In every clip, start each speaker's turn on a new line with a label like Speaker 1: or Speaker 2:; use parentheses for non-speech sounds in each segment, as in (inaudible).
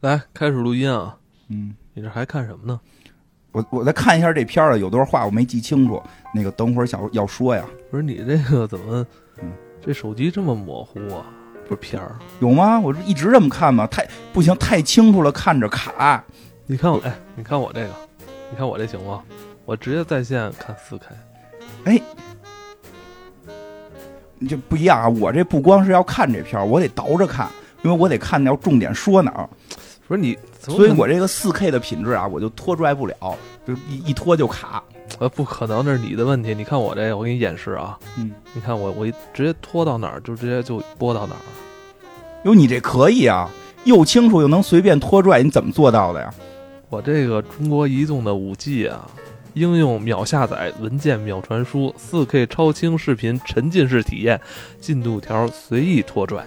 Speaker 1: 来，开始录音啊！
Speaker 2: 嗯，
Speaker 1: 你这还看什么呢？
Speaker 2: 我我再看一下这片儿啊，有段话我没记清楚，那个等会儿想要说呀，
Speaker 1: 不是你这个怎么
Speaker 2: 嗯
Speaker 1: 这手机这么模糊啊？这片儿，
Speaker 2: 有吗？我是一直这么看吗？太不行，太清楚了，看着卡。
Speaker 1: 你看我，哎，你看我这个，你看我这行吗？我直接在线看四 K，
Speaker 2: 这不一样啊！我这不光是要看这片儿，我得倒着看，因为我得看要重点说哪儿，
Speaker 1: 不是你，怎么
Speaker 2: 所以
Speaker 1: 可能
Speaker 2: 我这个四 K 的品质啊，我就拖拽不了，就一一拖就卡。
Speaker 1: 呃不可能，那是你的问题。你看我这个，我给你演示啊，
Speaker 2: 嗯，
Speaker 1: 你看我我一直接拖到哪儿就直接就播到哪儿。
Speaker 2: 哟，你这可以啊，又清楚又能随便拖拽，你怎么做到的呀？
Speaker 1: 我这个中国移动的五 G 啊，应用秒下载，文件秒传输，四 K 超清视频沉浸式体验，进度条随意拖拽。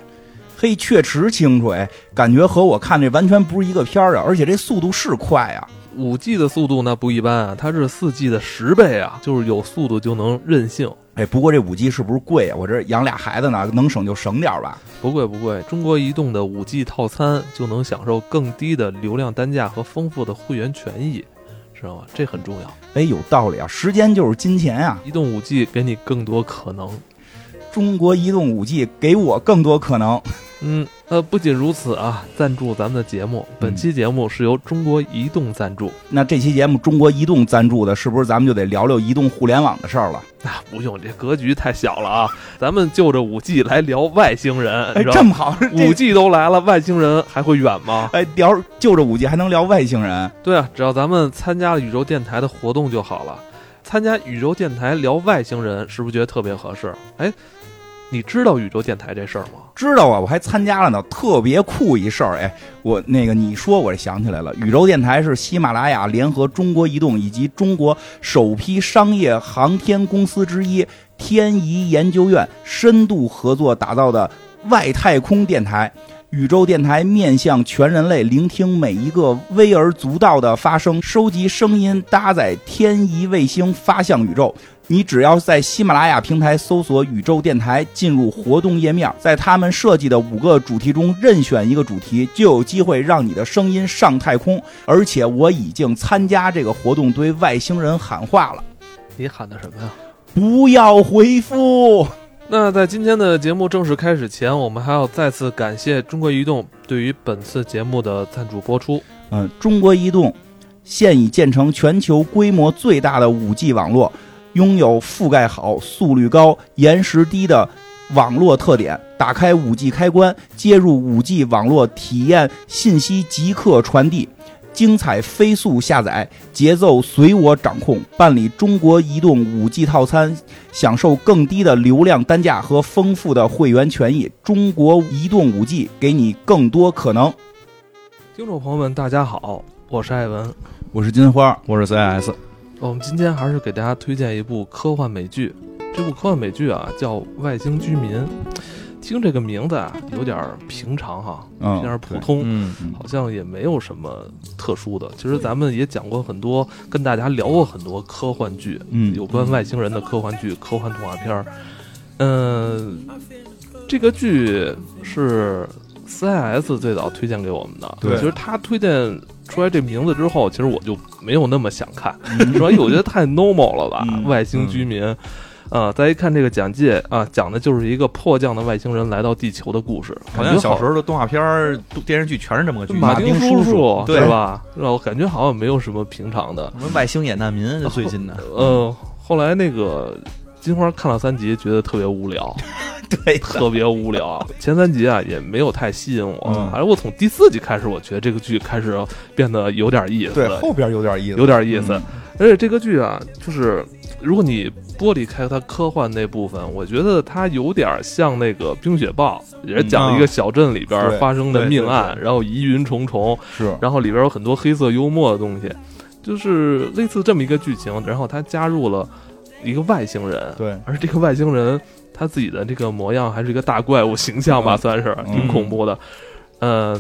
Speaker 2: 嘿，确实清楚哎，感觉和我看这完全不是一个片儿啊，而且这速度是快啊。
Speaker 1: 五 G 的速度那不一般啊，它是四 G 的十倍啊，就是有速度就能任性。
Speaker 2: 哎，不过这五 G 是不是贵啊呀、我这养俩孩子呢，能省就省点儿吧。
Speaker 1: 不贵不贵，中国移动的五 G 套餐就能享受更低的流量单价和丰富的会员权益，知道吗？这很重要。
Speaker 2: 哎，有道理啊，时间就是金钱啊。
Speaker 1: 移动五 G 给你更多可能。
Speaker 2: 中国移动五 G 给我更多可能。
Speaker 1: 嗯，呃，不仅如此啊，赞助咱们的节目，本期节目是由中国移动赞助。
Speaker 2: 那这期节目中国移动赞助的，是不是咱们就得聊聊移动互联网的事儿了？
Speaker 1: 那、不用，这格局太小了啊，咱们就着五 G 来聊外星人，
Speaker 2: 哎，
Speaker 1: 你知
Speaker 2: 这
Speaker 1: 道吗？
Speaker 2: 么好，
Speaker 1: 五
Speaker 2: 这
Speaker 1: G 都来了，外星人还会远吗？
Speaker 2: 哎聊就着五 G 还能聊外星人，
Speaker 1: 对啊，只要咱们参加了宇宙电台的活动就好了。参加宇宙电台聊外星人，是不是觉得特别合适？哎，你知道宇宙电台这事儿吗？
Speaker 2: 知道啊？我还参加了呢，特别酷一事儿。哎，我那个你说我这想起来了，宇宙电台是喜马拉雅联合中国移动以及中国首批商业航天公司之一天仪研究院深度合作打造的外太空电台。宇宙电台面向全人类，聆听每一个微而足道的发声，收集声音，搭载天仪卫星发向宇宙。你只要在喜马拉雅平台搜索“宇宙电台”，进入活动页面，在他们设计的五个主题中任选一个主题，就有机会让你的声音上太空。而且我已经参加这个活动，对外星人喊话了：
Speaker 1: 你喊的什么呀？
Speaker 2: 不要回复。
Speaker 1: 那在今天的节目正式开始前，我们还要再次感谢中国移动对于本次节目的赞助播出。
Speaker 2: 嗯，中国移动现已建成全球规模最大的 5G 网络，拥有覆盖好、速率高、延时低的网络特点。打开 5G 开关，接入 5G 网络，体验信息即刻传递。精彩飞速下载，节奏随我掌控。办理中国移动 5G 套餐，享受更低的流量单价和丰富的会员权益。中国移动 5G 给你更多可能。
Speaker 1: 听众朋友们，大家好，我是艾文。
Speaker 2: 我是金花，
Speaker 3: 我是 CIS，
Speaker 1: 我们今天还是给大家推荐一部科幻美剧，这部科幻美剧啊叫《外星居民》，听这个名字啊有点儿平常哈、
Speaker 2: 嗯，
Speaker 1: 有点儿普
Speaker 2: 对
Speaker 1: 通。
Speaker 3: 嗯，
Speaker 1: 好像也没有什么特殊的。其实咱们也讲过很多，跟大家聊过很多科幻剧，
Speaker 2: 嗯
Speaker 1: 有关外星人的科幻剧、科幻动画片儿。嗯、这个剧是 CIS 最早推荐给我们的。
Speaker 2: 对
Speaker 1: 其实他推荐出来这名字之后，其实我就没有那么想看，主要因为我觉得太 normal 了吧，
Speaker 2: 嗯
Speaker 1: 外星居民。啊，再一看这个简介啊，讲的就是一个迫降的外星人来到地球的故事，
Speaker 3: 好
Speaker 1: 感
Speaker 3: 像
Speaker 1: 觉
Speaker 3: 小时候的动画片儿、电视剧全是这么个剧，
Speaker 1: 马
Speaker 2: 丁
Speaker 1: 叔
Speaker 2: 叔
Speaker 1: 叔
Speaker 3: 对
Speaker 1: 是吧？让我感觉好像没有什么平常的。
Speaker 3: 什么外星野难民，这最近的，
Speaker 1: 呃，后来那个金花看了三集，觉得特别无聊，
Speaker 2: (laughs) 对的
Speaker 1: 特别无聊。前三集啊也没有太吸引我，
Speaker 2: 嗯
Speaker 1: 反正我从第四集开始，我觉得这个剧开始变得有点意思
Speaker 2: 对，
Speaker 1: 了，
Speaker 2: 后边有点意思，
Speaker 1: 有点意思。
Speaker 2: 嗯
Speaker 1: 而且这个剧啊，就是如果你剥离开它科幻那部分，我觉得它有点像那个《冰雪暴》，也是讲一个小镇里边
Speaker 2: 嗯对
Speaker 1: 发生的
Speaker 3: 对
Speaker 1: 命
Speaker 3: 对
Speaker 1: 案，然后疑云重重。
Speaker 2: 是，
Speaker 1: 然后里边有很多黑色幽默的东西，就是类似这么一个剧情，然后他加入了一个外星人，
Speaker 2: 对，
Speaker 1: 而这个外星人他自己的这个模样还是一个大怪物形象吧，
Speaker 2: 嗯
Speaker 1: 算是
Speaker 2: 嗯
Speaker 1: 挺恐怖的，呃。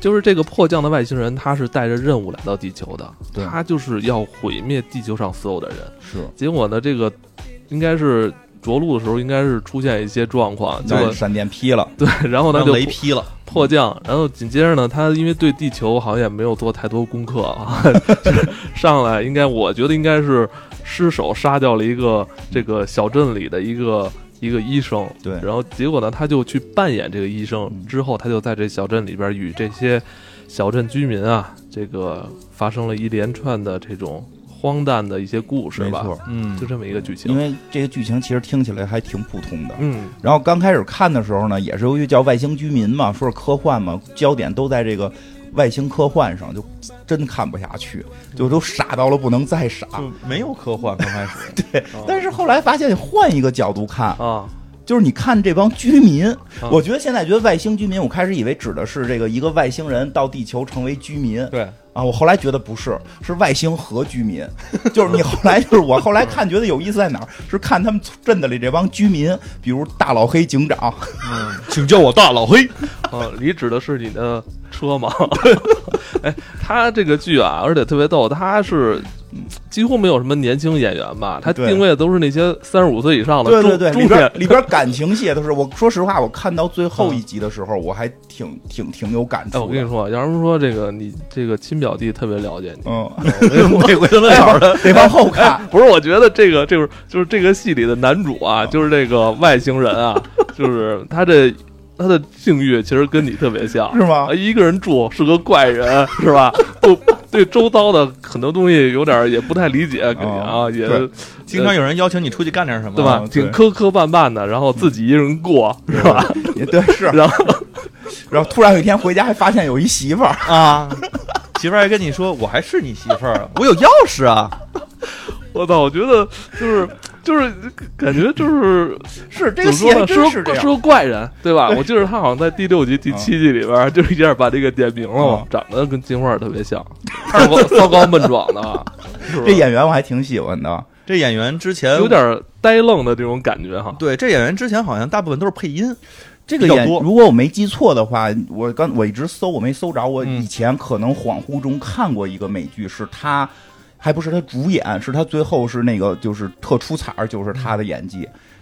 Speaker 1: 就是这个迫降的外星人，他是带着任务来到地球的，
Speaker 2: 对
Speaker 1: 他就是要毁灭地球上所有的人。
Speaker 2: 是，
Speaker 1: 结果呢，这个应该是着陆的时候，应该是出现一些状况，结
Speaker 2: 就
Speaker 1: 果
Speaker 2: 闪电劈了，
Speaker 1: 对，然后呢就
Speaker 3: 劈了，
Speaker 1: 迫降，然后紧接着呢，他因为对地球好像也没有做太多功课啊，就是上来应该我觉得应该是失手杀掉了一个这个小镇里的一个一个医生，
Speaker 2: 对
Speaker 1: 然后结果呢，他就去扮演这个医生
Speaker 2: 嗯，
Speaker 1: 之后他就在这小镇里边与这些小镇居民啊，这个发生了一连串的这种荒诞的一些故事
Speaker 2: 没
Speaker 1: 吧，
Speaker 2: 错，
Speaker 3: 嗯
Speaker 1: 就这么一个剧情，
Speaker 2: 因为这个剧情其实听起来还挺普通的。
Speaker 1: 嗯，
Speaker 2: 然后刚开始看的时候呢，也是由于叫外星居民嘛，说是科幻嘛，焦点都在这个外星科幻上，就真看不下去，就都傻到了不能再傻。
Speaker 3: 就没有科幻刚开始，
Speaker 2: 但是后来发现换一个角度看，
Speaker 1: 啊，
Speaker 2: 就是你看这帮居民，我觉得现在觉得外星居民，我开始以为指的是这个一个外星人到地球成为居民，
Speaker 1: 对，
Speaker 2: 啊，我后来觉得不是，是外星和居民，就是你后来就是我后来看觉得有意思在哪儿，是看他们镇子里这帮居民，比如大老黑警长，
Speaker 3: 请叫我大老黑。
Speaker 1: 啊，你指的是你的车吗？ (laughs) 哎，他这个剧啊，而且特别逗，他是几乎没有什么年轻演员吧？他
Speaker 2: 对
Speaker 1: 定位的都是那些三十五岁以上的
Speaker 2: 对对对，
Speaker 1: 中中
Speaker 2: 里边
Speaker 1: 年。嗯
Speaker 2: 里边感情戏都是，我说实话，我看到最后一集的时候，我还挺挺挺有感
Speaker 1: 哎，我
Speaker 2: 触
Speaker 1: 跟
Speaker 2: 的
Speaker 1: 你。说，要是说这个你这个亲表弟特别了
Speaker 2: (laughs)
Speaker 1: 解你，
Speaker 2: 嗯，
Speaker 1: 哎我
Speaker 2: 这回真的得往后
Speaker 1: (laughs)
Speaker 2: 看，
Speaker 1: 不是，我觉得这个这个就是这个戏里的男主啊，就是这个外星人啊，就是他这他的境遇其实跟你特别像，
Speaker 2: 是吗
Speaker 1: 啊？一个人住是个怪
Speaker 2: (laughs)
Speaker 1: 人，是吧？不对，周遭的很多东西有点儿也不太理解，感觉啊，
Speaker 2: 哦
Speaker 1: 也
Speaker 2: 对
Speaker 3: (laughs) 经常有人邀请你出去干点什么，
Speaker 1: 对吧？
Speaker 2: 哦
Speaker 1: 挺
Speaker 2: 对嗯
Speaker 1: 磕磕绊绊的，然后自己一人过，是吧？
Speaker 2: 也对是。
Speaker 1: (laughs) 然后
Speaker 2: 然后突然有一天回家，还发现有一媳妇儿，
Speaker 3: 啊， (laughs) 媳妇儿还跟你说我还是你媳妇儿，我有钥匙啊。
Speaker 1: 我操，我觉得就是就是感觉就是
Speaker 2: 是这
Speaker 1: 怎么
Speaker 2: 个戏
Speaker 1: 说
Speaker 2: 还
Speaker 1: 呢？
Speaker 2: 真
Speaker 1: 是
Speaker 2: 是
Speaker 1: 个
Speaker 2: 这
Speaker 1: 是
Speaker 2: 样。
Speaker 1: 个怪人，对吧？我记得他好像在第
Speaker 2: (laughs)
Speaker 1: 六集、第七集里边儿，就是一下把这个点明了嘛
Speaker 2: 嗯，
Speaker 1: 长得跟金花儿特别像， (laughs) 二高骚高闷壮
Speaker 2: (laughs)
Speaker 1: 的，啊是吧
Speaker 2: 这演员我还挺喜欢的，
Speaker 3: 这演员之前
Speaker 1: 有点儿呆愣的这种感觉哈。
Speaker 3: 对，这演员之前好像大部分都是配音，
Speaker 2: 这个
Speaker 3: 比较
Speaker 2: 演，
Speaker 3: 多
Speaker 2: 如果我没记错的话，我刚我一直搜，我没搜着。我
Speaker 3: 嗯
Speaker 2: 以前可能恍惚中看过一个美剧，是他，还不是他主演，是他最后是那个就是特出彩儿，就是他的演技，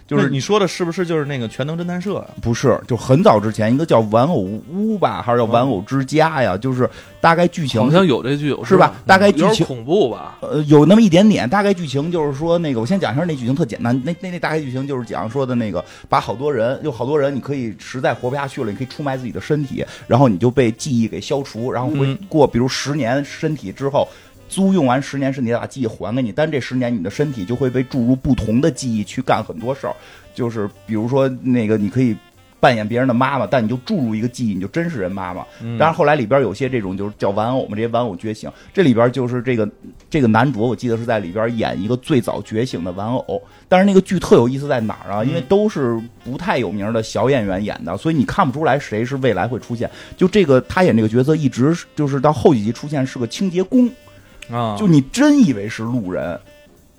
Speaker 2: 就
Speaker 3: 嗯那
Speaker 2: 是
Speaker 3: 你说的是不是就是那个《全能侦探社》啊？
Speaker 2: 不是就很早之前一个叫《玩偶屋》吧，还是叫《玩偶之家》呀？就是大概剧情
Speaker 1: 好像有这剧，我
Speaker 2: 是吧
Speaker 1: 知道嗯
Speaker 2: 大概
Speaker 1: 有点
Speaker 2: 剧情
Speaker 1: 恐怖吧？
Speaker 2: 呃，有那么一点点，大概剧情就是说，那个我先讲一下那剧情特简单，那那那大概剧情就是讲说的那个，把好多人有好多人，你可以实在活不下去了，你可以出卖自己的身体，然后你就被记忆给消除，然后会
Speaker 3: 嗯
Speaker 2: 过比如十年身体之后。租用完十年身体，把记忆还给你，但这十年你的身体就会被注入不同的记忆去干很多事儿，就是比如说那个你可以扮演别人的妈妈，但你就注入一个记忆，你就真是人妈妈。
Speaker 3: 嗯
Speaker 2: 当然后来里边有些这种就是叫玩偶嘛，这些玩偶觉醒，这里边就是这个这个男主，我记得是在里边演一个最早觉醒的玩偶。但是那个剧特有意思在哪儿啊？因为都是不太有名的小演员演的，所以你看不出来谁是未来会出现。就这个他演这个角色，一直是就是到后几集出现是个清洁工，
Speaker 3: 啊，
Speaker 2: 就你真以为是路人，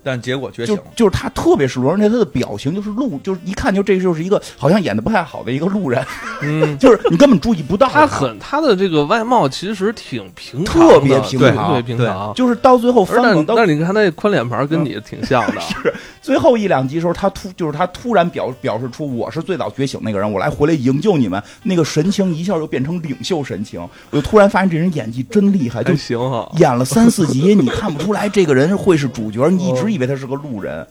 Speaker 3: 但结果觉醒
Speaker 2: 就
Speaker 3: 了。
Speaker 2: 就是他特别是路人，而且他的表情就是路，就是一看就这就是一个好像演的不太好的一个路人，
Speaker 1: 嗯，
Speaker 2: (laughs) 就是你根本注意不到啊
Speaker 1: 他很他的这个外貌其实挺平常的，
Speaker 2: 特别平
Speaker 1: 对
Speaker 2: 常
Speaker 1: 特别平常。
Speaker 2: 就是到最后翻
Speaker 1: 而但
Speaker 2: 滚到嗯
Speaker 1: 但是你看他那宽脸盘儿跟你挺像
Speaker 2: (laughs)
Speaker 1: 的，
Speaker 2: 最后一两集时候，他突就是他突然表表示出我是最早觉醒那个人，我来回来营救你们，那个神情一下就变成领袖神情，我就突然发现这人演技真厉
Speaker 3: 哎
Speaker 2: 害，就
Speaker 1: 还行哈。
Speaker 2: 演了三四集，你看不出来这个人会是主角，你一直以为他是个路人。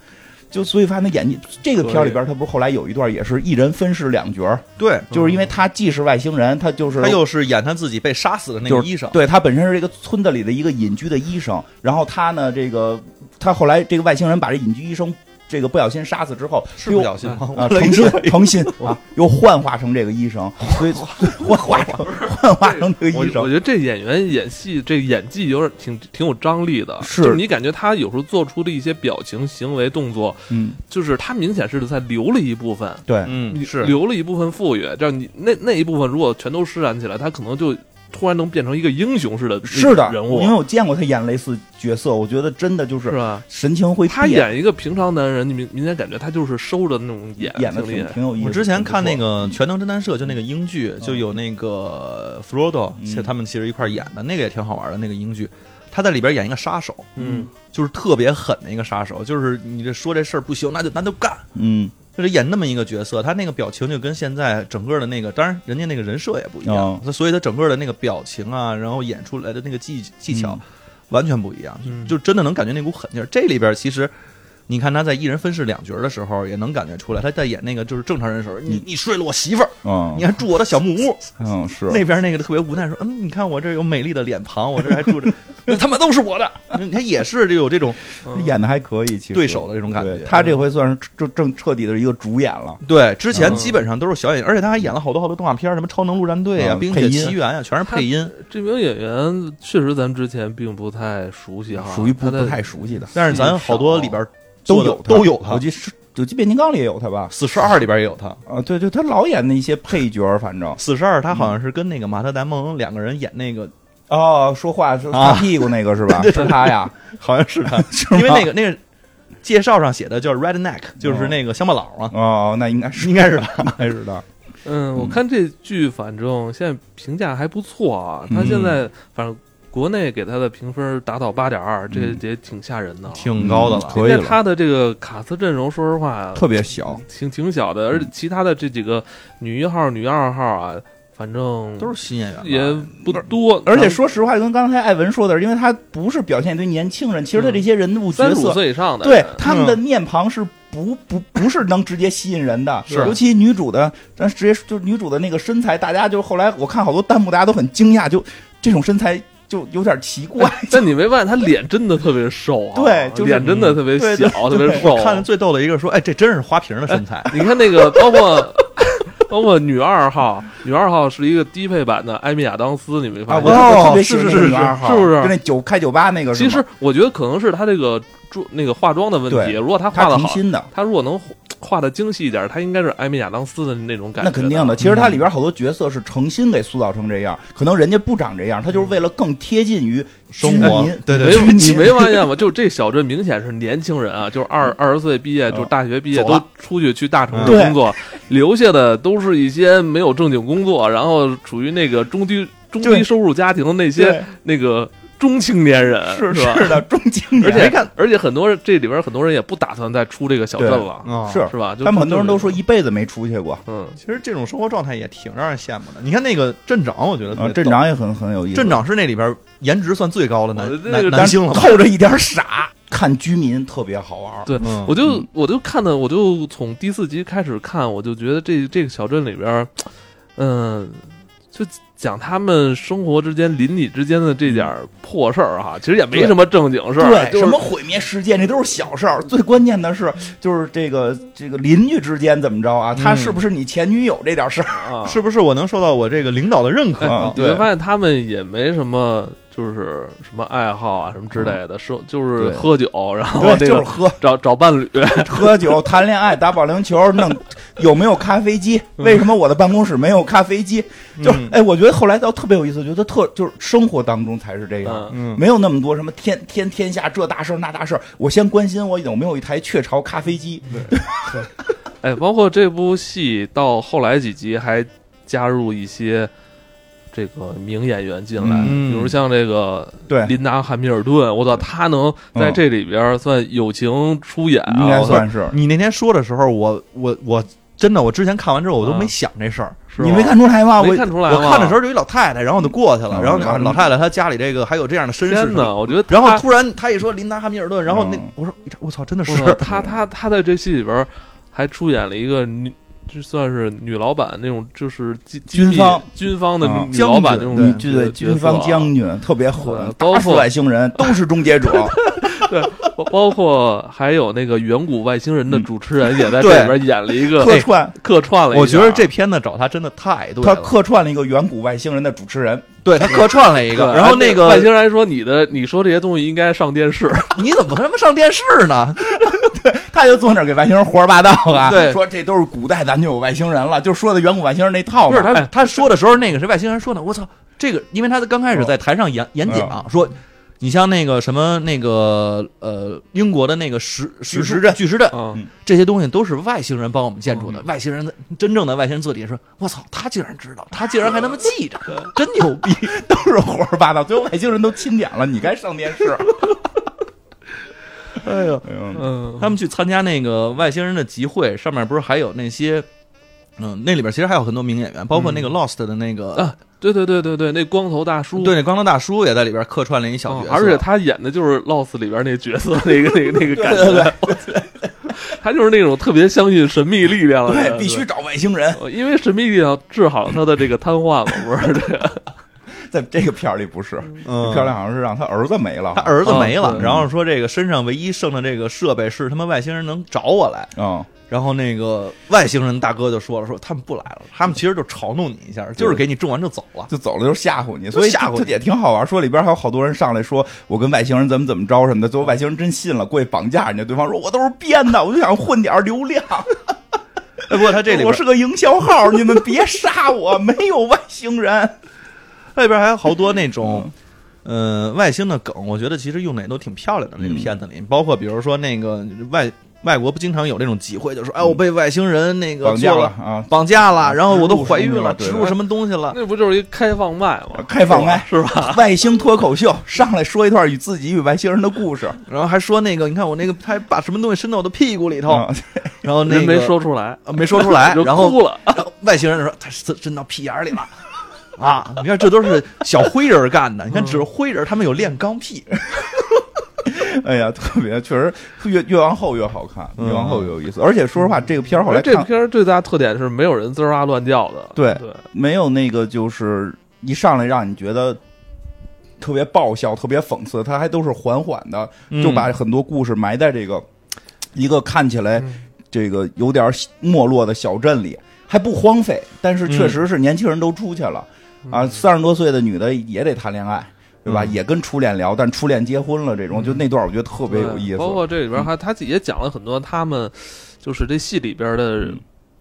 Speaker 2: 就所以发现他演技，这个片儿里边他不是后来有一段也是一人分饰两角儿，
Speaker 3: 对，
Speaker 2: 就是因为他既是外星人，他就是
Speaker 3: 嗯他又是演他自己被杀死的那
Speaker 2: 就
Speaker 3: 个
Speaker 2: 是
Speaker 3: 医生，
Speaker 2: 对他本身是这个村子里的一个隐居的医生，然后他呢，这个他后来这个外星人把这隐居医生这个不小心杀死之后，
Speaker 3: 是不小心吗？ (laughs)
Speaker 2: 啊，
Speaker 3: 我
Speaker 2: 诚心诚心啊，又幻化成这个医生，所以 (laughs) 幻化成幻化成这个
Speaker 1: 我
Speaker 2: 医
Speaker 1: 我
Speaker 2: 生，嗯
Speaker 1: 觉得这演员演戏这演技有点挺挺有张力的，
Speaker 2: 是
Speaker 1: 就是你感觉他有时候做出的一些表情、行为、动作，
Speaker 2: 嗯，
Speaker 1: 就是他明显是在留了一部分，
Speaker 2: 对，
Speaker 3: 嗯，
Speaker 1: 你
Speaker 3: 是
Speaker 1: 留了一部分富裕，这样你那那一部分如果全都施展起来，他可能就突然能变成一个英雄式的
Speaker 2: 是的，
Speaker 1: 人物
Speaker 3: 啊
Speaker 2: 因，为我见过他演类似角色，我觉得真的就是是
Speaker 1: 吧？
Speaker 2: 神情会
Speaker 1: 他
Speaker 2: 变，
Speaker 1: 演一个平常男人，你明明显感觉他就是收着那种演，
Speaker 2: 演的
Speaker 1: 挺厉
Speaker 2: 挺
Speaker 1: 害。
Speaker 2: 挺有意思。
Speaker 3: 我之前看那
Speaker 2: 挺不错，
Speaker 3: 个《全能侦探社》，就那个英剧，就有那个弗罗多，
Speaker 2: 嗯
Speaker 3: 其实他们其实一块儿演的，那个也挺好玩的。那个英剧，他在里边演一个杀手，
Speaker 1: 嗯，
Speaker 3: 就是特别狠的一个杀手，就是你这说这事儿不行，那就咱就干，
Speaker 2: 嗯，
Speaker 3: 就是演那么一个角色，他那个表情就跟现在整个的那个，当然人家那个人设也不一样
Speaker 2: 哦，
Speaker 3: 他所以他整个的那个表情啊，然后演出来的那个技技巧
Speaker 2: 嗯
Speaker 3: 完全不一样，
Speaker 1: 嗯
Speaker 3: 就真的能感觉那股狠劲儿。这里边其实。你看他在一人分饰两角的时候，也能感觉出来，他在演那个就是正常人的时候，你你睡了我媳妇儿，
Speaker 2: 嗯
Speaker 3: 你还住我的小木 (laughs) 屋，
Speaker 2: 嗯是
Speaker 3: 那边那个特别无奈说，嗯，你看我这有美丽的脸庞，我这还住 (laughs) 着，那他妈都是我的，他也是就有这种
Speaker 1: 嗯
Speaker 2: 演的还可以，其实
Speaker 3: 对手的这种感觉
Speaker 2: 对他这回算是正正彻底的一个主演了。
Speaker 3: 对，之前
Speaker 1: 嗯
Speaker 3: 基本上都是小演员，而且他还演了好多好多动画片儿，什么《超能陆战队》啊，
Speaker 2: 嗯
Speaker 3: 《冰雪
Speaker 2: 配音
Speaker 3: 奇缘》啊，全是配音。
Speaker 1: 这名演员确实咱之前并不太熟悉哈，
Speaker 2: 属于不
Speaker 1: 他在
Speaker 2: 不太熟悉的，
Speaker 3: 但是咱好多里边
Speaker 2: 都
Speaker 3: 做的
Speaker 2: 有他
Speaker 3: 都有
Speaker 2: 我
Speaker 3: 他，
Speaker 2: 记得是我记得变形金刚里也有他吧？
Speaker 3: 四十二里边也有他。
Speaker 2: 啊，对对，他老演那些配角儿，反正
Speaker 3: 四十二他好像是跟那个马特·达蒙两个人演那个，
Speaker 2: 哦，说话是
Speaker 3: 啊
Speaker 2: 擦屁股那个是吧？ (laughs) 是他呀，
Speaker 3: 好像是他，
Speaker 2: (laughs) 是
Speaker 3: (laughs) 因为
Speaker 2: 吗
Speaker 3: 那个那个介绍上写的叫 Redneck，就是那个乡巴佬嘛，
Speaker 2: 哦，那应该是
Speaker 3: 应该是他。
Speaker 2: 应该是他，
Speaker 1: 嗯，我
Speaker 2: 嗯
Speaker 1: 看这剧反正现在评价还不错啊，他
Speaker 2: 嗯
Speaker 1: 现在反正国内给他的评分达到八点二，这
Speaker 2: 嗯
Speaker 1: 也挺吓人的啊。
Speaker 3: 挺高的
Speaker 2: 嗯
Speaker 3: 了。
Speaker 2: 可以
Speaker 1: 因
Speaker 2: 了
Speaker 1: 为他的这个卡斯阵容，说实话
Speaker 2: (laughs) 特别小，
Speaker 1: 挺挺小的，而且其他的这几个女一号、女二号啊，反正
Speaker 3: 都是新演员吧，
Speaker 1: 也不多，
Speaker 2: 而且说实话，就跟刚才艾文说的，因为他不是表现一堆年轻人，其实他这些人物
Speaker 1: 三
Speaker 2: 角
Speaker 1: 十五
Speaker 2: 色，
Speaker 1: 岁以上的嗯
Speaker 2: 对
Speaker 1: 人
Speaker 2: 他们的面庞是不不不是能直接吸引人的，
Speaker 3: 是
Speaker 2: 尤其女主的，咱直接就是女主的那个身材，大家就后来我看好多弹幕，大家都很惊讶，就这种身材就有点奇怪，
Speaker 1: 但你没发现他脸真的特别瘦啊？
Speaker 2: 对就是
Speaker 1: 脸真的特别
Speaker 2: 对对
Speaker 1: 小，特别瘦。
Speaker 3: 看的最逗的一个说，哎，这真是花瓶的
Speaker 2: (laughs)
Speaker 3: 身材，
Speaker 1: 你看那个，包括包括女二号，女二号是一个低配版的艾米亚当斯，你没
Speaker 2: 啊，
Speaker 1: 发
Speaker 2: 我
Speaker 1: 现？
Speaker 3: 哦
Speaker 2: 我特别喜欢
Speaker 3: 是
Speaker 2: 那
Speaker 3: 是
Speaker 2: 个
Speaker 3: 是
Speaker 2: 女二号，
Speaker 1: 是不是
Speaker 2: 就那酒开酒吧那个是
Speaker 1: 其
Speaker 2: 吗，
Speaker 1: 实我觉得可能是他这个妆那个化妆的问题。
Speaker 2: 对
Speaker 1: 如果他化
Speaker 2: 他
Speaker 1: 的
Speaker 2: 挺
Speaker 1: 好，
Speaker 2: 新的。
Speaker 1: 他如果能化的精细一点，他应该是艾米亚当斯的嗯那种感觉。
Speaker 2: 那肯定的，。其实它里边好多角色是诚心给塑造成这样，可能人家不长这样，他就是为了更贴近于
Speaker 3: 生
Speaker 2: 居
Speaker 3: 活
Speaker 2: 民
Speaker 3: 对对
Speaker 1: 没
Speaker 3: 对
Speaker 1: 有，
Speaker 2: 居民
Speaker 1: 你没发现吗？就这小镇明显是年轻人啊，就是二二十岁毕业，
Speaker 2: 嗯
Speaker 1: 就是大学毕业
Speaker 3: 走了
Speaker 1: 都出去去大城市
Speaker 2: 嗯
Speaker 1: 工作，留下的都是一些没有正经工作，然后处于那个中低中低
Speaker 2: 对
Speaker 1: 收入家庭的那些
Speaker 2: 对
Speaker 1: 那个中青年人，
Speaker 2: 是
Speaker 1: 吧？
Speaker 2: 是的，中青
Speaker 1: 而
Speaker 2: 年，
Speaker 1: 且看，而且很多人这里边很多人也不打算再出这个小镇了，
Speaker 3: 啊
Speaker 2: 是
Speaker 1: 是吧？就
Speaker 2: 嗯他们很多人都说，一辈子没出去过，
Speaker 1: 嗯，
Speaker 3: 其实这种生活状态也挺让人羡慕的。你看那个哦镇长，我觉得特
Speaker 2: 啊，
Speaker 3: 别
Speaker 2: 镇
Speaker 3: 逗
Speaker 2: 长也很很有意思，
Speaker 3: 镇长是那里边颜值算最高
Speaker 1: 我
Speaker 3: 的男
Speaker 1: 的
Speaker 3: 男
Speaker 1: 那个
Speaker 3: 男
Speaker 2: 但是
Speaker 3: 星了吧？
Speaker 2: 透着一点傻，看居民特别好玩儿，
Speaker 1: 对
Speaker 3: 嗯
Speaker 1: 我就我就看的，我就从第四集开始看，我就觉得这这个小镇里边，嗯，就讲他们生活之间、邻里之间的这点儿破事儿哈，其实也没什么正经事儿，
Speaker 2: 嗯对，
Speaker 1: 就是
Speaker 2: 什么毁灭世界，这都是小事儿。最关键的是，就是这个这个邻居之间怎么着啊？他
Speaker 3: 嗯
Speaker 2: 是不是你前女友这点事儿？
Speaker 1: 啊，
Speaker 3: 是不是我能受到我这个领导的认可？
Speaker 2: 哎
Speaker 1: 你会发现他们也没什么，就是什么爱好啊，什么之类的，生就是
Speaker 2: 嗯对
Speaker 1: 喝酒，然后
Speaker 2: 对，
Speaker 1: 这
Speaker 2: 啊就是
Speaker 1: 个
Speaker 2: 喝
Speaker 1: 找找伴侣，
Speaker 2: 喝酒、谈恋爱、打保龄球，弄有没有咖啡机？为什么我的办公室没有咖啡机？就是
Speaker 3: 嗯
Speaker 2: 哎，我觉得后来倒特别有意思，觉得特就是生活当中才
Speaker 1: (laughs)
Speaker 2: 是这样。
Speaker 1: 嗯。
Speaker 3: 嗯，
Speaker 2: 没有那么多什么天天天下这大事儿那大事儿，我先关心我有没有一台雀巢咖啡机。
Speaker 1: 哎，包括这部戏到后来几集还加入一些这个名演员进来，
Speaker 3: 嗯
Speaker 1: 比如像这个
Speaker 3: 哎
Speaker 2: 对，
Speaker 1: 琳达·汉密尔顿，我操，她能在
Speaker 3: 嗯
Speaker 1: 这里边儿算友情出演啊，
Speaker 2: 应该
Speaker 1: 我操
Speaker 2: 算是。
Speaker 3: 你那天说的时候，我我我真的我之前看完之后，我都没想这事儿。
Speaker 1: 是吧
Speaker 2: 你没看出来吗？
Speaker 1: 没
Speaker 2: 我
Speaker 1: 看出来
Speaker 3: 啊我
Speaker 1: 吗？
Speaker 3: 看的时候就一老太太，然后我就过去了。
Speaker 2: 嗯
Speaker 3: 然后老
Speaker 2: 嗯
Speaker 3: 老太太她家里这个还有这样的身世
Speaker 1: 天
Speaker 3: 呢。
Speaker 1: 哪，我觉得她，
Speaker 3: 然后突然她一说琳达·汉密尔顿，然后那
Speaker 2: 嗯
Speaker 3: 我说一查我操，真的是
Speaker 1: 我操她她她在这戏里边儿还出演了一个女。就算是女老板那种，就是基
Speaker 2: 军
Speaker 1: 基地
Speaker 2: 方
Speaker 1: 军方的
Speaker 2: 啊
Speaker 1: 女老板那种
Speaker 3: 将
Speaker 2: 对
Speaker 1: 角啊
Speaker 2: 对，军方将军特别狠
Speaker 1: 呃，包
Speaker 2: 打死
Speaker 1: 括
Speaker 2: 外
Speaker 1: (laughs)
Speaker 2: 星人都是终结者。
Speaker 1: 角色啊包包括还有那个远古外星人的
Speaker 2: 嗯
Speaker 1: 主持人也在这
Speaker 3: 对
Speaker 1: 里边演了一个
Speaker 2: 客串，
Speaker 1: 客串了一下。
Speaker 3: 我觉得这片子找她真的太对
Speaker 2: 他
Speaker 3: 了，
Speaker 2: 客串了一个远古外星人的主持人，
Speaker 3: 对她客串了一个。
Speaker 1: 对
Speaker 3: 然后那
Speaker 1: 哎外
Speaker 3: 个
Speaker 1: 星人说：“你的，你说这些东西应该上电视。
Speaker 3: 你怎么他妈上电视呢？
Speaker 2: 他就坐那儿给外星人胡说八道啊，
Speaker 3: 对
Speaker 2: 说这都是古代咱就有外星人了，就说的远古外星人那套 (laughs)
Speaker 3: 不是
Speaker 2: 嘛。
Speaker 3: 他
Speaker 1: 哎
Speaker 3: 他说的时候，那个是外星人说的，我操，这个，因为他刚开始在台上演演讲说。你像那个什么那个呃，英国的那个石石
Speaker 2: 巨石阵
Speaker 3: 巨石阵”
Speaker 1: 啊，
Speaker 3: 这些东西都是外星人帮我们建筑的。
Speaker 2: 嗯
Speaker 3: 外星人的真正的外星人自己说：“我操，他竟然知道，他竟然还那么记 (laughs) 着，真牛逼
Speaker 1: (laughs)
Speaker 2: 都是胡说八道，最后外星人都钦点了，你该上电视。！”
Speaker 3: 哎呦，
Speaker 2: 嗯
Speaker 1: 嗯，
Speaker 3: 他们去参加那个外星人的集会，上面不是还有那些，嗯，那里边其实还有很多名演员，包括那个 Lost 的那个，
Speaker 1: 啊，对对对对对，那光头大叔，
Speaker 3: 对，那光头大叔也在里边客串了一小角
Speaker 1: 哦
Speaker 3: 色，
Speaker 1: 而且他演的就是 Lost 里边那角色，那个那个那个感觉， (laughs) 他就是那种特别相信神秘力量的人，
Speaker 2: 对，必须找外星人，
Speaker 1: 对，因为神秘力量治好了他的这个瘫痪嘛，不是 (laughs) 啊这个，
Speaker 2: 在这个片儿里不是，
Speaker 3: 嗯
Speaker 2: 这片儿里好像是让他儿子没了，
Speaker 3: 他儿子没
Speaker 1: 哦
Speaker 3: 了，
Speaker 1: 对
Speaker 3: 然后说这个身上唯一剩的这个设备是他们外星人能找我来，
Speaker 2: 嗯，
Speaker 3: 然后那个外星人大哥就说了，说他们不来了，他们其实就嘲弄你一下，就是给你种完就走了。
Speaker 2: 就走了，就吓唬你，所以
Speaker 3: 吓唬
Speaker 2: 这
Speaker 3: 你
Speaker 2: 这也挺好玩。说里边还有好多人上来说我跟外星人怎么怎么着什么的，最后外星人真信了，过去绑架人家，对方说我都是编的，我就想混点流量，
Speaker 3: 哎，不过 (laughs) 他这里
Speaker 2: 我
Speaker 3: 边
Speaker 2: 是个营销号，你们别杀我， (laughs) 没有外星人。
Speaker 3: 那边还有好多那种，呃，外星的梗，我觉得其实用的也都挺漂亮的。那个
Speaker 2: 嗯
Speaker 3: 片子里，包括比如说那个外外国不经常有那种集会，就说哎，我被外星人那个
Speaker 2: 绑架
Speaker 3: 做
Speaker 2: 了
Speaker 3: 了
Speaker 2: 啊，
Speaker 3: 绑架了，然后我都怀孕了，
Speaker 2: 植入什
Speaker 3: 植
Speaker 2: 么
Speaker 3: 入什么东西了。
Speaker 1: 那不就是一开放麦吗？
Speaker 2: 开放麦
Speaker 1: 是吧？
Speaker 2: 外星脱口秀上来说一段与自己与外星人的故事，
Speaker 3: 然后还说那个，你看我那个，他还把什么东西伸到我的屁股里头，
Speaker 2: 啊
Speaker 3: 然后那
Speaker 1: 人
Speaker 3: 个
Speaker 1: 没说出来，
Speaker 3: 呃没说出
Speaker 2: 哎
Speaker 3: 来，
Speaker 1: (laughs) 就
Speaker 3: 然后
Speaker 1: 哭了，
Speaker 3: 然后外星人说他伸伸到屁眼儿里了。 (laughs) 啊！你看，这都是小灰人干的。你看，只是灰人，他们有练钢屁。
Speaker 2: 哎呀，特别确实越越往后越好看，
Speaker 3: 嗯哎
Speaker 2: 越往后越有意思。而且说实话，这个片儿后来
Speaker 1: 这
Speaker 2: 看
Speaker 1: 片儿最大特点是没有人滋哇乱叫的，
Speaker 2: 对
Speaker 1: 对，
Speaker 2: 没有那个就是一上来让你觉得特别爆笑、特别讽刺，它还都是缓缓的，
Speaker 1: 嗯
Speaker 2: 就把很多故事埋在这个一个看起来
Speaker 1: 嗯
Speaker 2: 这个有点没落的小镇里，还不荒废。但是
Speaker 1: 嗯
Speaker 2: 确实是年轻人都出去了、啊，三十多岁的女的也得谈恋爱。对
Speaker 1: 嗯
Speaker 2: 吧？也跟初恋聊，但初恋结婚了，这种就那段我觉得特别有
Speaker 1: 对
Speaker 2: 意思。嗯
Speaker 1: 包括这里边还他也讲了很多他们就是这戏里边的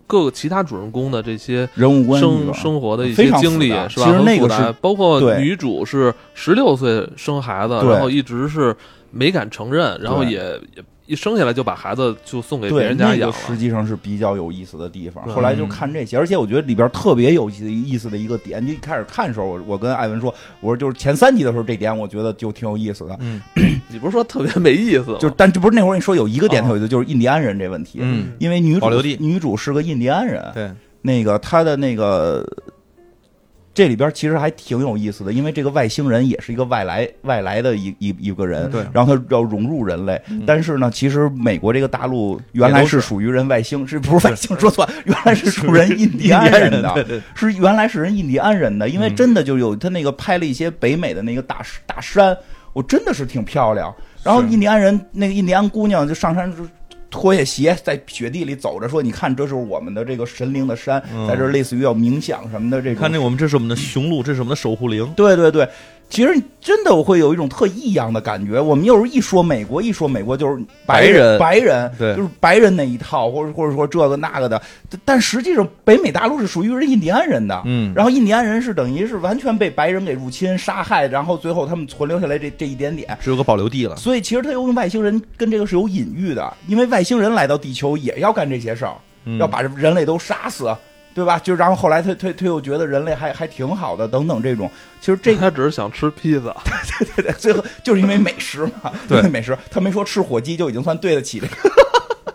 Speaker 1: 各个其他主人公的这些
Speaker 2: 人物关系吧
Speaker 1: 生生活的一
Speaker 2: 非
Speaker 1: 些
Speaker 2: 常复杂
Speaker 1: 经历，是吧？
Speaker 2: 其实那
Speaker 1: 很
Speaker 2: 个
Speaker 1: 复杂
Speaker 2: 是
Speaker 1: 包括
Speaker 2: 对
Speaker 1: 女主是十六岁生孩子，
Speaker 2: 对
Speaker 1: 然后一直是没敢承认，然后
Speaker 2: 对
Speaker 1: 也也一生下来就把孩子就送给别
Speaker 2: 对，
Speaker 1: 人家
Speaker 2: 那
Speaker 1: 养
Speaker 2: 个
Speaker 1: 了。
Speaker 2: 实际上是比较有意思的地方。
Speaker 3: 嗯
Speaker 1: 对
Speaker 2: 后来就看这些，而且我觉得里边特别有意思意思的一个点，就一开始看的时候，我我跟艾文说，我说就是前三集的时候，这点我觉得就挺有意思的。
Speaker 3: 嗯
Speaker 1: 你不是说特别没意思吗？
Speaker 2: 就是，但这不是那会儿你说有一个点
Speaker 1: 哦
Speaker 2: 特有意思，就是印第安人这问题，
Speaker 3: 嗯，
Speaker 2: 因为女主
Speaker 3: 保留地
Speaker 2: 女主是个印第安人，
Speaker 3: 对，
Speaker 2: 那个她的那个这里边其实还挺有意思的，因为这个外星人也是一个外来外来的一一一个人，
Speaker 3: 对
Speaker 2: 然后他要融入人类，
Speaker 3: 嗯
Speaker 2: 但是呢，其实美国这个大陆原来是属于人外星，是不是外星？说错了，原来是属人印第安人的，
Speaker 3: 对
Speaker 2: 是原来是人印第安人的，因为
Speaker 3: 嗯
Speaker 2: 真的就有他那个拍了一些北美的那个大大山，我真的是挺漂亮。然后
Speaker 3: 是
Speaker 2: 印第安人那个印第安姑娘就上山就。拖下鞋在雪地里走着，说：“你看，这是我们的这个神灵的山，
Speaker 3: 嗯
Speaker 2: 在这儿类似于要冥想什么的这种。”
Speaker 3: 看那我们这是我们的雄鹿，这是我们的守护灵。
Speaker 2: 对对对，其实真的我会有一种特异样的感觉。我们有时候一说美国，一说美国就是人，白
Speaker 3: 白
Speaker 2: 人，
Speaker 3: 对
Speaker 2: 就是白人那一套，或者或者说这个那个的。但但实际上，北美大陆是属于人印第安人的。
Speaker 3: 嗯
Speaker 2: 然后印第安人是等于是完全被白人给入侵、杀害，然后最后他们存留下来这这一点点。
Speaker 3: 只有个保留地了。
Speaker 2: 所以其实他用外星人跟这个是有隐喻的，因为外星人来到地球也要干这些事儿。
Speaker 3: 嗯
Speaker 2: 要把人类都杀死，对吧？就然后后来他他他又觉得人类还还挺好的，等等这种，其实这个
Speaker 1: 他只是想吃披萨，
Speaker 2: (laughs) 最后就是因为美食嘛，
Speaker 3: 对
Speaker 2: 因为美食，他没说吃火鸡就已经算对得起这个。 (laughs)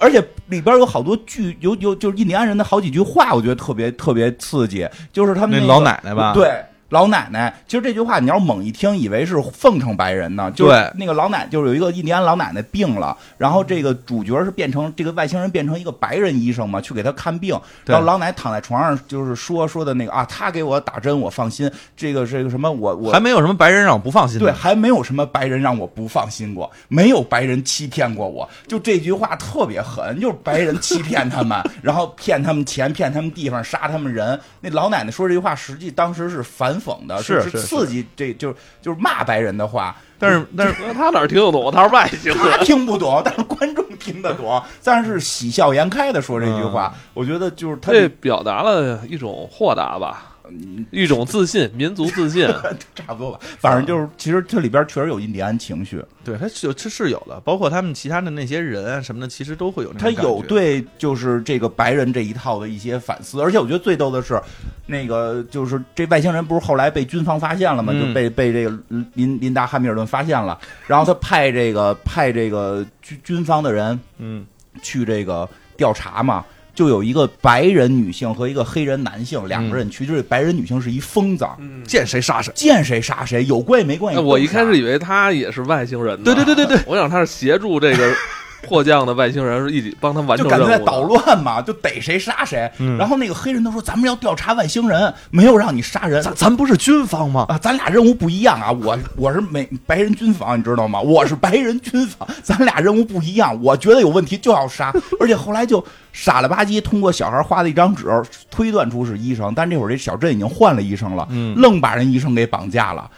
Speaker 2: 而且里边有好多句，有有就是印第安人的好几句话，我觉得特别特别刺激，就是他们、
Speaker 3: 那
Speaker 2: 那个
Speaker 3: 老奶奶吧，，
Speaker 2: 对。老奶奶，其实这句话你要猛一听，以为是奉承白人呢。就是
Speaker 3: 对
Speaker 2: 那个老奶，就是有一个印第安老奶奶病了，然后这个主角是变成这个外星人变成一个白人医生嘛，去给她看病。
Speaker 3: 对
Speaker 2: 然后老奶奶躺在床上，就是说说的那个啊，他给我打针，我放心。这个这个什么，我我
Speaker 3: 还没有什么白人让我不放心的。
Speaker 2: 对，还没有什么白人让我不放心过，没有白人欺骗过我。就这句话特别狠，就是白人欺骗他们，然后骗他们钱，骗他们地方，杀他们人。那老奶奶说这句话，实际当时是反讽的，
Speaker 3: 是
Speaker 2: 是
Speaker 3: 是是
Speaker 2: 刺激这，就就是骂白人的话。
Speaker 3: 但是但是
Speaker 1: 那他哪儿听得懂？他是外
Speaker 2: (laughs)
Speaker 1: 星
Speaker 2: 他
Speaker 1: 人。
Speaker 2: 听不懂，但是观众听得懂，但是喜笑颜开的说这句话，我觉得就是他
Speaker 1: 这表达了一种豁达吧，
Speaker 2: 嗯
Speaker 1: 一种自信，民族自
Speaker 2: (laughs)
Speaker 1: 信。
Speaker 2: 差不多吧。反正就是，其实这里边确实有印第安情绪，
Speaker 3: 对，他是有这是有的，包括他们其他的那些人啊什么的，其实都会有那
Speaker 2: 他
Speaker 3: 种
Speaker 2: 有
Speaker 3: 感觉，
Speaker 2: 对就是这个白人这一套的一些反思，而且我觉得最逗的是，那个就是这外星人不是后来被军方发现了吗？
Speaker 3: 嗯
Speaker 2: 就被被这个林林达汉密尔顿发现了，然后他派这个派这个军军方的人
Speaker 3: 嗯，
Speaker 2: 去这个调查嘛，就有一个白人女性和一个黑人男性两个人去，就是白人女性是一疯子，
Speaker 1: 嗯，
Speaker 3: 见谁杀谁。
Speaker 2: 见谁杀谁，有关系没关系
Speaker 1: 哎，
Speaker 2: 都杀。
Speaker 1: 我一开始以为他也是外星人呢。
Speaker 3: 对对对对对，
Speaker 1: 我想他是协助这个 (laughs) 迫降的外星人，是一起帮他完
Speaker 2: 就
Speaker 1: 成
Speaker 2: 感
Speaker 1: 任务
Speaker 2: 觉在
Speaker 1: 的。
Speaker 2: 捣乱嘛，就逮谁杀谁。
Speaker 3: 嗯
Speaker 2: 然后那个黑人都说：“咱们要调查外星人，没有让你杀人。”
Speaker 3: 咱咱不是军方吗？
Speaker 2: 啊，咱俩任务不一样啊！我我是美白人军防，你知道吗？我是白人军防，咱俩任务不一样。我觉得有问题就要杀，而且后来就傻了吧唧，通过小孩画的一张纸推断出是医生，但这会儿这小镇已经换了医生了，
Speaker 3: 嗯
Speaker 2: 愣把人医生给绑架了。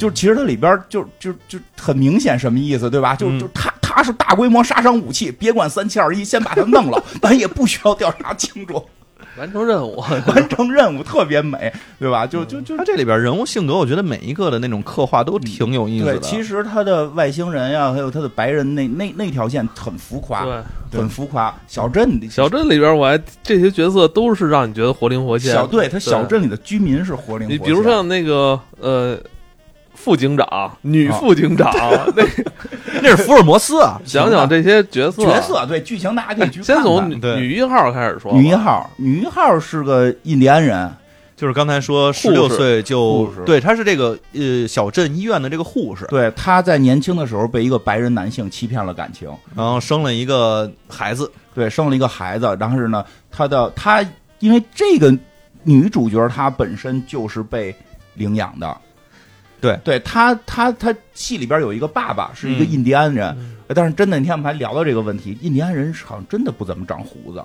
Speaker 2: 就其实它里边儿就就就很明显什么意思，对吧？就
Speaker 3: 嗯
Speaker 2: 就他他是大规模杀伤武器，别管三七二十一，先把他弄了， (laughs) 咱也不需要调查清楚，
Speaker 1: 完成任
Speaker 2: (laughs)
Speaker 1: 务。
Speaker 2: 完成任务特别美，对吧？就就就
Speaker 3: 他这里边人物性格，我觉得每一个的那种刻画都挺有意思
Speaker 2: 对，
Speaker 3: 的。
Speaker 2: 其实他的外星人呀、还有他的白人那那那条线很浮夸，
Speaker 1: 对，
Speaker 2: 很浮夸。小镇里
Speaker 1: 小镇里边我还这些角色都是让你觉得活灵活现。
Speaker 2: 小对，他小镇里的居民是活灵
Speaker 1: 你
Speaker 2: 活现。啊
Speaker 1: 比如像那个呃。副警长，女副警
Speaker 2: (laughs)
Speaker 1: 长，那
Speaker 3: 那是福尔摩斯啊，
Speaker 1: 想想这些角色，
Speaker 2: 角色，对剧情大家可以
Speaker 1: (laughs)
Speaker 2: 去
Speaker 1: 先
Speaker 2: 看
Speaker 1: 从
Speaker 2: 看。
Speaker 1: 女啊
Speaker 3: 对
Speaker 1: 女一号开始说吧。
Speaker 2: 女一号，女一号是个印第安人，
Speaker 3: (laughs) 就是刚才说十
Speaker 1: 士
Speaker 3: 六岁就
Speaker 2: 护士
Speaker 3: 对，他是这个呃小镇医院的这个护士，
Speaker 2: 对，她在年轻的时候被一个白人男性欺骗了感情，
Speaker 3: 然后生了一个孩子，
Speaker 2: 对，生了一个孩子。然后是呢，她的她因为这个女主角她本身就是被领养的，
Speaker 3: 对
Speaker 2: 对，她她她戏里边有一个爸爸是一个
Speaker 3: 嗯
Speaker 2: 印第安人，呃
Speaker 1: 嗯
Speaker 2: 但是真的那天我们还聊到这个问题，印第安人好像真的不怎么长胡子，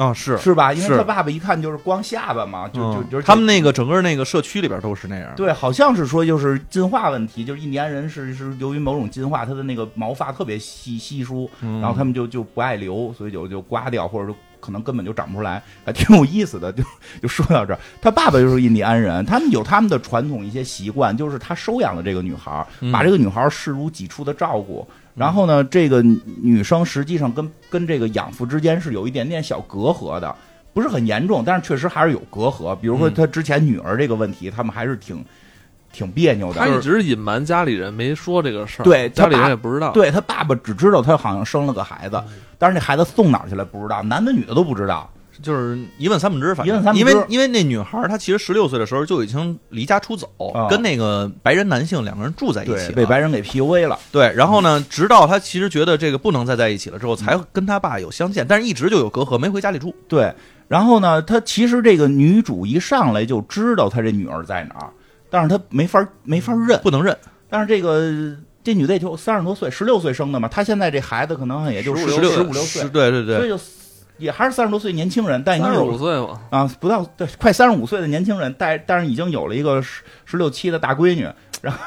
Speaker 3: 啊、是
Speaker 2: 是吧？因为
Speaker 3: 是
Speaker 2: 他爸爸一看就是光下巴嘛，就就
Speaker 3: 嗯
Speaker 2: 就是
Speaker 3: 他们那个整个那个社区里边都是那样。
Speaker 2: 对，好像是说就是进化问题，就是印第安人是是由于某种进化，他的那个毛发特别稀稀疏，
Speaker 3: 嗯，
Speaker 2: 然后他们就就不爱留，所以就就刮掉，或者就可能根本就长不出来，还挺 (laughs) 有意思的。就就说到这儿，他爸爸就是印第安人，他们有他们的传统一些习惯，就是他收养了这个女孩儿，
Speaker 3: 嗯
Speaker 2: 把这个女孩儿视如己出的照顾。然后呢，这个女生实际上跟跟这个养父之间是有一点点小隔阂的，不是很严重，但是确实还是有隔阂。比如说
Speaker 3: 嗯
Speaker 2: 他之前女儿这个问题，他们还是挺挺别扭的。
Speaker 1: 她一直隐瞒家里人，没说这个事儿，
Speaker 2: 对
Speaker 1: 家
Speaker 2: 她
Speaker 1: 里人
Speaker 2: 爸
Speaker 1: 也不知道。
Speaker 2: 对他爸爸只知道他好像生了个孩子，但是那孩子送哪儿去了不知道，男的女的都不知道。
Speaker 3: 就是一问三不知，反
Speaker 2: 一
Speaker 3: 正
Speaker 2: 问三不知
Speaker 3: 因为因为那女孩儿她其实十六岁的时候就已经离家出走，
Speaker 2: 啊
Speaker 3: 跟那个白人男性两个人住在一起
Speaker 2: 对，
Speaker 3: 了
Speaker 2: 被白人给 PUA 了。
Speaker 3: 对，然后呢，直到她其实觉得这个不能再在一起了之后，才跟她爸有相见，但是一直就有隔阂，没回家里住。
Speaker 2: 对，然后呢，他其实这个女主一上来就知道他这女儿在哪儿，但是他没法没法认。
Speaker 3: 不能认，
Speaker 2: 但是这个这女的也就三十多岁，十六岁生的嘛，她现在这孩子可能也就
Speaker 1: 15
Speaker 2: 十
Speaker 1: 六
Speaker 2: 十五六
Speaker 3: 十
Speaker 2: 岁，
Speaker 3: 对对
Speaker 2: 所
Speaker 3: 对
Speaker 2: 以，就也还是三十多岁年轻人，但已经
Speaker 1: 三十
Speaker 2: 有
Speaker 1: 五岁嘛，
Speaker 2: 啊，不到对，快三十五岁的年轻人，但但是已经有了一个十十六七的大闺女，然后。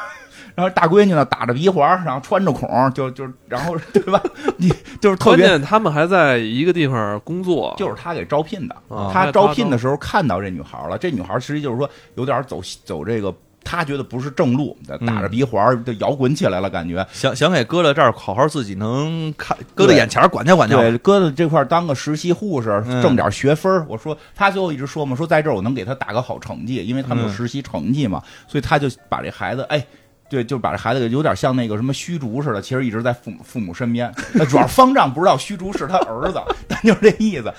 Speaker 2: 然后大闺女呢，打着鼻环，然后穿着孔，就就然后对吧？你就是特
Speaker 1: 关
Speaker 2: 别，
Speaker 1: 键他们还在一个地方工作，
Speaker 2: 就是他给招聘的。
Speaker 1: 啊
Speaker 2: 他招聘的时候看到这女孩了，这女孩其实就是说有点走走这个，他觉得不是正路，
Speaker 1: 嗯
Speaker 2: 打着鼻环就摇滚起来了，感觉。
Speaker 3: 想想给搁到这儿，好好自己能看，搁到
Speaker 2: 对
Speaker 3: 眼前儿管教管教。
Speaker 2: 对，搁到这块儿当个实习护士，
Speaker 3: 嗯
Speaker 2: 挣点学分儿。我说他最后一直说嘛，说在这儿我能给他打个好成绩，因为他们有
Speaker 3: 嗯
Speaker 2: 实习成绩嘛，所以他就把这孩子，哎。对，就把这孩子给有点像那个什么虚竹似的，其实一直在父母父母身边。呃主要是方丈不知道虚竹是他儿子， (laughs) 但就是这意思，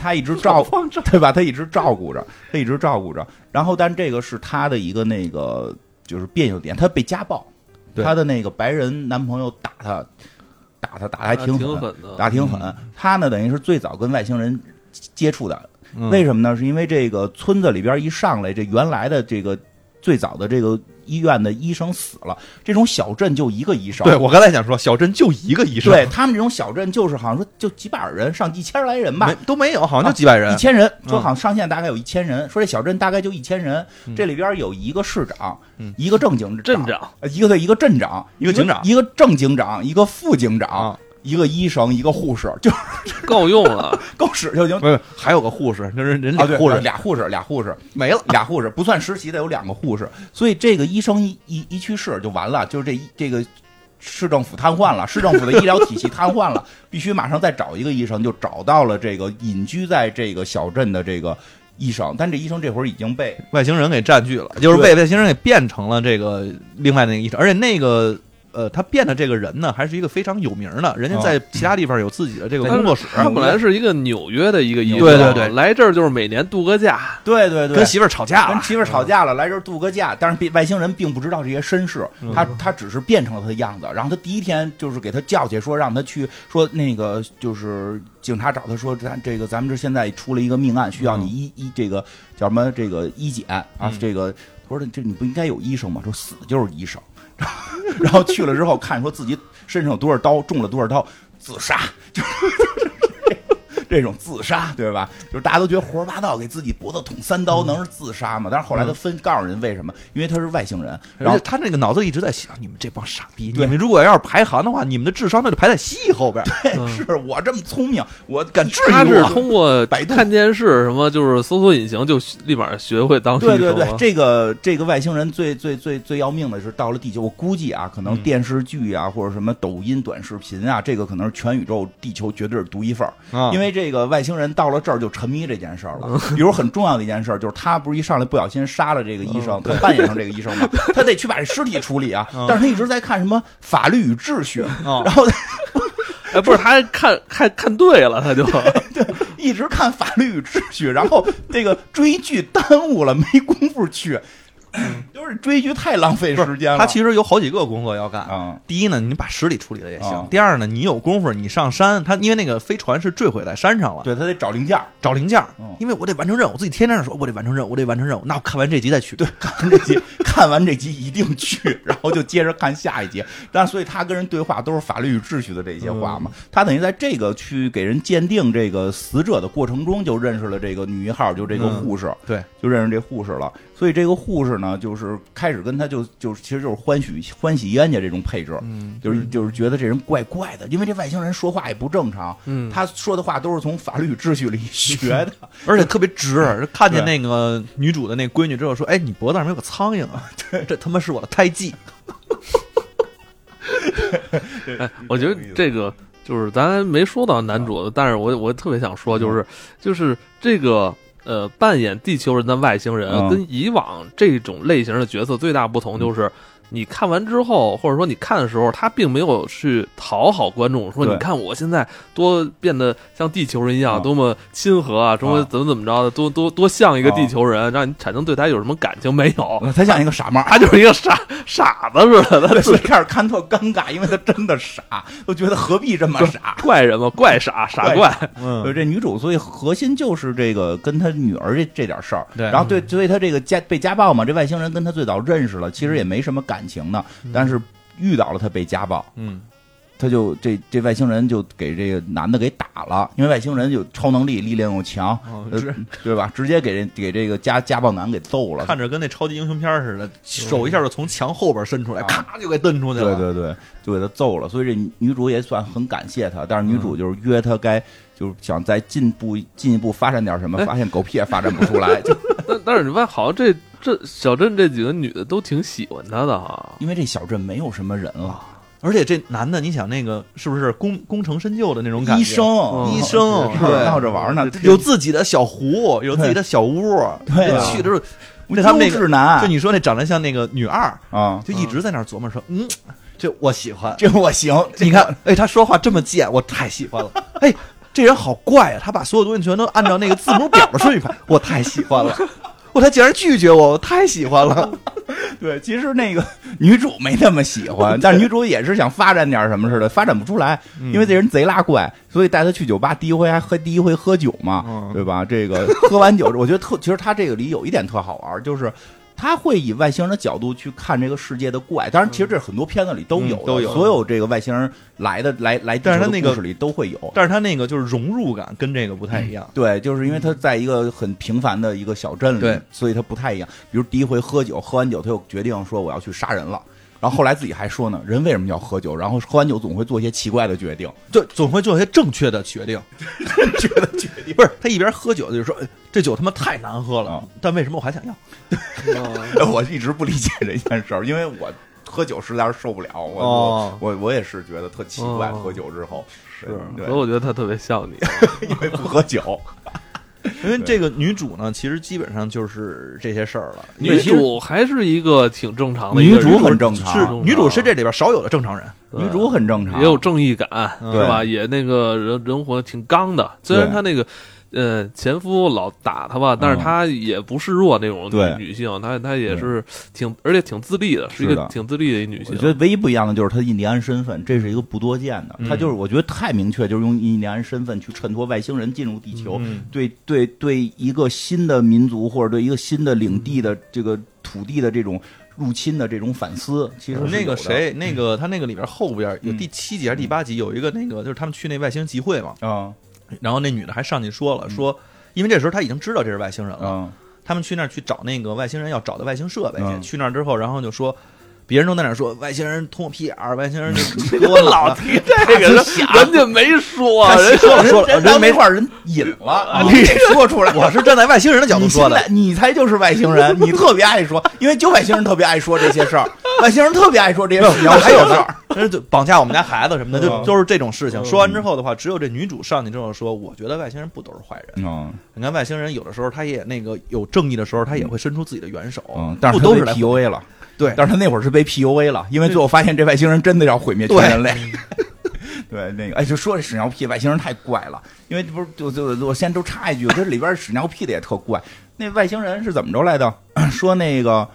Speaker 2: 他一直照顾，对吧？他一直照顾着，他一直照顾着。然后，但这个是他的一个那个就是别扭点，他被家暴，
Speaker 3: 对
Speaker 2: 他的那个白人男朋友打他，打他打的还啊
Speaker 1: 还
Speaker 2: 挺
Speaker 1: 挺
Speaker 2: 狠，
Speaker 1: 的。
Speaker 2: 打
Speaker 3: 嗯
Speaker 2: 挺狠。他呢，等于是最早跟外星人接触的。
Speaker 3: 嗯
Speaker 2: 为什么呢？是因为这个村子里边一上来，这原来的这个最早的这个医院的医生死了，这种小镇就一个医生。
Speaker 3: 对我刚才想说，小镇就一个医生，
Speaker 2: 对他们这种小镇就是好像说就几百人，上一千来人吧
Speaker 3: 没，都没有，好像就几百人
Speaker 2: 一。千人，
Speaker 3: 嗯
Speaker 2: 说好像上线大概有一千人，说这小镇大概就一千人
Speaker 3: 嗯，
Speaker 2: 这里边有一个市长
Speaker 3: 嗯，
Speaker 2: 一个正经
Speaker 1: 镇，长
Speaker 2: 呃一个对一个镇长，
Speaker 3: 一个警长
Speaker 2: 一个正警长，一个副警长
Speaker 3: 啊，
Speaker 2: 一个医生，一个护士，就是
Speaker 1: 够用了。
Speaker 2: 够使
Speaker 3: (laughs)
Speaker 2: 就行。
Speaker 3: 不是，还有个护士，就是人
Speaker 2: 啊，
Speaker 3: 俩
Speaker 2: 对，
Speaker 3: 护士
Speaker 2: 俩护士，俩护士，
Speaker 3: 没了，
Speaker 2: 俩护士不算实习的有两个护士，所以这个医生一一一去世就完了，就是这一这个市政府瘫痪了，市政府的医疗体系瘫痪了，必须马上再找一个医生，就找到了这个隐居在这个小镇的这个医生，但这医生这会儿已经被
Speaker 3: 外星人给占据了，就是被外星人给变成了这个另外那个医生，而且那个。呃，他变的这个人呢，还是一个非常有名的，人家在其他地方有自己的这个工作室，
Speaker 1: 他本
Speaker 2: 嗯
Speaker 1: 来是一个纽约的一个医生，
Speaker 3: 对对对
Speaker 1: 来这儿就是每年度个假，
Speaker 2: 对对对
Speaker 3: 跟媳妇儿吵架
Speaker 2: 跟
Speaker 3: 了，
Speaker 2: 媳妇儿吵架了，来这儿度个假。但是并外星人并不知道这些身世，
Speaker 3: 嗯
Speaker 2: 他他只是变成了他的样子。然后他第一天就是给他叫去，说让他去说那个就是警察找他说，咱这个咱们这现在出了一个命案，需要你医医这个叫什么这个医检啊
Speaker 3: 嗯，
Speaker 2: 这个我说这你不应该有医生吗？说死的就是医生。然后去了之后看说自己身上有多少刀，中了多少刀，自杀，就是 (laughs) 这种自杀，对吧？就是大家都觉得胡说八道，给自己脖子捅三刀能是自杀吗？但是后来他分告诉人为什么，因为他是外星人，然
Speaker 3: 然
Speaker 2: 后
Speaker 3: 后他那个脑子里一直在想，你们这帮傻逼，
Speaker 2: 对
Speaker 3: 你们如果要是排行的话，你们的智商那就排在西后边，
Speaker 1: 嗯
Speaker 2: 是我这么聪明，我
Speaker 3: 敢
Speaker 2: 至
Speaker 1: 他
Speaker 2: 于
Speaker 1: 是
Speaker 2: 我？
Speaker 1: 通过
Speaker 2: 百度
Speaker 1: 看电视什么，就是搜索引擎就立马学会当医
Speaker 2: 对
Speaker 1: 生
Speaker 2: 对对
Speaker 1: 了，。
Speaker 2: 这个这个外星人最最最最要命的是到了地球，我估计啊，可能
Speaker 3: 嗯
Speaker 2: 电视剧啊或者什么抖音短视频啊，这个可能是全宇宙地球绝对是独一份儿。因
Speaker 3: 为
Speaker 2: 为这个外星人到了这儿就沉迷这件事儿了。
Speaker 3: 嗯
Speaker 2: 比如很重要的一件事儿，就是他不是一上来不小心杀了这个医生，
Speaker 3: 嗯
Speaker 2: 他扮演成这个医生
Speaker 3: (laughs)
Speaker 2: 嘛，他得去把这尸体处理啊。但是他一直在看什么法律与秩序，
Speaker 3: 哦
Speaker 2: 然后
Speaker 1: 哎，不是，他还看看看对了，
Speaker 2: (laughs)
Speaker 1: 他就
Speaker 2: 一直看法律与秩序，然后这个追剧耽误了，没工夫去，就是追剧太浪费时间了。
Speaker 3: 嗯他其实有好几个工作要干。
Speaker 2: 啊，
Speaker 3: 第一呢，你把尸体处理了也行；
Speaker 2: 啊
Speaker 3: 第二呢，你有功夫你上山，他因为那个飞船是坠毁在山上了，
Speaker 2: 对他得找零件儿，
Speaker 3: 找零件儿
Speaker 2: 嗯，
Speaker 3: 因为我得完成任务，我自己天天说我得完成任务，我得完成任务。那我看完这集再去。对，
Speaker 2: 看这集， (laughs) 看完这集一定去，然后就接着看下一集。但所以他跟人对话都是法律与秩序的这些话嘛。
Speaker 3: 嗯
Speaker 2: 他等于在这个去给人鉴定这个死者的过程中，就认识了这个女一号，就这个护士，
Speaker 3: 对，
Speaker 2: 就认识这护士了。所以这个护士呢，就是开始跟他就就其实就是欢喜欢喜冤家这种配置，
Speaker 3: 嗯，
Speaker 2: 就是就是觉得这人怪怪的，因为这外星人说话也不正常，
Speaker 1: 嗯
Speaker 2: 他说的话都是从法律与秩序里学
Speaker 3: (laughs)
Speaker 2: 的。
Speaker 3: 而且特别直。看见
Speaker 2: 对
Speaker 3: 那个女主的那闺女之后说：“哎，你脖子上面有个苍蝇
Speaker 2: (laughs)
Speaker 3: 啊！这他妈是我的胎记。
Speaker 1: 哎，我觉得这个就是咱没说到男主，但是我我特别想说，
Speaker 2: 嗯
Speaker 1: 就是就是这个呃，扮演地球人的外星人、
Speaker 2: 嗯
Speaker 1: 跟以往这种类型的角色最大不同就是。你看完之后，或者说你看的时候，他并没有去讨好观众，说
Speaker 2: 对
Speaker 1: 你看我现在多变得像地球人一样，
Speaker 2: 嗯
Speaker 1: 多么亲和啊，多么
Speaker 2: 嗯
Speaker 1: 怎么怎么着的，多多多像一个
Speaker 2: 嗯
Speaker 1: 地球人，让你产生对他有什么感情没有？ (laughs)
Speaker 3: 嗯
Speaker 2: 他像一个傻帽，
Speaker 1: 他就是一个傻傻子似的，他 (laughs)
Speaker 2: 对，
Speaker 1: 自
Speaker 2: 所以开始看特尴尬，因为他真的傻，都觉得何必这么傻。
Speaker 1: 怪人嘛，怪傻傻
Speaker 2: (laughs) 怪
Speaker 1: 怪，”
Speaker 2: 所以
Speaker 3: 嗯，
Speaker 2: 这女主，所以核心就是这个跟她女儿这这点事儿。
Speaker 3: 对
Speaker 2: 然后对，所以她这个家被家暴嘛，这外星人跟她最早认识了，其实也没什么感情呢，但是遇到了她被家暴，
Speaker 3: 嗯，
Speaker 2: 她就这这外星人就给这个男的给打了，因为外星人有超能力，力量又强，
Speaker 3: 哦
Speaker 2: 呃
Speaker 3: 直
Speaker 2: 对吧？直接给人给这个家家暴男给揍
Speaker 3: (laughs)
Speaker 2: 了，
Speaker 3: 看着跟那超级英雄片儿似的，手一下就从墙后边伸出来，
Speaker 2: 啊
Speaker 3: 咔就给蹬出去了。
Speaker 2: 对对对，就给他揍了。所以这女主也算很感谢他，但是女
Speaker 3: 嗯
Speaker 2: 主就是约他该。就是想再进步进一步发展点什么，
Speaker 1: 哎
Speaker 2: 发现狗屁也发展不出来，就
Speaker 1: 但但是你发现好像这这小镇这几个女的都挺喜欢他的哈，
Speaker 2: 因为这小镇没有什么人了，
Speaker 3: (laughs) 而且这男的，你想那个是不是功功成身就的那种感觉？
Speaker 2: 医生，
Speaker 1: 嗯
Speaker 3: 医生
Speaker 2: 是
Speaker 3: 对
Speaker 2: 闹着玩呢，
Speaker 3: 有自己的小湖，有自己的小屋。
Speaker 2: 对啊
Speaker 3: 去的时候，
Speaker 2: 无
Speaker 3: 那他们那
Speaker 2: 忧
Speaker 3: 个
Speaker 2: 之男
Speaker 3: 就你说那长得像那个女二，
Speaker 2: 啊，
Speaker 3: 就一直在那儿琢磨说，嗯， (laughs) 这我喜欢。 (laughs)
Speaker 2: 这我 (laughs) 行，这
Speaker 3: 你看，哎，他说话这么贱，我太喜欢了。哎，这人好怪啊，他把所有东西全都按照那个字母表的顺序排，我太喜欢了。我他竟然拒绝我，我太喜欢了。
Speaker 2: 对，其实那个女主没那么喜欢，但是女主也是想发展点什么似的，发展不出来，
Speaker 3: 嗯
Speaker 2: 因为这人贼拉怪，所以带她去酒吧，第一回还喝，第一回喝酒嘛
Speaker 3: 嗯，
Speaker 2: 对吧？这个喝完酒，我觉得特，其实他这个里有一点特好玩，就是。他会以外星人的角度去看这个世界的怪，当然，其实这很多片子里都有的、
Speaker 3: 嗯都有
Speaker 2: 所有这个外星人来的来来地
Speaker 3: 但是
Speaker 2: 球的
Speaker 3: 他那个
Speaker 2: 故事里都会有。
Speaker 3: 但是他那个就是融入感跟这个不太一样。
Speaker 2: 对，就是因为他在一个很平凡的一个小镇里，
Speaker 3: 对
Speaker 2: 所以他不太一样。比如第一回喝酒，喝完酒他就决定说我要去杀人了，然后后来自己还说呢，人为什么要喝酒？然后喝完酒总会做一些奇怪的决定。
Speaker 3: 就总会做一些正确的决 (laughs) 定，
Speaker 2: 觉得决定
Speaker 3: 不是他一边喝酒就说哎这酒他妈太难喝了
Speaker 2: 嗯，
Speaker 3: 但为什么我还想要？
Speaker 2: (laughs) 我一直不理解这件事儿，因为我喝酒实在是受不了，我、
Speaker 3: 哦
Speaker 2: 我我我也是觉得特奇怪，
Speaker 1: 哦
Speaker 2: 喝酒之后是
Speaker 1: (laughs) 所
Speaker 2: 对
Speaker 1: 以，我觉得他特别像你，
Speaker 2: 因为不喝酒，
Speaker 3: 因为这个女主呢，其实基本上就是这些事儿了。
Speaker 1: 女主还是一个挺正常的一
Speaker 2: 女
Speaker 1: 个人，
Speaker 2: 主很正常，
Speaker 1: 是
Speaker 3: 女主是这里边少有的正常人，
Speaker 1: 对
Speaker 2: 女主很正常，
Speaker 1: 也有正义感，
Speaker 3: 嗯
Speaker 1: 是吧？也那个人人活得挺刚的，虽然
Speaker 2: 对
Speaker 1: 她那个呃前夫老打她吧，但是
Speaker 2: 嗯
Speaker 1: 她也不示弱那种
Speaker 2: 对
Speaker 1: 女女性，她她也
Speaker 2: 对
Speaker 1: 是挺而且挺自立的，是一
Speaker 2: 是
Speaker 1: 个
Speaker 2: 的
Speaker 1: 挺自立的一女
Speaker 2: 我
Speaker 1: 性。
Speaker 2: 觉得唯一不一样的就是他印第安身份，这是一个不多见的。
Speaker 3: 嗯
Speaker 2: 他就是我觉得太明确，就是用印第安身份去衬托外星人进入地球，
Speaker 3: 嗯
Speaker 2: 对对对一个新的民族或者对一个新的领地
Speaker 3: 嗯
Speaker 2: 的这个土地的这种入侵的这种反思，其实是
Speaker 3: 那
Speaker 2: 有
Speaker 3: 个
Speaker 2: 的
Speaker 3: 谁，那个他那个里边后边有
Speaker 2: 嗯
Speaker 3: 第七集还是第八集有一个那个就是他们去那外星集会嘛，
Speaker 2: 啊
Speaker 3: 然后那女的还上去说了说，因为这时候她已经知道这是外星人了，
Speaker 2: 啊
Speaker 3: 他们去那儿去找那个外星人要找的外星设备去，
Speaker 2: 嗯
Speaker 3: 去那儿之后，然后就说。别人都在那儿说外星人通我屁眼儿，外星人 (laughs) 就给我老
Speaker 1: 提这个人，人家没说，
Speaker 3: 他
Speaker 1: 人
Speaker 3: 说了说了，
Speaker 2: 人
Speaker 3: 人
Speaker 2: 没
Speaker 3: 没
Speaker 2: 话，人引了，啊
Speaker 3: (laughs) 啊
Speaker 2: 你得说出来。
Speaker 3: 我是站在外星人的角度说的
Speaker 2: 你现，在你才就是外星人，你特别爱说，因为就外星人特别爱说这些事儿，外星人特别爱说这些事情。
Speaker 3: 然后还有
Speaker 2: 事
Speaker 3: 事
Speaker 2: 儿，
Speaker 3: 儿，就绑架我们家孩子什么的，就
Speaker 2: 嗯
Speaker 3: 都是这种事情。
Speaker 1: 嗯
Speaker 3: 说完之后的话，只有这女主上去之后说：“我觉得外星人不都是坏人。
Speaker 2: 嗯
Speaker 3: 你看外星人有的时候他也那个有正义的时候，他也会伸出自己的援手，
Speaker 2: 嗯但
Speaker 3: 不
Speaker 2: 是
Speaker 3: 都是
Speaker 2: 他
Speaker 3: 来
Speaker 2: 被 PUA 了。
Speaker 3: 对
Speaker 2: 但是他那会儿是被 PUA 了，因为最后发现这外星人真的要毁灭全人类。对，那个哎，就说这屎尿屁外星人太怪了，因为这不是就就我先都插一句，这里边屎尿屁的也特怪。那外星人是怎么着来的？ (clears throat) 说那个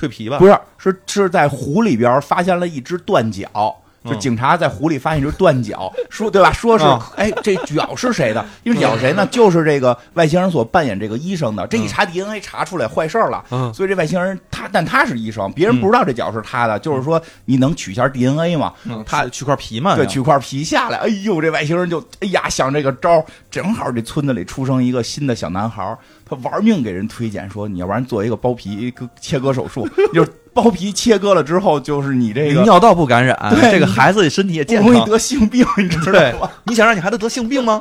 Speaker 3: 蜕皮吧
Speaker 2: 不？是，是是在湖里边发现了一只断脚。就
Speaker 3: 嗯
Speaker 2: 警察在湖里发现一只断脚，说对吧？说是
Speaker 3: 嗯
Speaker 2: 哎，这脚是谁的？因为脚是谁呢？就是这个外星人所扮演这个医生的。这一
Speaker 3: 嗯
Speaker 2: 查 DNA 查出来坏事儿了，
Speaker 1: 嗯
Speaker 2: 所以这外星人他，但他是医生，别人不知道这脚是他的。就是说，你能取一下 DNA 吗？
Speaker 3: 嗯他取块皮嘛，
Speaker 2: 对，
Speaker 3: 要
Speaker 2: 取块皮下来，哎呦，这外星人就哎呀想这个招儿，正好这村子里出生一个新的小男孩儿，他玩命给人推荐说，你要不然做一个包皮割切割手术， (laughs) 就是包皮切割了之后，就是你这
Speaker 3: 淋
Speaker 2: 个
Speaker 3: 尿道不感染，
Speaker 2: 对
Speaker 3: 这个孩子身体也
Speaker 2: 不
Speaker 3: 健
Speaker 2: 容易
Speaker 3: 康。
Speaker 2: 得性病，你知
Speaker 3: 对
Speaker 2: 道吗？，
Speaker 3: 你想让你孩子得性病吗？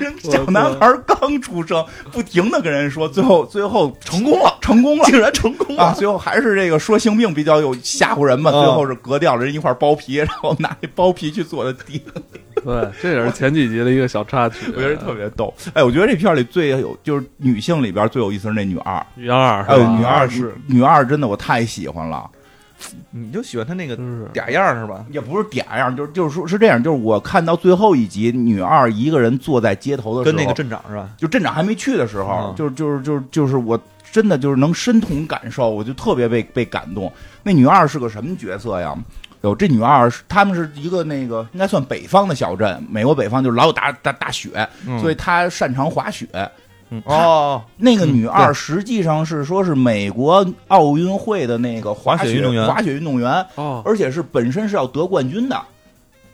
Speaker 2: 人小男孩儿刚出生，不停的跟人说，最后最后
Speaker 3: 成功了，
Speaker 2: 成功了。
Speaker 3: (laughs) 竟然成功
Speaker 2: 啊，
Speaker 3: 了！
Speaker 2: 最后还是这个说性病比较有吓唬人嘛，
Speaker 3: 嗯
Speaker 2: 最后是割掉了人一块包皮，然后拿那包皮去做的 DNA。
Speaker 1: 对，这也是前几集的一个小插曲。
Speaker 2: (laughs) 我觉得特别逗。哎，我觉得这片儿里最有就是女性里边最有意思是那女二，
Speaker 1: 女二，
Speaker 2: 哎
Speaker 1: 是吧
Speaker 2: 呦，女二是女二，真的我太喜欢了。
Speaker 3: 你就喜欢他那个
Speaker 2: 嗯
Speaker 1: 就是
Speaker 3: 嗲样儿是吧？
Speaker 2: 也不是嗲样，就是就是说是这样，就是我看到最后一集，女二一个人坐在街头的时
Speaker 3: 跟
Speaker 2: 候，
Speaker 3: 那个镇长是吧？
Speaker 2: 就镇长还没去的时候，
Speaker 3: 嗯
Speaker 2: 就是就是就是就是我真的就是能身同感受，我就特别被被感动。那女二是个什么角色呀？有这女二是，他们是一个那个应该算北方的小镇，美国北方就是老有大大大雪，
Speaker 3: 嗯
Speaker 2: 所以她擅长滑雪。
Speaker 3: 哦，
Speaker 2: 那个女
Speaker 3: 嗯
Speaker 2: 二
Speaker 3: 对
Speaker 2: 实际上是说是美国奥运会的那个滑
Speaker 3: 滑雪运动员
Speaker 2: 滑雪运动员，
Speaker 1: 哦，
Speaker 2: 而且是本身是要得冠军的，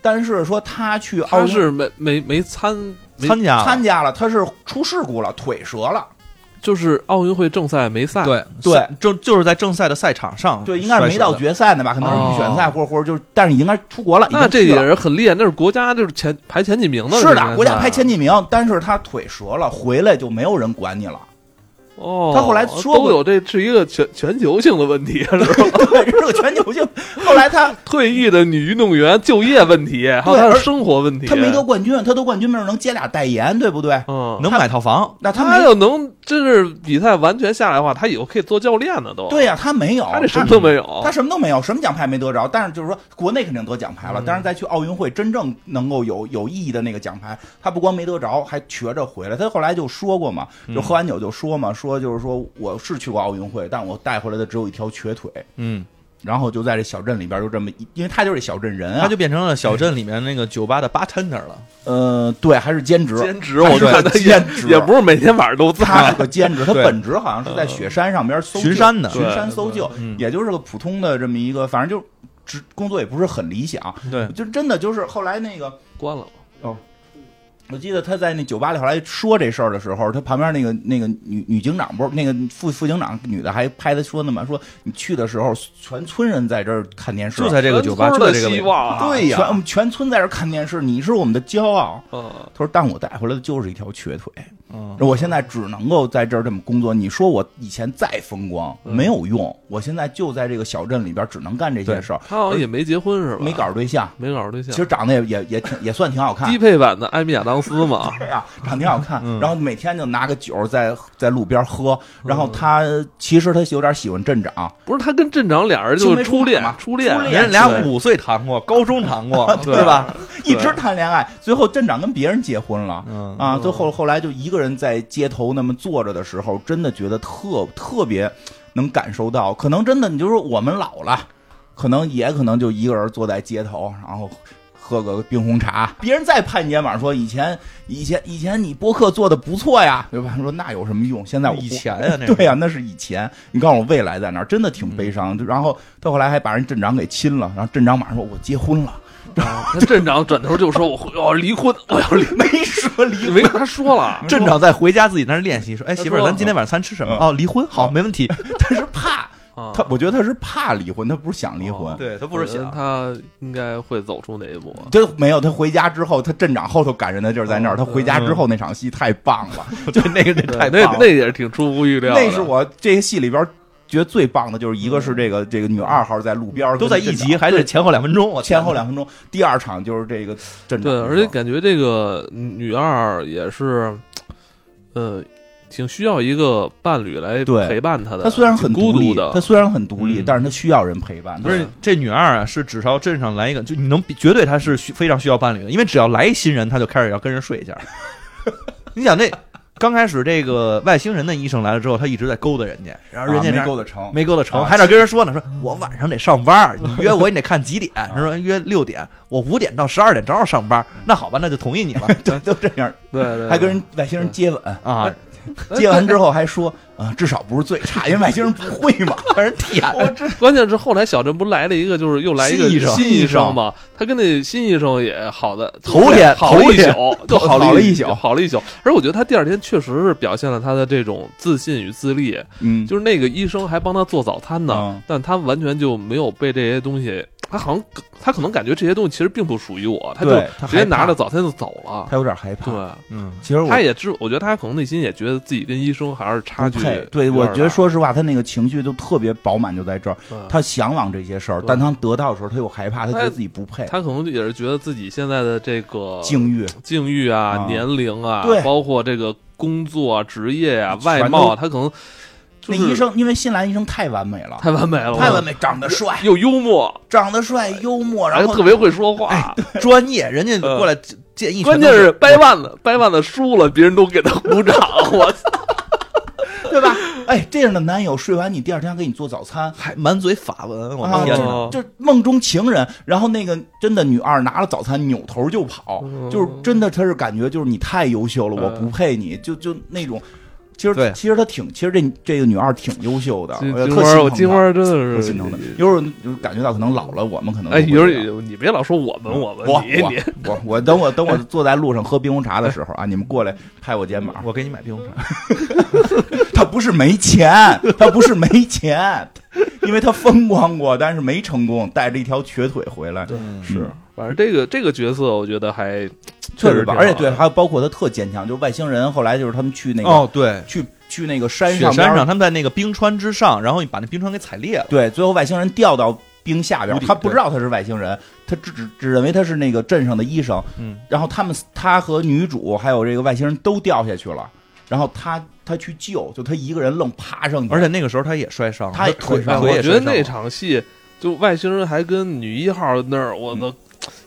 Speaker 2: 但是说她去
Speaker 1: 她
Speaker 2: 奥运
Speaker 1: 是没没没参没
Speaker 3: 参加了
Speaker 2: 参加了，她是出事故了，腿折了，
Speaker 1: 就是奥运会正赛没赛，
Speaker 3: 对
Speaker 2: 对
Speaker 3: 是就就是在正赛的赛场上，
Speaker 2: 对，应该是没到。决赛呢吧，可能是预选赛
Speaker 1: 哦
Speaker 2: 或者或者就是，但是已经该出国了，已
Speaker 1: 那
Speaker 2: 经
Speaker 1: 这
Speaker 2: 去
Speaker 1: 也
Speaker 2: 了。
Speaker 1: 是很厉害，那是国家就是前排前几名的，
Speaker 2: 是
Speaker 1: 这应该
Speaker 2: 的，国家排前
Speaker 1: 算
Speaker 2: 几名，但是她腿折了，回来就没有人管你了。 (laughs)
Speaker 1: 哦，
Speaker 2: 他后来说过
Speaker 1: 都有这是一个全全球性的问题，是吧？ (laughs)
Speaker 2: 对，这是个全球性。后来她
Speaker 1: 退役的女运动员就业问题，还有她的生活问题，
Speaker 2: 她没得冠军，她得冠军没准能接俩代言，对不对？
Speaker 1: 嗯，
Speaker 3: 能买套房，
Speaker 2: 那她没
Speaker 1: 他要能真是比赛完全下来的话，他以后可以做教练呢，都。
Speaker 2: 对呀、他没有，
Speaker 1: 他这什么都没
Speaker 3: 哦
Speaker 1: 有。
Speaker 2: 他什么都没有，什么奖牌没得着。但是就是说，国内肯定得奖牌了，
Speaker 1: 嗯
Speaker 2: 但是再去奥运会真正能够有有意义的那个奖牌，他不光没得着，还瘸着回来。他后来就说过嘛，就
Speaker 3: 嗯
Speaker 2: 喝完酒就说嘛，说就是说我是去过奥运会，但我带回来的只有一条瘸腿。
Speaker 3: 嗯，然
Speaker 2: 然后就在这小镇里边就这么一，因为他就是小镇人啊，
Speaker 3: 他就变成了小镇里面那个酒吧的 bartender 了。
Speaker 2: 呃对，还是兼职，
Speaker 1: 兼职，我看他
Speaker 2: 对
Speaker 1: 也
Speaker 2: 兼职
Speaker 1: 也不是每天晚上都
Speaker 2: 他
Speaker 1: 在
Speaker 2: 是。个兼职，他
Speaker 3: 对
Speaker 2: 本职好像是在雪山上边搜救
Speaker 3: 巡山的
Speaker 2: 巡山搜救
Speaker 1: 对，
Speaker 3: 嗯
Speaker 2: 也就是个普通的这么一个，反正就职工作也不是很理想，
Speaker 3: (laughs) 对，
Speaker 2: 就真的就是后来那个
Speaker 1: 关了吧，
Speaker 2: 哦，我记得他在那酒吧里后来说这事儿的时候，他旁边那个那个女女警长不是那个副副警长女的还拍他说呢嘛，说你去的时候全村人在这儿看电视，
Speaker 3: 就在这个酒吧，
Speaker 1: 全
Speaker 3: 就
Speaker 1: 村
Speaker 3: 在
Speaker 1: 的
Speaker 3: 这个位
Speaker 1: 希
Speaker 3: 置
Speaker 1: 望啊
Speaker 3: 对呀，
Speaker 2: 全全村在这儿看电视，你是我们的骄傲。
Speaker 1: 嗯，
Speaker 2: 他说：“但我带回来的就是一条瘸腿，
Speaker 3: 嗯
Speaker 2: 我现在只能够在这儿这么工作。你说我以前再风光没有用，
Speaker 3: 嗯
Speaker 2: 我现在就在这个小镇里边只能干这些事儿，
Speaker 1: 他好像也没结婚是吧？
Speaker 2: 没搞着对象。
Speaker 1: 没搞对
Speaker 2: 其
Speaker 1: 象，
Speaker 2: 实长得也也也挺也算挺好看
Speaker 1: 低，配版的艾米亚当斯
Speaker 2: (laughs)
Speaker 1: 嘛，
Speaker 2: 对啊，长挺好看。
Speaker 3: 嗯
Speaker 2: 然后每天就拿个酒在在路边喝。然后他其实他有点喜欢镇长，
Speaker 3: 嗯
Speaker 1: 不是他跟镇长俩人就
Speaker 2: 青
Speaker 1: 是
Speaker 2: 梅
Speaker 1: 初
Speaker 2: 竹马
Speaker 1: 恋
Speaker 2: 嘛，
Speaker 1: 初
Speaker 2: 初
Speaker 1: 恋
Speaker 2: 恋
Speaker 3: 人家俩
Speaker 1: 对，
Speaker 3: 五岁谈过，高中谈过 (laughs)
Speaker 1: 对
Speaker 3: 对吧？
Speaker 2: 一直谈恋爱，最后镇长跟别人结婚了。
Speaker 3: 嗯
Speaker 2: 啊，
Speaker 1: 嗯
Speaker 2: 最后后来就一个人在街头那么坐着的时候，真的觉得特特别能感受到，可能真的你就说我们老了，可能也可能就一个人坐在街头，然后。喝个冰红茶，别人再拍你肩膀说以前以前以前你播客做的不错呀，对吧？说那有什么用？现在我
Speaker 3: 以前呀那是
Speaker 2: 对呀、那是以前。你告诉我未来在哪儿？真的挺悲伤。
Speaker 3: 嗯
Speaker 2: 然后到后来还把人镇长给亲了，然后镇长马上说我结婚了，
Speaker 1: 啊 (laughs) 他镇长转头就说我我要离婚，我要离，
Speaker 2: (laughs) 没说离
Speaker 1: 你没跟他说了，
Speaker 3: 镇长在回家自己那儿练习，说：“哎，
Speaker 1: 他
Speaker 3: 媳妇儿，
Speaker 1: 说
Speaker 3: 咱今天晚上餐吃什么？
Speaker 2: 嗯
Speaker 3: 哦，离婚，好，没问题。
Speaker 2: 他是怕
Speaker 1: 啊
Speaker 2: 他，我觉得他是怕离婚，他不是想离嗯婚。
Speaker 1: 哦”
Speaker 3: (laughs) 对他不
Speaker 1: 我
Speaker 3: 是
Speaker 1: 觉得
Speaker 3: 想，
Speaker 1: 他应该会走出那一步，
Speaker 2: 他没有，他回家之后，他镇长后头感人的就是在那儿。
Speaker 1: 哦
Speaker 2: 他回家之后那场戏太棒了，
Speaker 3: (laughs) 对那个那
Speaker 1: 对
Speaker 3: 太
Speaker 1: 那
Speaker 3: 棒
Speaker 1: 那
Speaker 3: 了，
Speaker 1: 也是挺出乎预料的，
Speaker 2: 那是我这个戏里边觉得最棒的，就是一个是这个这个女二号在路边儿
Speaker 3: 都在
Speaker 2: 跟
Speaker 3: 一
Speaker 2: 镇长
Speaker 3: 集，还是前后两分钟，我天
Speaker 2: 前后两分钟，第二场就是这个镇长。
Speaker 1: 对，而且感觉这个女二也是，呃，挺需要一个伴侣来
Speaker 2: 对
Speaker 1: 陪伴她的。
Speaker 2: 他虽然很
Speaker 1: 挺孤
Speaker 2: 独立
Speaker 1: 独的，
Speaker 2: 他虽然很独立，
Speaker 3: 嗯
Speaker 2: 但是他需要人陪伴。
Speaker 3: 不是这女二啊，是只要镇上来一个，就你能比绝对她是需非常需要伴侣的，因为只要来一新人，她就开始要跟人睡一下。你想那刚开始这个外星人的医生来了之后，他一直在勾搭人家，然后人家
Speaker 2: 啊
Speaker 3: 那
Speaker 2: 没
Speaker 3: 儿
Speaker 2: 够得成，
Speaker 3: 没勾搭成，
Speaker 2: 啊
Speaker 3: 还得跟人说呢，说我晚上得上班，你约我你得看几点，他说约六点，我五点到十二点正好上班，那好吧，那就同意你了
Speaker 2: (laughs) 就就这样，
Speaker 1: 对对，
Speaker 2: 还跟人外星人接吻。
Speaker 3: 啊，
Speaker 2: 接完之后还说啊、至少不是最差，因为外星人不会嘛。
Speaker 3: 让人舔，
Speaker 1: 对。关键是后来小镇不来了一个，就是又来一个
Speaker 3: 新医生
Speaker 1: 新医生嘛，他跟那新医生也好的
Speaker 3: 头天
Speaker 1: (laughs) 好了
Speaker 3: 头
Speaker 1: 一
Speaker 3: 天
Speaker 2: (laughs)
Speaker 1: 宿，就
Speaker 2: 好
Speaker 1: 了
Speaker 2: 了一宿
Speaker 1: 好了一宿。而我觉得他第二天确实是表现了他的这种自信与自立，
Speaker 2: 嗯，
Speaker 1: 就是那个医生还帮他做早餐呢，
Speaker 2: 嗯
Speaker 1: 但他完全就没有被这些东西，他好像他可能感觉这些东西其实并不属于我，他就
Speaker 2: 对他
Speaker 1: 直接
Speaker 2: 害怕
Speaker 1: 拿着早餐就走了。
Speaker 2: 他有点害怕。
Speaker 1: 对，
Speaker 3: 嗯，
Speaker 2: 其实我
Speaker 1: 他也知，我觉得他可能内心也觉得自己跟医生还是差距有点大。
Speaker 2: 不配对，我觉得说实话，他那个情绪就特别饱满，就在这儿。
Speaker 1: 对
Speaker 2: 他向往这些事儿，
Speaker 1: 对
Speaker 2: 但他得到的时候，他又害怕，他觉得自己不配
Speaker 1: 他可能也是觉得自己现在的这个
Speaker 2: 境遇。
Speaker 1: 境遇啊
Speaker 2: 啊、
Speaker 1: 年龄啊
Speaker 2: 对，
Speaker 1: 包括这个工作啊、职业啊、
Speaker 2: 全都
Speaker 1: 外貌啊，他可能就
Speaker 2: 那
Speaker 1: 是
Speaker 2: 医生，因为新来医生太完美了，
Speaker 1: 太完美了，
Speaker 2: 太完，美，长得帅，
Speaker 1: 又幽默，
Speaker 2: 长得帅，幽默，
Speaker 1: 然
Speaker 2: 然
Speaker 1: 后
Speaker 2: 后
Speaker 1: 哎
Speaker 2: 哎
Speaker 1: 特别会说话。
Speaker 3: 专业，人家
Speaker 1: 呃
Speaker 3: 过来建议，
Speaker 1: 关键是掰腕子，掰腕子输了，别人都给他鼓
Speaker 2: (laughs)
Speaker 1: 掌。我操！
Speaker 2: 对吧？哎，这样的男友睡完你，第二天还给你做早餐，
Speaker 3: 还满嘴法文，我
Speaker 2: 啊
Speaker 3: 的天哪！
Speaker 1: 哦
Speaker 2: 就是梦中情人，然后那个真的女二拿了早餐扭头就跑，
Speaker 1: 嗯
Speaker 2: 就是真的，她是感觉就是你太优秀了，
Speaker 1: 嗯
Speaker 2: 我不配你，就就那种，其实
Speaker 3: 对
Speaker 2: 其实她挺，其实这这个女二挺优秀的，
Speaker 1: 金
Speaker 2: 我
Speaker 1: 金
Speaker 2: 特
Speaker 1: 花，我
Speaker 2: 心
Speaker 1: 金
Speaker 2: 疼她，
Speaker 1: 花真
Speaker 2: 特
Speaker 1: 的是
Speaker 2: 心疼她，有时候就是感觉到可能老了，我们可能
Speaker 1: 哎，
Speaker 2: 就
Speaker 1: 有
Speaker 2: 会这样嗯
Speaker 1: 时候你别老说我们，我们
Speaker 2: 我
Speaker 1: 你
Speaker 2: 我
Speaker 1: 你，
Speaker 2: 我我等我
Speaker 1: (laughs)
Speaker 2: 等我坐在路上喝冰红茶的时候啊，你们过来拍我肩膀，
Speaker 3: 我给你买冰红茶，
Speaker 2: 他不是没钱，他不是没钱，因为他风光过，但是没成功，带着一条瘸腿回来，是。
Speaker 1: 反正这个这个角色，我觉得还
Speaker 2: 确实
Speaker 1: 实
Speaker 2: 吧，
Speaker 1: 挺好
Speaker 2: 而且对，还有包括他特坚强，就是外星人后来就是他们去那个、
Speaker 3: 哦，对，
Speaker 2: 去去那个山
Speaker 3: 雪
Speaker 2: 上边
Speaker 3: 山
Speaker 2: 儿
Speaker 3: 上，他们在那个冰川之上，然后你把那冰川给踩裂了。
Speaker 2: 对，最后外星人掉到冰下边儿，
Speaker 3: 无底
Speaker 2: 他不
Speaker 3: 对
Speaker 2: 知道他是外星人，他只只只认为他是那个镇上的医生，
Speaker 3: 嗯，
Speaker 2: 然后他们他和女主还有这个外星人都掉下去了，然后他他去救，就他一个人愣爬上去，
Speaker 3: 而且那个时候他也摔伤了，
Speaker 2: 嗯他也腿
Speaker 3: 腿
Speaker 2: 上
Speaker 1: 我
Speaker 3: 也
Speaker 1: 觉得
Speaker 3: 摔伤
Speaker 1: 那
Speaker 3: 了。
Speaker 1: 场戏，就外星人还跟女一号那儿，我的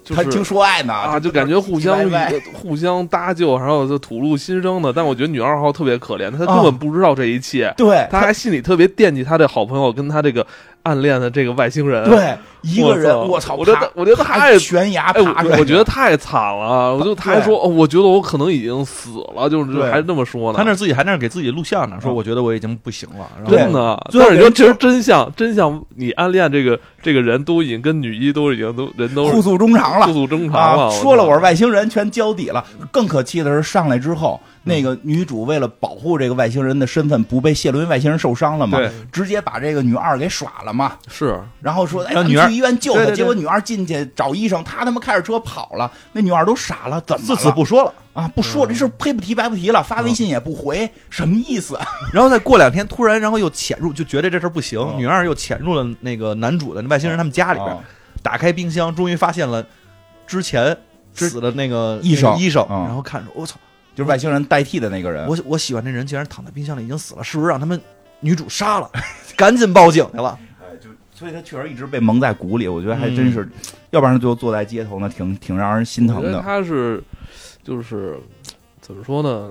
Speaker 1: 就
Speaker 2: 嗯他听
Speaker 1: 是
Speaker 2: 说爱呢
Speaker 1: 啊，就感觉互相呃
Speaker 2: 唧歪歪
Speaker 1: 互相搭救，然后就吐露心声的。但我觉得女二号特别可怜，她根
Speaker 2: 哦
Speaker 1: 本不知道这一切，
Speaker 2: 对
Speaker 1: 她还心里特别惦记她的好朋友跟她这个暗恋的这个外星人。， (laughs)
Speaker 2: 对一个人，
Speaker 1: 我
Speaker 2: 操，
Speaker 1: 我觉得
Speaker 2: 爬
Speaker 1: 我觉得
Speaker 2: 爬
Speaker 1: 太
Speaker 2: 悬崖
Speaker 1: 哎，
Speaker 2: 爬出来，
Speaker 1: 我我觉得太惨了，我就他还
Speaker 2: 对
Speaker 1: 说，哦我觉得我可能已经死了，就是
Speaker 2: 对
Speaker 1: 还这么说呢。
Speaker 3: 他那自己还那儿给自己录像呢，说
Speaker 2: 嗯
Speaker 3: 我觉得我已经不行了。然后
Speaker 2: 对
Speaker 1: 真的，
Speaker 2: 最后
Speaker 1: 但是你
Speaker 2: 给
Speaker 1: 说
Speaker 2: 人
Speaker 1: 其实真相，真相，你暗恋这个这个人都已经跟女一都已经都人都
Speaker 2: 互诉衷肠常了
Speaker 1: 速。度正常
Speaker 2: 啊
Speaker 1: 了，，
Speaker 2: 说了我是外星人，全交底了。更可气的是，上来之后，那个女主为了保护这个外星人的身份不被泄露，因为外星人受伤了嘛
Speaker 1: 对，
Speaker 2: 直接把这个女二给耍了嘛。
Speaker 1: 是
Speaker 2: 然后说，哎，
Speaker 3: 让
Speaker 2: 咱们
Speaker 3: 女二
Speaker 2: 去医院救
Speaker 3: 对
Speaker 2: 她。
Speaker 3: 对对
Speaker 2: 结果女二进去找医生，她他妈开着车跑了，那女二都傻了，怎么
Speaker 3: 自
Speaker 2: 了
Speaker 3: 此不说了。
Speaker 2: 啊？不说这事儿黑不提白不提了，发微信也不回，什么意思？
Speaker 3: (laughs)
Speaker 2: 啊
Speaker 3: 然后再过两天，突然然后又潜入，就觉得这事儿不行。
Speaker 2: 嗯
Speaker 3: 女二又潜入了那个男主的外星人他们家里边，
Speaker 2: 啊
Speaker 3: 打开冰箱，终于发现了之前
Speaker 2: 之
Speaker 3: 死的那个
Speaker 2: 医生
Speaker 3: 那个医生，
Speaker 2: 嗯
Speaker 3: 然后看着我操，
Speaker 2: 就是外星人代替的那个人。
Speaker 3: 我我喜欢这人竟然躺在冰箱里已经死了，是不是让他们女主杀了？ (laughs) 赶紧报警去了。
Speaker 2: 哎，就所以他确实一直被蒙在鼓里，我觉得还真是，要不然他最后坐在街头呢，挺挺让人心
Speaker 1: 我
Speaker 2: 疼
Speaker 1: 觉得
Speaker 2: 的。
Speaker 1: 他是就是怎么说呢？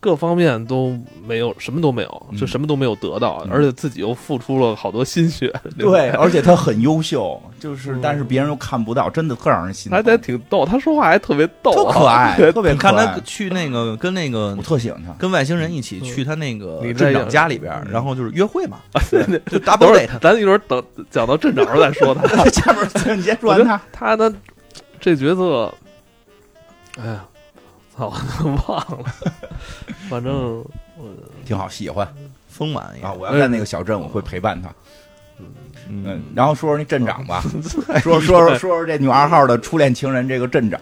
Speaker 1: 各方面都没有，什么都没有，就
Speaker 2: 嗯
Speaker 1: 什么都没有得到，
Speaker 2: 嗯
Speaker 1: 而且自己又付出了好多心血。吧
Speaker 2: 对，，而且他很优秀，就是
Speaker 1: 嗯
Speaker 2: 但是别人又看不到，真的特让人心
Speaker 1: 他
Speaker 2: 疼。
Speaker 1: 还挺逗，他说话还特别逗、
Speaker 2: 特
Speaker 1: 啊，
Speaker 2: 可
Speaker 1: (laughs)
Speaker 2: 爱，特别
Speaker 3: 你
Speaker 2: 可
Speaker 3: 看
Speaker 2: 爱
Speaker 3: 他。去那个跟那个
Speaker 2: 我特喜欢他， (laughs)
Speaker 3: 跟外星人一起
Speaker 1: 嗯
Speaker 3: 去他那个
Speaker 1: 你这
Speaker 3: 镇
Speaker 1: 样
Speaker 3: 长家里边，然后就是约会嘛，
Speaker 1: 啊
Speaker 3: 对，就
Speaker 1: 等
Speaker 3: double
Speaker 1: 会儿
Speaker 3: date。
Speaker 1: 咱一会儿等讲到镇长时候再
Speaker 2: (laughs)
Speaker 1: 说他。
Speaker 2: 下边你先说完他，
Speaker 1: 他呢，这角色，哎呀，操， (laughs) 忘了，反正
Speaker 2: 挺好，喜欢
Speaker 3: 丰满也
Speaker 2: 啊！我要在那个小镇，我会陪伴他。嗯，，然后说说那镇长吧，
Speaker 1: 嗯 (laughs)
Speaker 2: 说说说说这女二号的初恋情人这个镇长，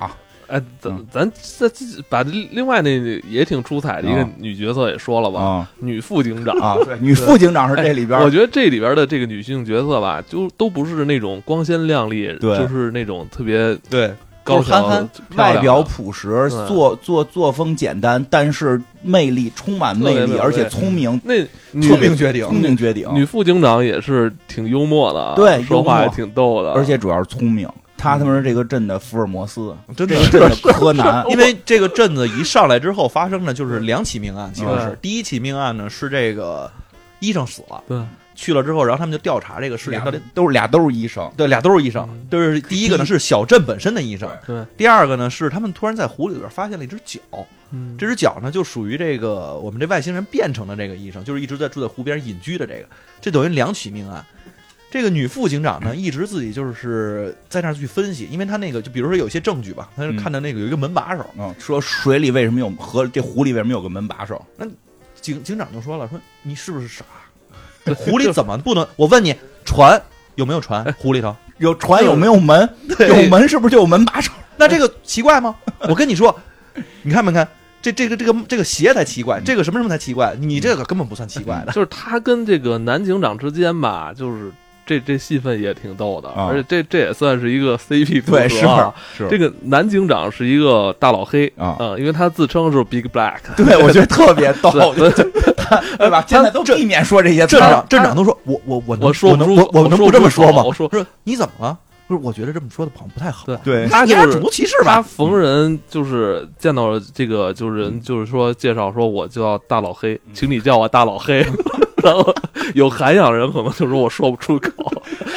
Speaker 1: 哎，咱
Speaker 2: 嗯
Speaker 1: 咱再把另外那也挺出彩的一个
Speaker 2: 啊
Speaker 1: 女角色也说了吧，
Speaker 2: 啊
Speaker 1: 女副警长。 (laughs)
Speaker 2: 啊，对，女副警长是这里边
Speaker 1: 哎我觉得这里边的这个女性角色吧，就都不是那种光鲜亮丽，
Speaker 2: 对
Speaker 1: 就是那种特别
Speaker 3: 对，
Speaker 1: 高
Speaker 3: 憨
Speaker 1: 挑、
Speaker 3: 憨
Speaker 1: 漂亮
Speaker 2: 外
Speaker 1: 的
Speaker 2: 表朴实，
Speaker 1: 对
Speaker 2: 作作作风简单，但是魅力充满魅
Speaker 1: 特别
Speaker 2: 力，
Speaker 1: 美
Speaker 2: 而且
Speaker 1: 对
Speaker 2: 聪明，
Speaker 1: 那女
Speaker 3: 聪明绝顶，
Speaker 2: 聪明绝顶，
Speaker 1: 女副警长也是挺幽默的啊，
Speaker 2: 对
Speaker 1: 说话
Speaker 2: 幽
Speaker 1: 也
Speaker 2: 默
Speaker 1: 挺逗的，
Speaker 2: 而且主要是聪明。他他妈是这个镇的福尔摩 (laughs) 斯，
Speaker 3: 真
Speaker 2: 这
Speaker 3: 的
Speaker 2: 个镇的柯 (laughs) 南
Speaker 3: 因为这个镇子一上来之后发生的就是两起命案，其实是
Speaker 1: 嗯
Speaker 3: 第一起命案呢是这个医生死了，
Speaker 1: 对
Speaker 3: 去了之后，然后他们就调查这个事情
Speaker 2: 俩
Speaker 3: 到底。
Speaker 2: 都是俩都是医生，
Speaker 3: 对，俩都是医生，就是第一个呢是小镇本身的医生，
Speaker 1: 对，
Speaker 3: 第二个呢是他们突然在湖里边发现了一只脚，
Speaker 1: 嗯
Speaker 3: 这只脚呢就属于这个我们这外星人变成的这个医生，就是一直在住在湖边隐居的这个，这等于两起命案。这个女副警长呢，一直自己就是在那儿去分析，因为她那个就比如说有一些证据吧，她是
Speaker 2: 嗯
Speaker 3: 看到那个有一个门把手，
Speaker 2: 嗯，说水里为什么有河，这湖里为什么有个门把手？
Speaker 3: 警警长就说了，说你是不是傻？湖里怎么不能？我问你，船有没有船？湖里头？
Speaker 2: 有船有没有门？有门是不是就有门把手？
Speaker 3: 那这个奇怪吗？我跟你说，你看没看？这这个这个这个鞋才奇怪，这个什么什么才奇怪？你这个根本不算奇怪的。
Speaker 1: 就是他跟这个男警长之间吧，就是这这戏份也挺逗的，
Speaker 2: 啊
Speaker 1: 而且这这也算是一个 CP 组合
Speaker 2: 对，是
Speaker 1: 啊。
Speaker 2: 是
Speaker 1: 这个男警长是一个大老黑
Speaker 2: (laughs) 啊
Speaker 1: 嗯因为他自称是 Big Black，
Speaker 2: 对，我觉得特别逗，
Speaker 1: 对对
Speaker 2: 对吧？现在都避免说这些词
Speaker 3: 镇
Speaker 2: 儿
Speaker 3: 长镇长都说，我我我能
Speaker 1: 我说
Speaker 3: 我
Speaker 1: 不
Speaker 3: 能
Speaker 1: 出，
Speaker 3: 我我能不这么说吗？
Speaker 1: 我说
Speaker 3: 说你怎么了？不是，我觉得这么说的好像不太好。
Speaker 1: 对
Speaker 2: 对
Speaker 1: 他
Speaker 3: 你
Speaker 1: 就
Speaker 3: 还是
Speaker 1: 是
Speaker 3: 种族歧视
Speaker 1: 他
Speaker 3: 吧？
Speaker 1: 逢人就是见到这个就是人就是说介绍说我叫大老黑，
Speaker 2: 嗯
Speaker 1: 请你叫我大老
Speaker 2: (laughs)
Speaker 1: 黑。然后有涵养人可能就说我说不出口，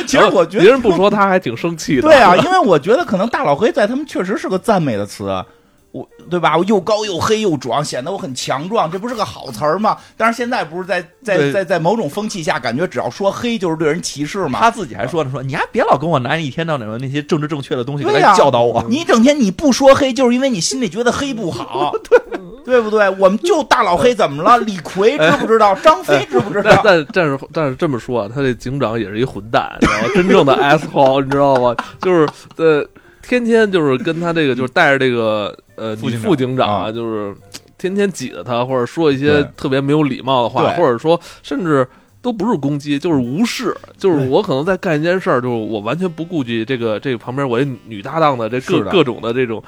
Speaker 2: 其实我觉得
Speaker 1: 别人不说他还挺生
Speaker 3: (laughs)
Speaker 1: 气的。
Speaker 2: 对啊，因为我觉得可能大老黑在他们确实是个赞美的词，啊我对吧？我又高又黑又壮，显得我很强壮，这不是个好词儿吗？但是现在不是在在
Speaker 3: 对
Speaker 2: 在在某种风气下，感觉只要说黑就是对人歧视吗？
Speaker 3: 他自己还说呢，说你还别老跟我拿一天到晚的那些政治正确的东西
Speaker 2: 对
Speaker 3: 来
Speaker 2: 呀
Speaker 3: 教导我。
Speaker 2: 你一整天你不说黑，就是因为你心里觉得黑不
Speaker 3: (laughs)
Speaker 2: 好，对对不对？我们就大老黑怎么了？李逵知不知
Speaker 3: 哎
Speaker 2: 道？张飞知不
Speaker 3: (laughs)
Speaker 2: 知
Speaker 1: 但
Speaker 2: 道？
Speaker 1: 但但是但是这么说啊，他这警长也是一混蛋，你知道吗？真正的 (laughs) asshole，你知道吗？就是呃，天天就是跟他这个，就是带着这个呃
Speaker 3: 副
Speaker 1: 女
Speaker 3: 警长
Speaker 1: 副警长啊，
Speaker 2: 啊
Speaker 1: 就是天天挤着他，或者说一些
Speaker 2: 对
Speaker 1: 特别没有礼貌的话，
Speaker 2: 对
Speaker 1: 或者说甚至。都不是攻击，就是无视，就是我可能在干一件事儿，就是我完全不顾及这个这个旁边我这女搭档的这各
Speaker 2: 是的
Speaker 1: 各种的这种，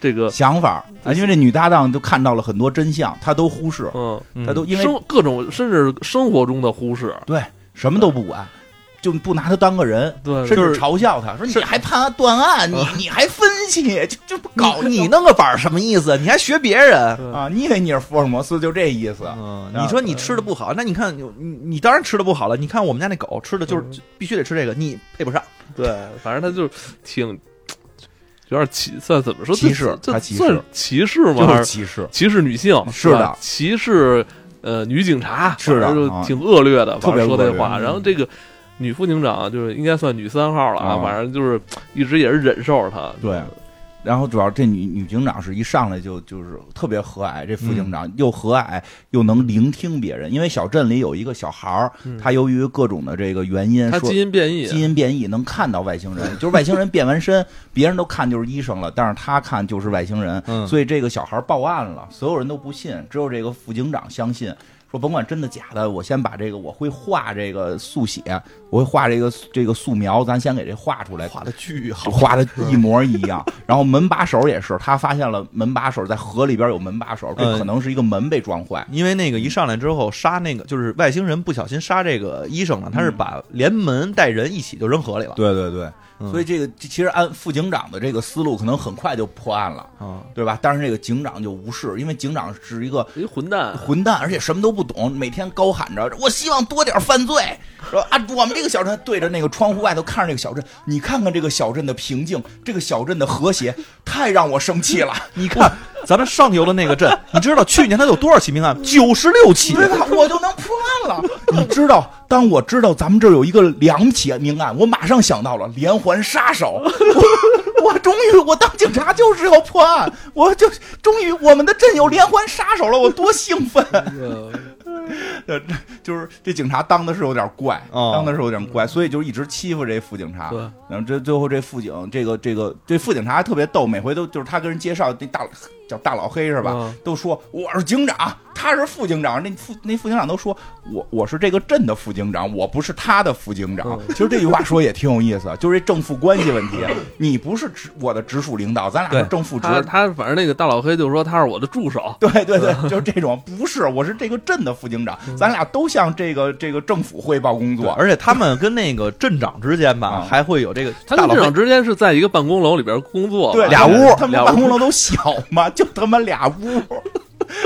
Speaker 1: 这个
Speaker 2: (laughs) 想法啊，因为这女搭档都看到了很多真相，她都忽视，
Speaker 1: 嗯，
Speaker 2: 她都因为
Speaker 1: 生各种甚至生活中的忽视，
Speaker 2: 对什么都不管，就不拿她当个人。
Speaker 1: 对，呃
Speaker 2: 甚
Speaker 1: 就是
Speaker 2: 至嘲笑他说：“你
Speaker 1: 是
Speaker 2: 还判断案，你你还分析，就就不搞
Speaker 3: 你
Speaker 2: 你
Speaker 3: 弄个板儿什么意思？你还学别人？
Speaker 1: 对
Speaker 2: 啊！你以为你是福尔摩斯，就这意思。
Speaker 3: 嗯，
Speaker 2: 啊
Speaker 3: 你说你吃的不好，那你看你你当然吃的不好了。你看我们家那狗吃的就是
Speaker 1: 嗯
Speaker 3: 必须得吃这个，你配不上。
Speaker 1: 对，反正他就挺有点歧，算怎么说
Speaker 2: 歧视
Speaker 1: 这
Speaker 2: 他
Speaker 1: 这
Speaker 2: 歧视
Speaker 1: 算歧视吗？
Speaker 2: 就
Speaker 1: 还是
Speaker 2: 是歧视，
Speaker 1: 歧视女性？
Speaker 2: 是
Speaker 1: 吧
Speaker 2: 的
Speaker 1: 歧视呃女警察
Speaker 2: 是的
Speaker 1: 反正
Speaker 2: 啊
Speaker 1: 就挺恶劣的，
Speaker 2: 特
Speaker 1: 反
Speaker 2: 别
Speaker 1: 正说
Speaker 2: 恶
Speaker 1: 那
Speaker 2: 劣嗯
Speaker 1: 话。然后这个女副警长啊就是应该算女三号了
Speaker 2: 啊
Speaker 1: 啊，反正就是一直也是忍受她。
Speaker 2: 对，然后主要这女女警长是一上来就就是特别和蔼，这副警长又和蔼又能聆听别人，因为小镇里有一个小孩儿，
Speaker 1: 嗯
Speaker 2: 他由于各种的这个原因
Speaker 1: 她
Speaker 2: 说
Speaker 1: 基。因变异，
Speaker 2: 基因变异能看到外星人，就是外星人变完身，别人都看就是医生了，但是他看就是外星人，
Speaker 3: 嗯
Speaker 2: 所以这个小孩报案了，所有人都不信，只有这个副警长相信，说甭管真的假的，我先把这个我会画这个速写，我会画这个这个素描，咱先给这画出来，
Speaker 3: 画的巨好，
Speaker 2: 画的一模一样。然后门把手也是，他发现了门把手在河里边有门把手，这
Speaker 3: 嗯
Speaker 2: 可能是一个门被撞坏。
Speaker 3: 因为那个一上来之后杀那个就是外星人不小心杀这个医生了，
Speaker 1: 嗯
Speaker 3: 他是把连门带人一起就扔河里了。
Speaker 2: 对对对，
Speaker 3: 嗯
Speaker 2: 所以这个其实按副警长的这个思路，可能很快就破案了，
Speaker 3: 啊，
Speaker 2: 对吧？但是这个警长就无视，因为警长是一个
Speaker 1: 一混蛋。啊
Speaker 2: 混蛋，而且什么都不懂，每天高喊着“我希望多点犯罪”，说啊，我们这个小镇对着那个窗户外头看着这个小镇，你看看这个小镇的平静，这个小镇的和谐，太让我生气了。
Speaker 3: 你看咱们上游的那个
Speaker 1: (laughs)
Speaker 3: 镇，你知道去年他有多少起命案？九十六起。
Speaker 1: 啊
Speaker 2: 对吧？我就能破案了。你知道，当我知道咱们这儿有一个两起命案，我马上想到了连环杀手。我我终于，我当警察就是要破案，我就终于我们的镇有连环杀手了，我多兴奋！
Speaker 1: 呃
Speaker 2: 呃就是这警察当的是有点怪，
Speaker 3: 哦
Speaker 2: 当的是有点怪，所以就一直欺负这副警察。
Speaker 1: 对
Speaker 2: 然后这最后这副警，这个这个这副警察还特别逗，每回都就是他跟人介绍这大叫大老黑是吧？
Speaker 1: 嗯
Speaker 2: 都说我是警长，他是副警长，那副那副警长都说我我是这个镇的副警长，我不是他的副警长。
Speaker 1: 嗯
Speaker 2: 其实这句话说也挺有意思，就是这正副关系问
Speaker 1: (laughs)
Speaker 2: 题，你不是直我的直属领导，咱俩是
Speaker 3: 对
Speaker 2: 正副职。
Speaker 1: 他他反正那个大老黑就说他是我的助手，
Speaker 2: (laughs) 对对对，就是这种，不是，我是这个镇的副警长，咱俩都向这个这个政府汇报工
Speaker 3: 对
Speaker 2: 作，
Speaker 3: 而且他们跟那个镇长之间吧，
Speaker 2: 啊
Speaker 3: 还会有这个
Speaker 1: 他
Speaker 3: 大
Speaker 1: 跟
Speaker 3: 佬
Speaker 1: 镇长
Speaker 3: 会
Speaker 1: 之间是在一个办公楼里边工作，
Speaker 2: 对，
Speaker 3: 俩屋
Speaker 2: 他们
Speaker 1: 俩屋
Speaker 2: 办公楼都小嘛， (laughs) 就他妈俩屋。 (laughs)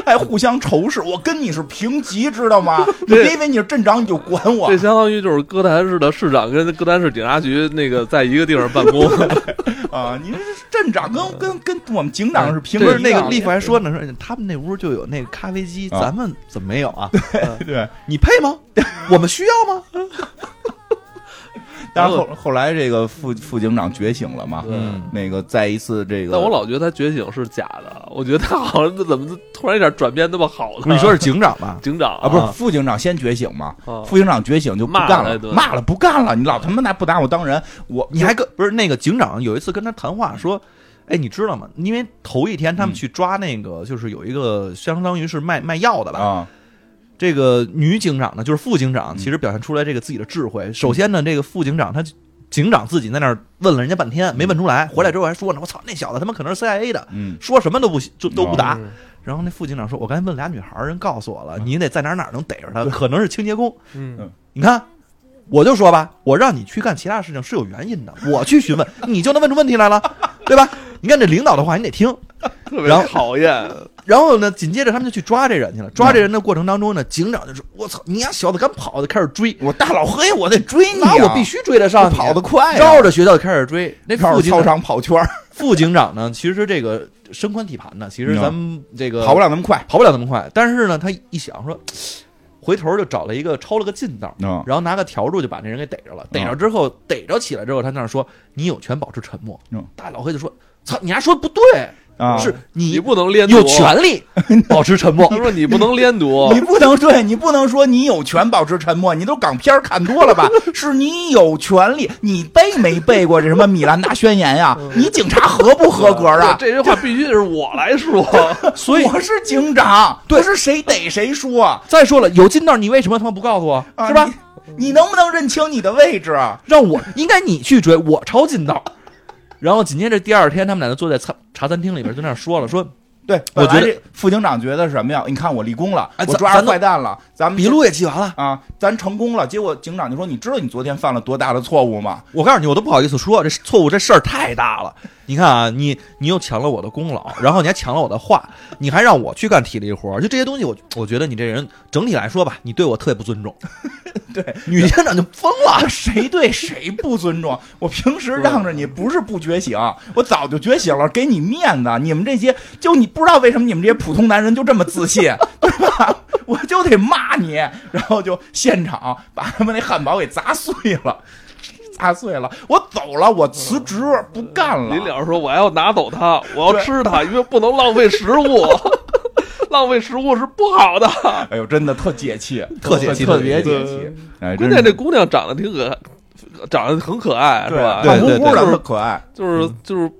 Speaker 2: 还互相仇视，我跟你是平级，知道吗？你
Speaker 1: 这
Speaker 2: 别以为你是镇长你就管我
Speaker 1: 这，相当于就是哥谭市的市长跟哥谭市警察局那个在一个地方办 (laughs) 公，
Speaker 2: 啊！你这镇长跟跟跟我们警长是平级
Speaker 3: 不
Speaker 2: 的
Speaker 3: 是那个利弗还说呢，说他们那屋就有那个咖啡机，
Speaker 2: 啊
Speaker 3: 咱们怎么没有啊？
Speaker 2: 对。
Speaker 3: 你
Speaker 1: (laughs)
Speaker 3: 配吗？我们需要吗？
Speaker 2: 但是后后来这个副副警长觉醒了嘛，
Speaker 1: 对
Speaker 3: (laughs) 嗯
Speaker 2: 那个在一次这个，
Speaker 1: 但我老觉得他觉醒是假的，我觉得他好像怎么突然一下转变那么好呢？
Speaker 3: 你说是警长吧？
Speaker 1: 警长
Speaker 2: 啊，不是副警长先觉醒嘛，
Speaker 3: 哦
Speaker 1: 啊
Speaker 2: 副警长觉醒就不干
Speaker 1: 骂了
Speaker 2: 了
Speaker 1: 一，顿
Speaker 2: 骂了不干了，你老他妈拿不拿我当人？我
Speaker 3: 你还跟不是那个警长有一次跟他谈话说，哎，你知道吗？因为头一天他们去抓那个，就是有一个相当于是卖卖药的吧。
Speaker 2: 啊，
Speaker 3: 这个女警长呢，就是副警长，
Speaker 2: 嗯
Speaker 3: 其实表现出来这个自己的智慧。首先呢，这个副警长他警长自己在那儿问了人家半天，没问出来。回来之后还说呢，我操，那小子他妈可能是 CIA 的，
Speaker 2: 嗯，
Speaker 3: 说什么都不就都不答。
Speaker 1: 嗯
Speaker 3: 然后那副警长说，我刚才问俩女孩儿，人告诉我了，你得在哪儿哪儿能逮着他，可能是清洁工。
Speaker 1: 嗯，
Speaker 3: 你看，我就说吧，我让你去干其他事情是有原因的， (laughs) 我去询问，你就能问出问题来了， (laughs) 对吧？你看这领导的话，你得听。
Speaker 1: 特别
Speaker 3: 然后
Speaker 1: 讨厌，
Speaker 3: 然后呢，紧接着他们就去抓这人去了。抓这人的过程当中呢，警长就说：“我操，你家小子敢跑！”就开始追，
Speaker 2: 我大老黑，我得追你啊，
Speaker 3: 那我必须追得上
Speaker 2: 我
Speaker 3: 你，
Speaker 2: 跑得快呀，
Speaker 3: 绕着学校就开始追。那
Speaker 2: 绕
Speaker 3: 副
Speaker 2: 着
Speaker 3: 警
Speaker 2: 操
Speaker 3: (laughs) 长，
Speaker 2: 场跑圈儿，
Speaker 3: 副警长呢，其实这个身宽体盘的，其实
Speaker 2: 嗯
Speaker 3: 咱们这个
Speaker 2: 跑不了那么快。
Speaker 3: 跑不了那么快。但是呢，他一想说，回头就找了一个抄了个近道，
Speaker 2: 嗯
Speaker 3: 然后拿个笤帚就把那人给逮着了。逮着之后，逮着起来之后，他那儿说：“你有权保持沉默。
Speaker 2: 嗯
Speaker 3: 大老黑就说：“操，你还说不对，
Speaker 2: 啊，
Speaker 3: 是
Speaker 1: 你
Speaker 3: 你
Speaker 1: 不能连读
Speaker 3: 有。权利保持
Speaker 2: (laughs)
Speaker 3: 沉默
Speaker 1: 他。说你不能连读，
Speaker 2: 你不能对你不能说你有权保持沉默，你都港片儿看多了吧？是你有权利，你背没背过这什么《米兰达宣言》
Speaker 3: 嗯
Speaker 2: 呀？你警察合不合格啊？
Speaker 1: 这句话必须得是我来
Speaker 2: (laughs)
Speaker 1: 说，
Speaker 3: 所以
Speaker 2: 我是警长，不是谁逮谁说，
Speaker 3: 再说了，有近道你为什么他妈不告诉我？
Speaker 2: 啊
Speaker 3: 是吧？？
Speaker 2: 你你能不能认清你的位置？啊
Speaker 3: 让我应该你去追，我抄近道。”然后紧接着第二天，他们俩就坐在餐茶餐厅里边，就那儿说了说
Speaker 2: 对，
Speaker 3: 我觉得
Speaker 2: 本来这副警长觉得什么呀？你看我立功了，
Speaker 3: 哎
Speaker 2: 我
Speaker 3: 咱
Speaker 2: 抓
Speaker 3: 咱
Speaker 2: 着
Speaker 3: 都
Speaker 2: 坏蛋了，咱们
Speaker 3: 笔录也记完了，
Speaker 2: 啊，咱成功了。结果警长就说：“你知道你昨天犯了多大的错误
Speaker 3: (laughs)
Speaker 2: 吗
Speaker 3: 我告诉你，我都不好意思说，这错误这事儿太大了。你看啊，你你又抢了我的功劳，然后你还抢了我的话，你还让我去干体力活儿，就这些东西我，我觉得你这人整体来说吧，你对我特别不尊重。
Speaker 2: 对，
Speaker 3: 女舰长就疯了，？”
Speaker 2: 谁对谁不尊重？ (laughs) 我平时让着你，不是不觉醒，我早
Speaker 3: (laughs)
Speaker 2: 就觉醒了，给你面子。你们这些，就你不知道为什么你们这些普通男人就这么自信，就吧？我就得骂你。”然后就现场把他们那汉堡给砸碎了，砸碎了。我走了，我辞职不干了。
Speaker 1: 临了说：“我要拿走它，我要吃它，因为不能浪费食物， (laughs) 浪费食物是不好的。
Speaker 2: 哎呦，真的特解气，
Speaker 3: 特解气
Speaker 2: 特别
Speaker 1: 特
Speaker 2: 解
Speaker 1: 解气
Speaker 2: 气。哎，
Speaker 1: 关
Speaker 2: 真
Speaker 1: 键
Speaker 2: 是
Speaker 1: 这姑娘长得挺可，长得很可爱，是吧？
Speaker 2: 胖乎
Speaker 3: 对对
Speaker 2: 乎的，
Speaker 1: 对
Speaker 2: 特可爱。
Speaker 1: 就是就是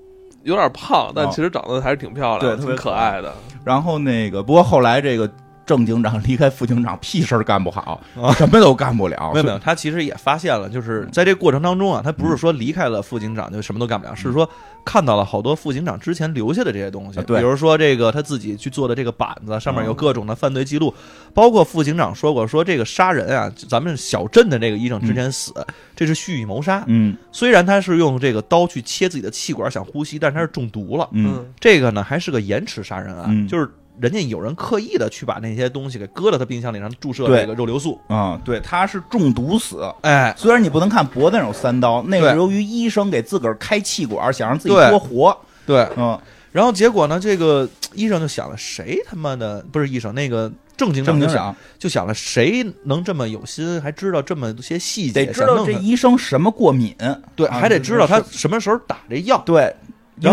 Speaker 1: 有点胖，但其实长得还是挺漂亮的，
Speaker 2: 嗯哦对特别
Speaker 1: 挺可爱的。
Speaker 2: 然后那个，不过后来这个郑警长离开副警长，屁事儿干不好，什么都干不了。
Speaker 3: 没有没有，他其实也发现了，
Speaker 2: 嗯
Speaker 3: 就是在这过程当中啊，他不是说离开了副警长就什么都干不了，是说看到了好多副警长之前留下的这些东西
Speaker 2: 啊，对嗯
Speaker 3: 比如说这个他自己去做的这个板子，上面有各种的犯罪记录，包括副警长说过，说这个杀人啊，咱们小镇的这个医生之前死，这是蓄意谋杀，
Speaker 2: 嗯
Speaker 3: 虽然他是用这个刀去切自己的气管想呼吸，但是他是中毒了，
Speaker 2: 嗯，
Speaker 3: 这个呢还是个延迟杀人案，啊
Speaker 2: 嗯
Speaker 3: 就是人家有人刻意的去把那些东西给搁到他冰箱里，让他注射
Speaker 2: 对
Speaker 3: 这个肉硫素，
Speaker 2: 啊，对，他是中毒死。
Speaker 3: 哎。
Speaker 2: 虽然你不能看脖子上有三刀，那个
Speaker 3: 对
Speaker 2: 是由于医生给自个儿开气管，想让自己
Speaker 3: 对
Speaker 2: 多活。
Speaker 3: 对，
Speaker 2: 嗯，
Speaker 3: 然后结果呢，这个医生就想了，谁他妈的不是医生？那个正经
Speaker 2: 郑
Speaker 3: 就
Speaker 2: 警
Speaker 3: 想
Speaker 2: 长
Speaker 3: 就想了，谁能这么有心，还知道这么些细
Speaker 2: 得
Speaker 3: 节，
Speaker 2: 知
Speaker 3: 想
Speaker 2: 道
Speaker 3: 弄
Speaker 2: 这
Speaker 3: 他
Speaker 2: 医生什么过敏，
Speaker 3: 对，
Speaker 2: 啊
Speaker 3: 还得知道他
Speaker 2: 是
Speaker 3: 什么时候打这药，
Speaker 2: 对，
Speaker 3: 然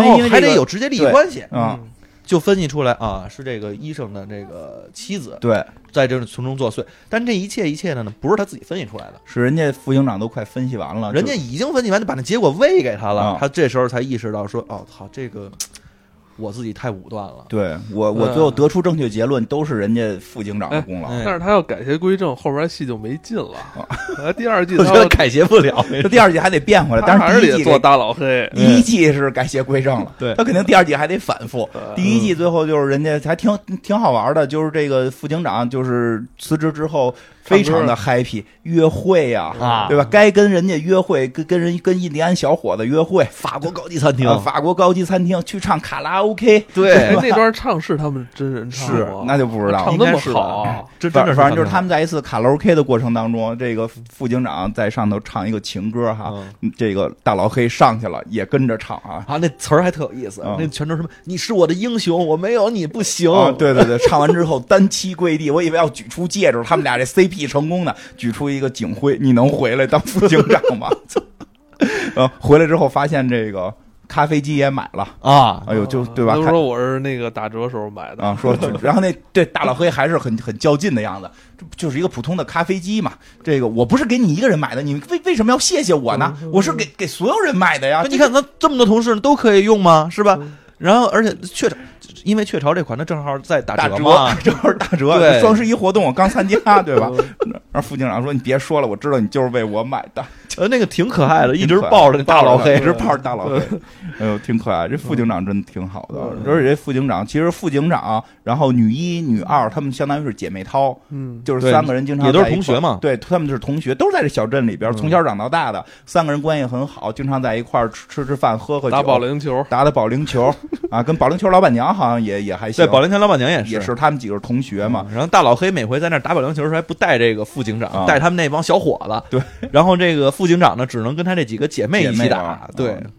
Speaker 2: 因为
Speaker 3: 后
Speaker 2: 因为
Speaker 3: 还
Speaker 2: 这
Speaker 3: 得
Speaker 2: 个
Speaker 3: 有直接利益
Speaker 2: 对
Speaker 3: 关系。
Speaker 2: 啊，
Speaker 1: 嗯
Speaker 3: 就分析出来啊，是这个医生的这个妻子
Speaker 2: 对，
Speaker 3: 在这从中作祟，但这一切一切的呢，不是他自己分析出来的，啊
Speaker 2: 是人家副警长都快分析完了，
Speaker 3: 人家
Speaker 2: 就
Speaker 3: 已经分析完，就把那结果喂给他了
Speaker 2: 啊，
Speaker 3: 他这时候才意识到说，哦，操，这个我自己太武断了。
Speaker 2: 对我我
Speaker 1: 嗯
Speaker 2: 最后得出正确结论都是人家副警长的功劳。
Speaker 3: 哎
Speaker 1: 但是他要改邪归正，后边戏就没劲了。
Speaker 2: 哦
Speaker 1: 啊第
Speaker 2: (laughs)
Speaker 1: 二季 (laughs)
Speaker 3: 我
Speaker 1: 他
Speaker 3: 觉
Speaker 1: 要
Speaker 3: 得改邪不了，没
Speaker 2: 这第二季还得变回来，
Speaker 1: 他
Speaker 2: 但
Speaker 1: 还是
Speaker 2: 是第一
Speaker 1: 得
Speaker 2: 季
Speaker 1: 做
Speaker 2: 给
Speaker 1: 大老黑。
Speaker 2: 第一季是改邪归正了，
Speaker 3: 对
Speaker 2: 他肯定第二季还得反复。
Speaker 1: 嗯
Speaker 2: 第一季最后就是人家还挺挺好玩的，就是这个副警长就是辞职之后非常的 happy，约会呀、
Speaker 3: 啊
Speaker 2: 对吧？该跟人家约会，跟跟人跟印第安小伙子约会，
Speaker 3: 法国高级餐厅
Speaker 2: 啊法国高级餐厅去唱卡拉 OK，
Speaker 1: 哎
Speaker 3: 对，
Speaker 1: 那段唱是他们真人唱
Speaker 2: 是
Speaker 1: 吗
Speaker 2: 那就不知道
Speaker 1: 唱
Speaker 2: 了。
Speaker 1: 那
Speaker 3: 应
Speaker 1: 么
Speaker 3: 该是
Speaker 1: 好，啊
Speaker 3: 这真
Speaker 2: 反
Speaker 3: 的
Speaker 2: 反正就是他
Speaker 3: 们
Speaker 2: 们在一次卡拉 OK 的过程当中，这个副警长在上头唱一个情歌哈，
Speaker 3: 嗯
Speaker 2: 这个大老黑上去了也跟着唱啊，
Speaker 3: 啊，那词儿还特有意思，
Speaker 2: 嗯
Speaker 3: 那全都是什么？你是我的英雄，我没有你不行。
Speaker 2: 啊，对对对，唱完 (laughs) 之后单膝跪地，我以为要举出戒指，他们俩这 CP 成功的，举出一个警徽，你能回来当副警长 (laughs) 吗？呃，回来之后发现这个咖啡机也买了，
Speaker 3: 啊，
Speaker 2: 哎呦， (laughs) 就对吧？
Speaker 1: 都
Speaker 2: 看
Speaker 1: 说我是那个打折时候买的，
Speaker 2: 啊，说，
Speaker 3: (laughs)
Speaker 2: 然后那对大老黑还是很很较劲的样子，这不就是一个普通的咖啡机嘛。这个我不是给你一个人买的，你为为什么要谢谢我呢？我是给给所有人买的呀
Speaker 3: 嗯那。你看咱啊这嗯么多同事都可以用吗？是吧？然后而且雀巢，因为雀巢这款它正好在打
Speaker 2: 打
Speaker 3: 折
Speaker 2: (laughs)
Speaker 3: 嘛，
Speaker 2: 正好是打折，
Speaker 3: 对
Speaker 2: 双十一活动我刚参
Speaker 3: (laughs)
Speaker 2: 加，对吧？然后副警长说：“你别说了，我知道你就是为我买的。”
Speaker 3: 呃， (laughs) 那个挺可爱的，一直
Speaker 2: 挺可爱
Speaker 3: 抱着那大老黑
Speaker 2: 一。直抱着大老黑，哎呦，挺可爱。这副警长真的挺好的，
Speaker 3: 嗯
Speaker 2: 而且这副警长其实副警长，然后女一、女二，他们相当于是姐妹掏，
Speaker 1: 嗯，
Speaker 2: 就是三个人经常
Speaker 3: 也都是
Speaker 2: 在一块
Speaker 3: 同学嘛嗯
Speaker 2: 对，他们就是同学，都是在这小镇里边，从小长到大的，三个人关系很好，经常在一块儿吃吃吃饭、喝喝酒、
Speaker 1: 打保龄
Speaker 2: (laughs)
Speaker 1: 球，
Speaker 2: 打打保龄球啊，跟保龄球老板娘好像也也还行
Speaker 3: 对，，保龄嗯球老板娘也
Speaker 2: 也是他们几个是同学嘛，
Speaker 3: 然后大老黑每回在那儿打保龄球的时候，还不带这个副警长，
Speaker 2: 啊
Speaker 3: 带他们那帮小伙子。对，然后这个副警长呢，只能跟他这几个姐妹一
Speaker 2: 姐
Speaker 3: 起
Speaker 2: 妹
Speaker 3: 打
Speaker 2: 啊。
Speaker 3: 对，
Speaker 2: 嗯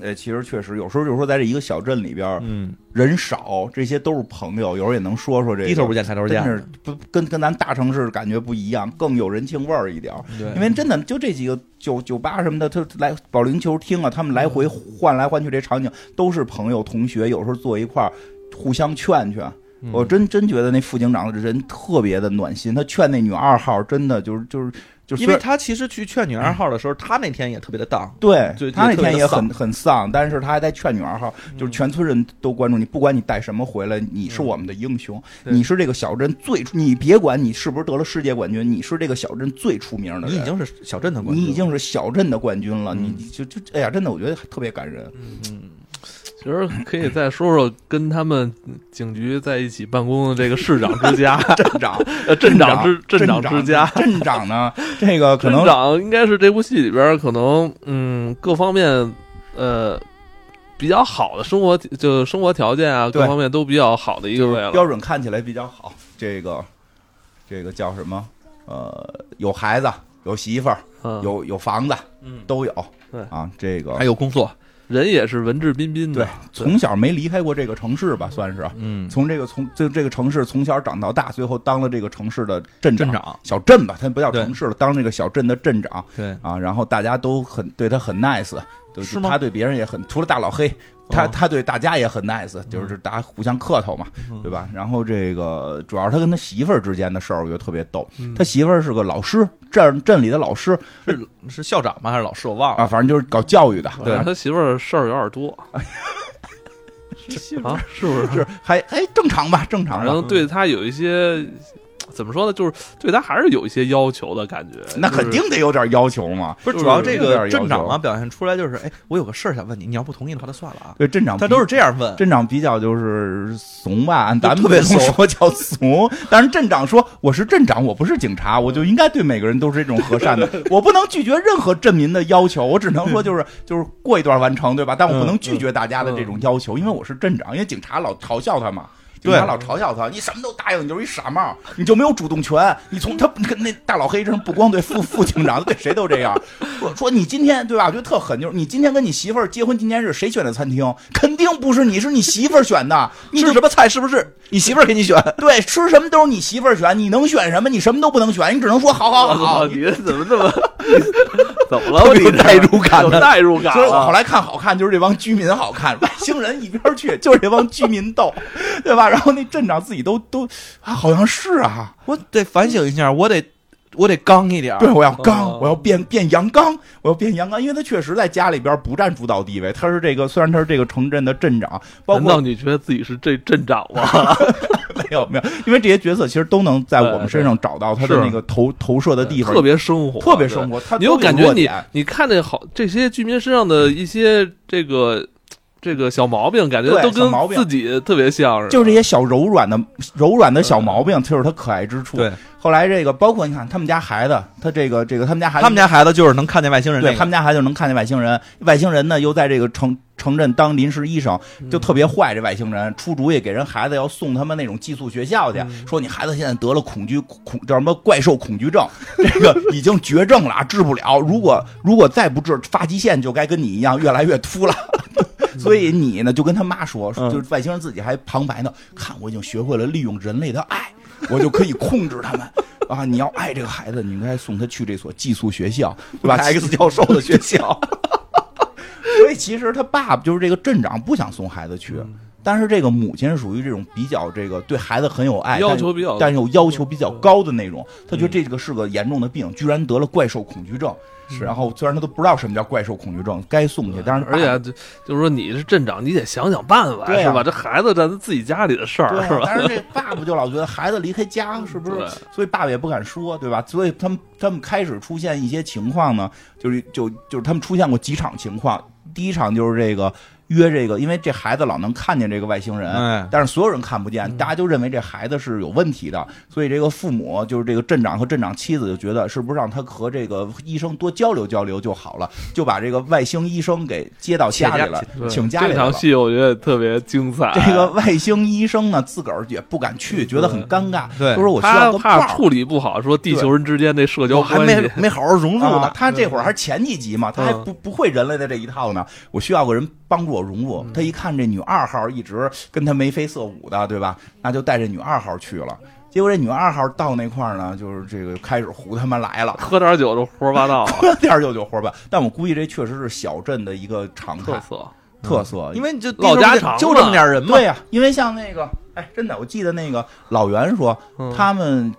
Speaker 2: 呃，其实确实有时候就是说，在这一个小镇里边
Speaker 3: 嗯，
Speaker 2: 人少，这些都是朋友，有时候也能说说这个。
Speaker 3: 低头不见抬头见
Speaker 2: 真。是不跟跟咱大城市感觉不一样，更有人情味儿一点儿。
Speaker 3: 对
Speaker 2: 因为真的就这几个酒酒吧什么的，他来保龄球厅啊，他们来
Speaker 3: 嗯
Speaker 2: 回换来换去，这场景都是朋友同学，有时候坐一块儿互相劝劝。
Speaker 3: 嗯
Speaker 2: 我真真觉得那副警长人特别的暖心，他劝那女二号，真的就是就是就是
Speaker 3: 因为他其实去劝女二号的时候，他那天也特别的荡，
Speaker 2: 对
Speaker 3: 就
Speaker 2: 他那
Speaker 3: 就特别
Speaker 2: 天
Speaker 3: 地
Speaker 2: 也
Speaker 3: 丧嗯
Speaker 2: 很很丧，但是他还在劝女二号，就是全村人都关注你，不管你带什么回来，你是我们的英雄，
Speaker 1: 对
Speaker 2: 你是这个小镇最出，你别管你是不是得了世界冠军，你是这个小镇最出名的
Speaker 3: 你已
Speaker 2: 人。
Speaker 3: 经是小镇的冠
Speaker 2: 你
Speaker 3: 军，
Speaker 2: 嗯已经是小镇的冠军了，
Speaker 3: 嗯
Speaker 2: 你就就哎呀，真的，我觉得特别
Speaker 1: (laughs)
Speaker 2: 感人。
Speaker 1: 其实可以再说说跟他们警局在一起办公的这个市长之家、
Speaker 2: 镇长，
Speaker 1: 呃 (laughs) 镇长之
Speaker 2: 镇
Speaker 1: 长之家。
Speaker 2: 镇长呢？这个可
Speaker 1: 镇
Speaker 2: 能
Speaker 1: 长应该是这部戏里边儿可能嗯各方面呃比较好的生活就生活条件啊
Speaker 2: 对
Speaker 1: 各方面都比较好的一个位了。
Speaker 2: 标准看起来比较好。这个这个叫什么？呃，有孩子，有媳妇儿，
Speaker 1: 嗯，
Speaker 2: 有有房子，
Speaker 1: 嗯
Speaker 2: 都有。
Speaker 1: 对
Speaker 2: 啊，这个
Speaker 3: 还有工作，
Speaker 1: 人也是文质彬彬的
Speaker 2: 对，从小没离开过这个城市吧，算是
Speaker 3: 嗯，
Speaker 2: 从这个从就这个城市从小长到大，最后当了这个城市的镇长
Speaker 3: 镇长
Speaker 2: 小镇吧，他不叫
Speaker 3: 对
Speaker 2: 城市了，当这个小镇的镇长
Speaker 3: 对，
Speaker 2: 啊，然后大家都很对他很 nice，就是
Speaker 3: 是吗
Speaker 2: 他对别人也很，除了大老黑，他
Speaker 3: 哦
Speaker 2: 他对大家也很 nice，就是大家互相客套嘛，对吧？然后这个主要是他跟他媳妇儿之间的事儿，我觉得特别逗。
Speaker 1: 嗯
Speaker 2: 他媳妇儿是个老师，镇镇里的老师
Speaker 3: 是是校长吗？还是老师？我忘了。
Speaker 2: 啊，反正就是搞教育的，
Speaker 1: 反
Speaker 2: 对
Speaker 1: 正，他媳妇儿事儿有点多啊， (laughs) 是不是？
Speaker 2: (laughs) 是还还正常吧，正常
Speaker 1: 反
Speaker 2: 吧。
Speaker 1: 正对他有一些怎么说呢，就是对他还是有一些要求的感觉。
Speaker 2: 那肯定得有点要求嘛。
Speaker 3: 不是，
Speaker 1: 就是
Speaker 3: 主要这
Speaker 2: 有点要
Speaker 3: 个
Speaker 2: 求
Speaker 3: 镇长嘛，表现出来就是，哎，我有个事儿想问你，你要不同意的话，那算了啊。
Speaker 2: 对，镇长
Speaker 3: 他都
Speaker 2: 比
Speaker 3: 是这样问，
Speaker 2: 镇长比较就是怂吧，按
Speaker 3: 就
Speaker 2: 咱们
Speaker 3: 特别
Speaker 2: 这种
Speaker 3: 怂
Speaker 2: 说叫怂。但是镇长说我是镇长，我不是警
Speaker 3: 嗯
Speaker 2: 察，我就应该对每个人都是这种和
Speaker 3: (laughs)
Speaker 2: 善的，我不能拒绝任何镇民的要求，我只能
Speaker 3: 嗯
Speaker 2: 说就是就是过一段完成，对吧？但我不能拒绝大家的这
Speaker 3: 嗯
Speaker 2: 种要求，因为我是镇长，因为警察老嘲笑他嘛。警察
Speaker 3: 对
Speaker 2: 老嘲笑他，你什么都答应，你就是一傻帽，你就没有主动权。你从他 (laughs) 跟那大老黑这不光对副副警长，对谁都这样。 (laughs) 说说你今天对吧？我觉得特狠，就是你今天跟你媳妇儿结婚纪念日谁选的餐厅？肯定不是你，是你媳妇儿选
Speaker 3: (laughs)
Speaker 2: 的。你就
Speaker 3: 吃什么菜是不是你媳妇儿给你选？
Speaker 2: (laughs) 对，吃什么都是你媳妇儿选，你能选什么？你什么都不能选，你只能说好好
Speaker 1: 我
Speaker 2: 好
Speaker 1: 操，。
Speaker 3: (laughs)
Speaker 1: 啊你怎么
Speaker 2: (laughs)
Speaker 1: 那么怎么了？
Speaker 2: 特别有
Speaker 1: 你
Speaker 2: 代入感
Speaker 1: 有
Speaker 2: 的
Speaker 1: 代入感
Speaker 2: 所以我后
Speaker 1: 了。
Speaker 2: 来看好看，就是这帮居民好看，外星人一边儿去，就是这帮居民斗，对吧？然后那镇长自己都都啊，好像是啊，
Speaker 3: 我得反省一下，我得我得刚一点儿。
Speaker 2: 对，我要刚，
Speaker 1: 哦
Speaker 2: 我要变变阳刚，我要变阳刚，因为他确实在家里边儿不占主导地位，他是这个虽然他是这个城镇的镇长，包
Speaker 1: 难道
Speaker 2: 括
Speaker 1: 你觉得自己是这镇长吗？
Speaker 2: 没有没有，因为这些角色其实都能在我们身上找到他的
Speaker 1: 是
Speaker 2: 那个投投射的地方，
Speaker 1: 特别生活，
Speaker 2: 特别
Speaker 1: 对
Speaker 2: 生活，他
Speaker 1: 你有
Speaker 2: 都有
Speaker 1: 感觉
Speaker 2: 弱
Speaker 1: 你
Speaker 2: 点
Speaker 1: 你看那好这些居民身上的一些这个这个小毛病，感觉
Speaker 2: 对
Speaker 1: 都
Speaker 2: 小毛
Speaker 1: 跟
Speaker 2: 病
Speaker 1: 自己特别像似的。
Speaker 2: 就这些小柔软的柔软的小毛病，就是他可爱之处。
Speaker 3: 对，
Speaker 2: 后来这个包括你看他们家孩子，他这个这个他们家孩子
Speaker 3: 他们家孩子就是能看见外星人那
Speaker 2: 对
Speaker 3: 个，
Speaker 2: 他们家孩子能看见外星人，外星人呢又在这个城城镇当临时医生，就特别坏。这外星人出主意给人孩子要送他们那种寄宿学校去，说你孩子现在得了恐惧恐叫什么怪兽恐惧症， (laughs) 这个已经绝症了，啊治不了。如果如果再不治，发际线就该跟你一样越来越秃了。所以你呢，就跟他妈说，
Speaker 3: 嗯
Speaker 2: 就是外星人自己还旁白呢，看我已经学会了利用人类的爱，我就可以控制他们。啊，你要爱这个孩子，你应该送他去这所寄宿学校，对吧
Speaker 3: X 教授的学校，
Speaker 2: (laughs) 所以其实他爸爸就是这个镇长不想送孩子去，
Speaker 3: 嗯
Speaker 2: 但是这个母亲是属于这种比较这个对孩子很有爱，
Speaker 1: 要
Speaker 2: 但
Speaker 1: 求比较
Speaker 2: 哎
Speaker 1: 嗯
Speaker 2: 但又要求比较高的那种。他觉
Speaker 3: 嗯
Speaker 2: 得这个是个严重的病，居然得了怪兽恐惧症。
Speaker 3: 嗯
Speaker 2: 然后虽然他都不知道什么叫怪兽恐惧症，该送去，但是
Speaker 1: 而且就就是说你是镇长，你得想想办法，
Speaker 2: 对啊
Speaker 1: 是吧？这孩子咱自己家里的事儿，
Speaker 2: 对
Speaker 1: 是吧？
Speaker 2: 但是这爸爸就老觉得孩子离开家是不是
Speaker 1: 嗯对？
Speaker 2: 所以爸爸也不敢说，对吧？所以他们他们开始出现一些情况呢，就是就就是他们出现过几场情况。第一场就是这个约这个，因为这孩子老能看见这个外星人，
Speaker 1: 嗯
Speaker 3: 哎
Speaker 2: 但是所有人看不见，大家就认为这孩子是有问题的，所以这个父母就是这个镇长和镇长妻子就觉得是不是让他和这个医生多交流交流就好了，就把这个外星医生给接到家里了，
Speaker 1: 对
Speaker 2: 请家里
Speaker 1: 这
Speaker 2: 来了
Speaker 1: 场。戏我觉得特别精彩。
Speaker 2: 这个外星医生呢，自个儿也不敢去，觉得很尴尬，
Speaker 3: 对
Speaker 2: 就说我需
Speaker 1: 他
Speaker 2: 要个伴
Speaker 1: 怕
Speaker 2: 儿。
Speaker 1: 处理不好，说地球人之间那社交
Speaker 3: 我还
Speaker 1: 关
Speaker 3: 没
Speaker 1: 系，
Speaker 3: 没好好融入
Speaker 2: 啊嗯
Speaker 3: 呢，。
Speaker 2: 他这会儿还前几集嘛，他还不不会人类的这一套呢。我需要个人帮助我融入。他一看这女二号一直跟他眉飞色舞的，对吧？那就带着女二号去了。结果这女二号到那块儿呢，就是这个开始胡他妈来了， (laughs)
Speaker 1: 喝点酒就胡说八道啊，
Speaker 2: 喝点儿酒就活吧。但我估计这确实是小镇的一个常态
Speaker 1: 特色。
Speaker 2: 特色，嗯
Speaker 3: 因为你就
Speaker 1: 老家常嘛
Speaker 3: 就这么点人嘛
Speaker 2: 对，呀、因为像那个，哎，真的，我记得那个老袁说，
Speaker 1: 嗯
Speaker 2: 他们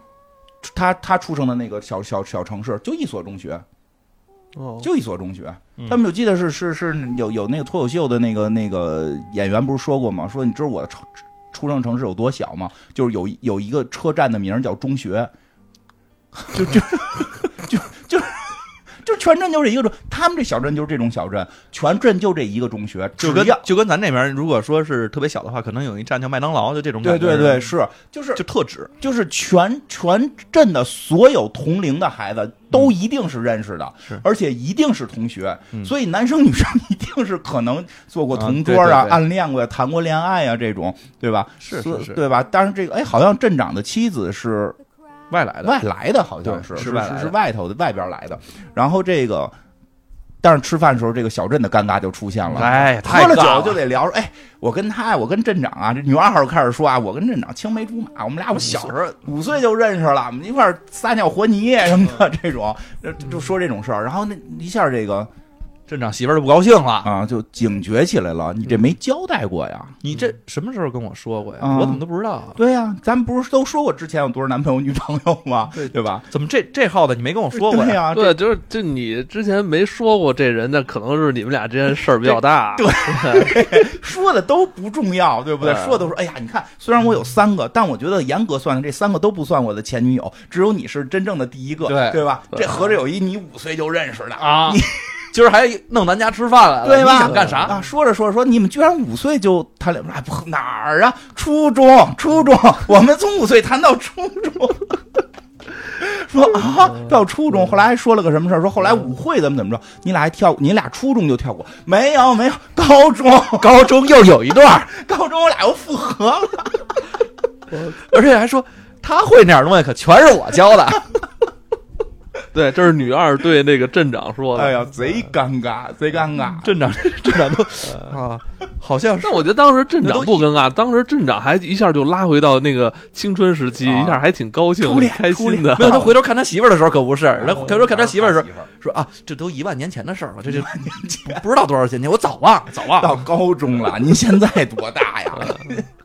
Speaker 2: 他他出生的那个小小小城市就一所中学，
Speaker 1: 哦
Speaker 2: 就一所中学。
Speaker 3: 嗯
Speaker 2: 他们就记得是是是有有那个脱口秀的那个那个演员不是说过吗？说你知道我的出出生城市有多小吗？就是有一有一个车站的名儿叫中学，就就就就。就全镇就这一个中，他们这小镇就是这种小镇，全镇就这一个中学，只
Speaker 3: 就跟
Speaker 2: 要
Speaker 3: 就跟咱这边，如果说是特别小的话，可能有一站叫麦当劳，就这种
Speaker 2: 对
Speaker 3: 感觉。
Speaker 2: 对对，，是就是
Speaker 3: 就特指。
Speaker 2: 就是全全镇的所有同龄的孩子都一定是认识的，
Speaker 3: 嗯是
Speaker 2: 而且一定是同学，
Speaker 3: 嗯
Speaker 2: 所以男生女生一定是可能做过同桌
Speaker 3: 啊
Speaker 2: 啊、
Speaker 3: 对对对
Speaker 2: 暗恋过、谈过恋爱啊这种，对吧？
Speaker 3: 是
Speaker 2: 所
Speaker 3: 是是
Speaker 2: 对吧？但是这个，哎，好像镇长的妻子是
Speaker 3: 外来的，
Speaker 2: 外来的，好像是
Speaker 3: 对
Speaker 2: 是
Speaker 3: 是外来的
Speaker 2: 是外头的外边来的。然后这个但是吃饭的时候，这个小镇的尴尬就出现了。
Speaker 3: 哎，
Speaker 2: 喝
Speaker 3: 太
Speaker 2: 了
Speaker 3: 尬
Speaker 2: 酒就得聊说，哎，我跟他，我跟镇长啊，这女二号开始说啊，我跟镇长青梅竹马，我们俩我小时候五岁就认识了，我们一块儿撒尿和泥啊什么
Speaker 3: 嗯
Speaker 2: 的，这种就就说这种事儿。然后那一下这个
Speaker 3: (laughs) 镇长媳妇儿就不高兴了。
Speaker 2: 啊，就警觉起来了，你这没交代过呀？
Speaker 3: 你这什么时候跟我说过呀？
Speaker 2: 嗯
Speaker 3: 我怎么都不知道啊。
Speaker 2: 对呀、咱们不是都说过之前有多少男朋友、女朋友吗？对吧？
Speaker 3: 怎么这这号的你没跟我说过
Speaker 2: 对
Speaker 3: 呀？
Speaker 2: 呀、啊这
Speaker 1: 对，就是就你之前没说过这人，那可能是你们俩之间事儿比较大。对，
Speaker 2: 说的都不重要，对不对？
Speaker 3: 嗯
Speaker 1: 对
Speaker 2: 说的都说，哎呀，你看，虽然我有三个，但我觉得严格算的这三个都不算我的前女友，只有你是真正的第一个，
Speaker 3: 对嗯
Speaker 2: 吧？
Speaker 1: 对
Speaker 2: 这合着有一你五岁就认识的，
Speaker 3: 啊，今儿还弄咱家吃饭来了，
Speaker 2: 对吧？
Speaker 3: 你想干啥？
Speaker 2: 啊？说着说着说，你们居然五岁就谈恋爱，哎不哪儿啊？初中，初中，我们从五岁谈到初中。 (laughs) 说啊，到初
Speaker 3: 嗯
Speaker 2: 中，后来还说了个什么事儿？说后来舞会怎么怎么着？你俩还跳，你俩初中就跳过？没有没有，高中 (laughs)
Speaker 3: 高中又有一段，
Speaker 2: 高中我俩又复合了。
Speaker 3: 而且还说他会那点东西，可全是我教的。
Speaker 1: (laughs) 对，这是女二对那个镇长说的。
Speaker 2: 哎呀，贼尴尬，贼尴尬。
Speaker 3: 镇长，镇长都啊，好像
Speaker 1: (laughs)
Speaker 3: 是
Speaker 1: 但我觉得当时镇
Speaker 3: 那
Speaker 1: 长
Speaker 3: 都
Speaker 1: 不尴尬，当时镇长还一下就拉回到那个青春时期，
Speaker 2: 啊
Speaker 1: 一下还挺高兴、
Speaker 2: 初恋
Speaker 1: 开心的
Speaker 3: 没。有。他回头看他媳妇儿的时候可不是，他回头看他媳妇儿的时候
Speaker 2: 媳妇儿 (laughs)
Speaker 3: 说啊，这都一万年前的事儿了，这就不不知道多少钱钱，我早忘了，早忘
Speaker 2: 到
Speaker 3: 了。
Speaker 2: 高中了，您现在多大呀？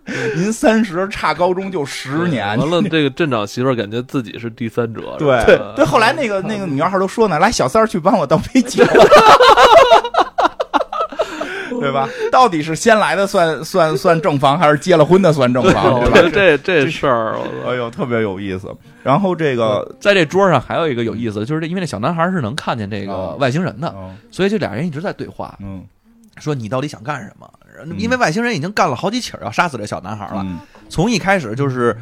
Speaker 2: (laughs) 您三十，差高中就十年。
Speaker 1: 完了，嗯这个镇长媳妇儿感觉自己是第三者。是吧
Speaker 2: 对对，后来那个那个女孩都说呢，来小三儿去帮我倒杯酒， (laughs) 对吧？到底是先来的算算算正房，还是结了婚的算正
Speaker 1: 哦
Speaker 2: 房？
Speaker 1: 我
Speaker 2: 对
Speaker 1: 觉得
Speaker 2: 吧？
Speaker 1: 这这事儿，我操
Speaker 2: 哎呦，特别有意思。然后这个，嗯
Speaker 3: 在这桌上还有一个有意思的，就是这因为那小男孩是能看见这个
Speaker 1: 啊
Speaker 2: 哦
Speaker 3: 外星人的，
Speaker 2: 嗯
Speaker 3: 所以这俩人一直在对话，
Speaker 2: 嗯，
Speaker 3: 说你到底想干什么？
Speaker 1: 嗯
Speaker 3: 因为外星人已经干了好几起儿要杀死这小男孩了，
Speaker 2: 嗯
Speaker 3: 从一开始就是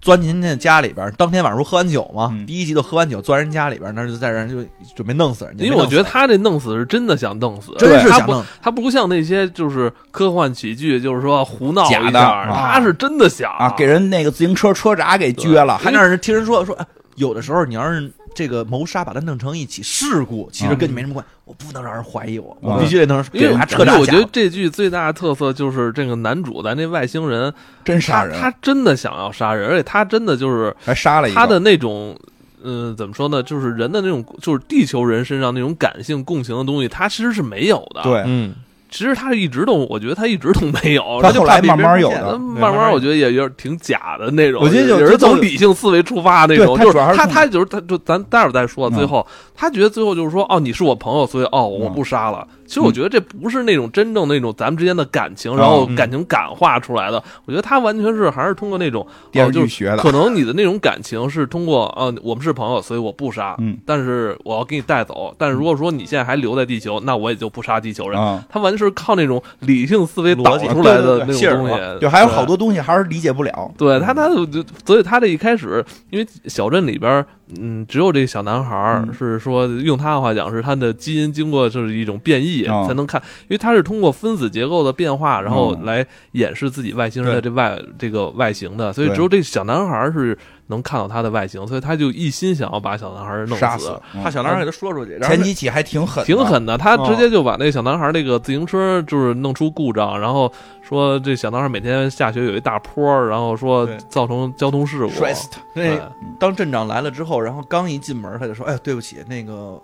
Speaker 3: 钻进人家家里边儿，当天晚上不是喝完酒嘛，
Speaker 2: 嗯
Speaker 3: 第一集就喝完酒钻人家里边儿，那就在人就准备弄死人家。
Speaker 1: 因为我觉得他这弄死是真的想弄死，
Speaker 3: 真是
Speaker 1: 他
Speaker 3: 想
Speaker 1: 不
Speaker 3: 弄
Speaker 1: 他不像那些就是科幻喜剧，就是说胡闹一
Speaker 2: 假的
Speaker 1: 下
Speaker 2: 啊
Speaker 1: 他是真的想
Speaker 2: 啊，给人那个自行车车闸给撅了，
Speaker 3: 还那人听人说说，哎有的时候你要是这个谋杀把它弄成一起事故，其实跟你没什么关系，我不能让人怀疑我，我
Speaker 2: 嗯
Speaker 3: 必须得能
Speaker 1: 嗯因
Speaker 3: 给
Speaker 1: 为
Speaker 3: 他彻
Speaker 1: 因为
Speaker 3: 查
Speaker 1: 我
Speaker 3: 假
Speaker 1: 觉。得这剧最大的特色就是这个男主咱这外星人，
Speaker 2: 真杀
Speaker 1: 他
Speaker 2: 人，
Speaker 1: 他真的想要杀人，而且他真的就是
Speaker 2: 还杀了一个
Speaker 1: 他的那种，嗯、怎么说呢？就是人的那种，就是地球人身上那种感性共情的东西，他其实是没有的。，
Speaker 2: 对，
Speaker 3: 嗯，
Speaker 1: 其实他一直都，我觉得他一直都没有。
Speaker 2: 他
Speaker 1: 就
Speaker 2: 后
Speaker 1: 怕
Speaker 2: 来
Speaker 1: 被
Speaker 2: 慢
Speaker 1: 别人
Speaker 2: 慢有
Speaker 1: 发现
Speaker 2: 的
Speaker 1: 他慢慢我觉得也有点挺假的那种。
Speaker 2: 我觉得有
Speaker 1: 也是
Speaker 2: 这
Speaker 1: 从
Speaker 2: 种
Speaker 1: 理性思维出发那
Speaker 2: 对
Speaker 1: 种。
Speaker 2: 他
Speaker 1: 就
Speaker 2: 主要是
Speaker 1: 他
Speaker 2: 从
Speaker 1: 他就是他就咱待会儿再说。
Speaker 2: 嗯
Speaker 1: 最后他觉得最后就是说，哦，你是我朋友，所以哦，我
Speaker 2: 嗯
Speaker 1: 不杀了。其实我觉得这不是那种真正那种咱们之间的感情，然后
Speaker 3: 嗯
Speaker 1: 感情感化出来的。我觉得他完全是还是通过那种
Speaker 2: 电
Speaker 1: 哦
Speaker 2: 视
Speaker 1: 就
Speaker 2: 剧
Speaker 1: 是
Speaker 2: 学的，
Speaker 1: 可能你的那种感情是通过呃，我们是朋友，所以我不杀，
Speaker 2: 嗯，
Speaker 1: 但是我要给你带走。但是如果说你现在还留在地球，那我也就不杀地球人。
Speaker 2: 啊，
Speaker 1: 他完全是靠那种理性思维导
Speaker 3: 逻辑
Speaker 1: 出来的
Speaker 2: 对对对
Speaker 1: 那
Speaker 3: 信
Speaker 1: 种
Speaker 3: 儿
Speaker 1: 东
Speaker 3: 嘛
Speaker 1: 西，
Speaker 2: 就还有好多东西还是理解不了，
Speaker 1: 对他，他就所以他这一开始，因为小镇里边儿，嗯，只有这小男孩儿
Speaker 2: 嗯
Speaker 1: 是说，用他的话讲是他的基因经过就是一种变异
Speaker 2: 哦
Speaker 1: 才能看，因为他是通过分子结构的变化，然后
Speaker 2: 哦
Speaker 1: 来掩饰自己外星人的这外这个外形的，所以
Speaker 2: 对
Speaker 1: 只有这小男孩儿是能看到他的外形，所以他就一心想要把小男孩儿弄
Speaker 2: 杀
Speaker 1: 死
Speaker 2: 死。嗯
Speaker 3: 怕小男孩给他说出去，然后
Speaker 2: 前几起还挺狠的，
Speaker 1: 挺狠的，他
Speaker 3: 哦
Speaker 1: 直接就把那小男孩那个自行车就是弄出故障，然后说这小男孩每天下学有一大坡儿，然后说
Speaker 3: 对
Speaker 1: 造成交通事故。
Speaker 2: 摔死他，
Speaker 3: 那
Speaker 1: 对
Speaker 3: 那
Speaker 2: 嗯
Speaker 3: 当镇长来了之后，然后刚一进门，他就说：“哎呦，对不起，那个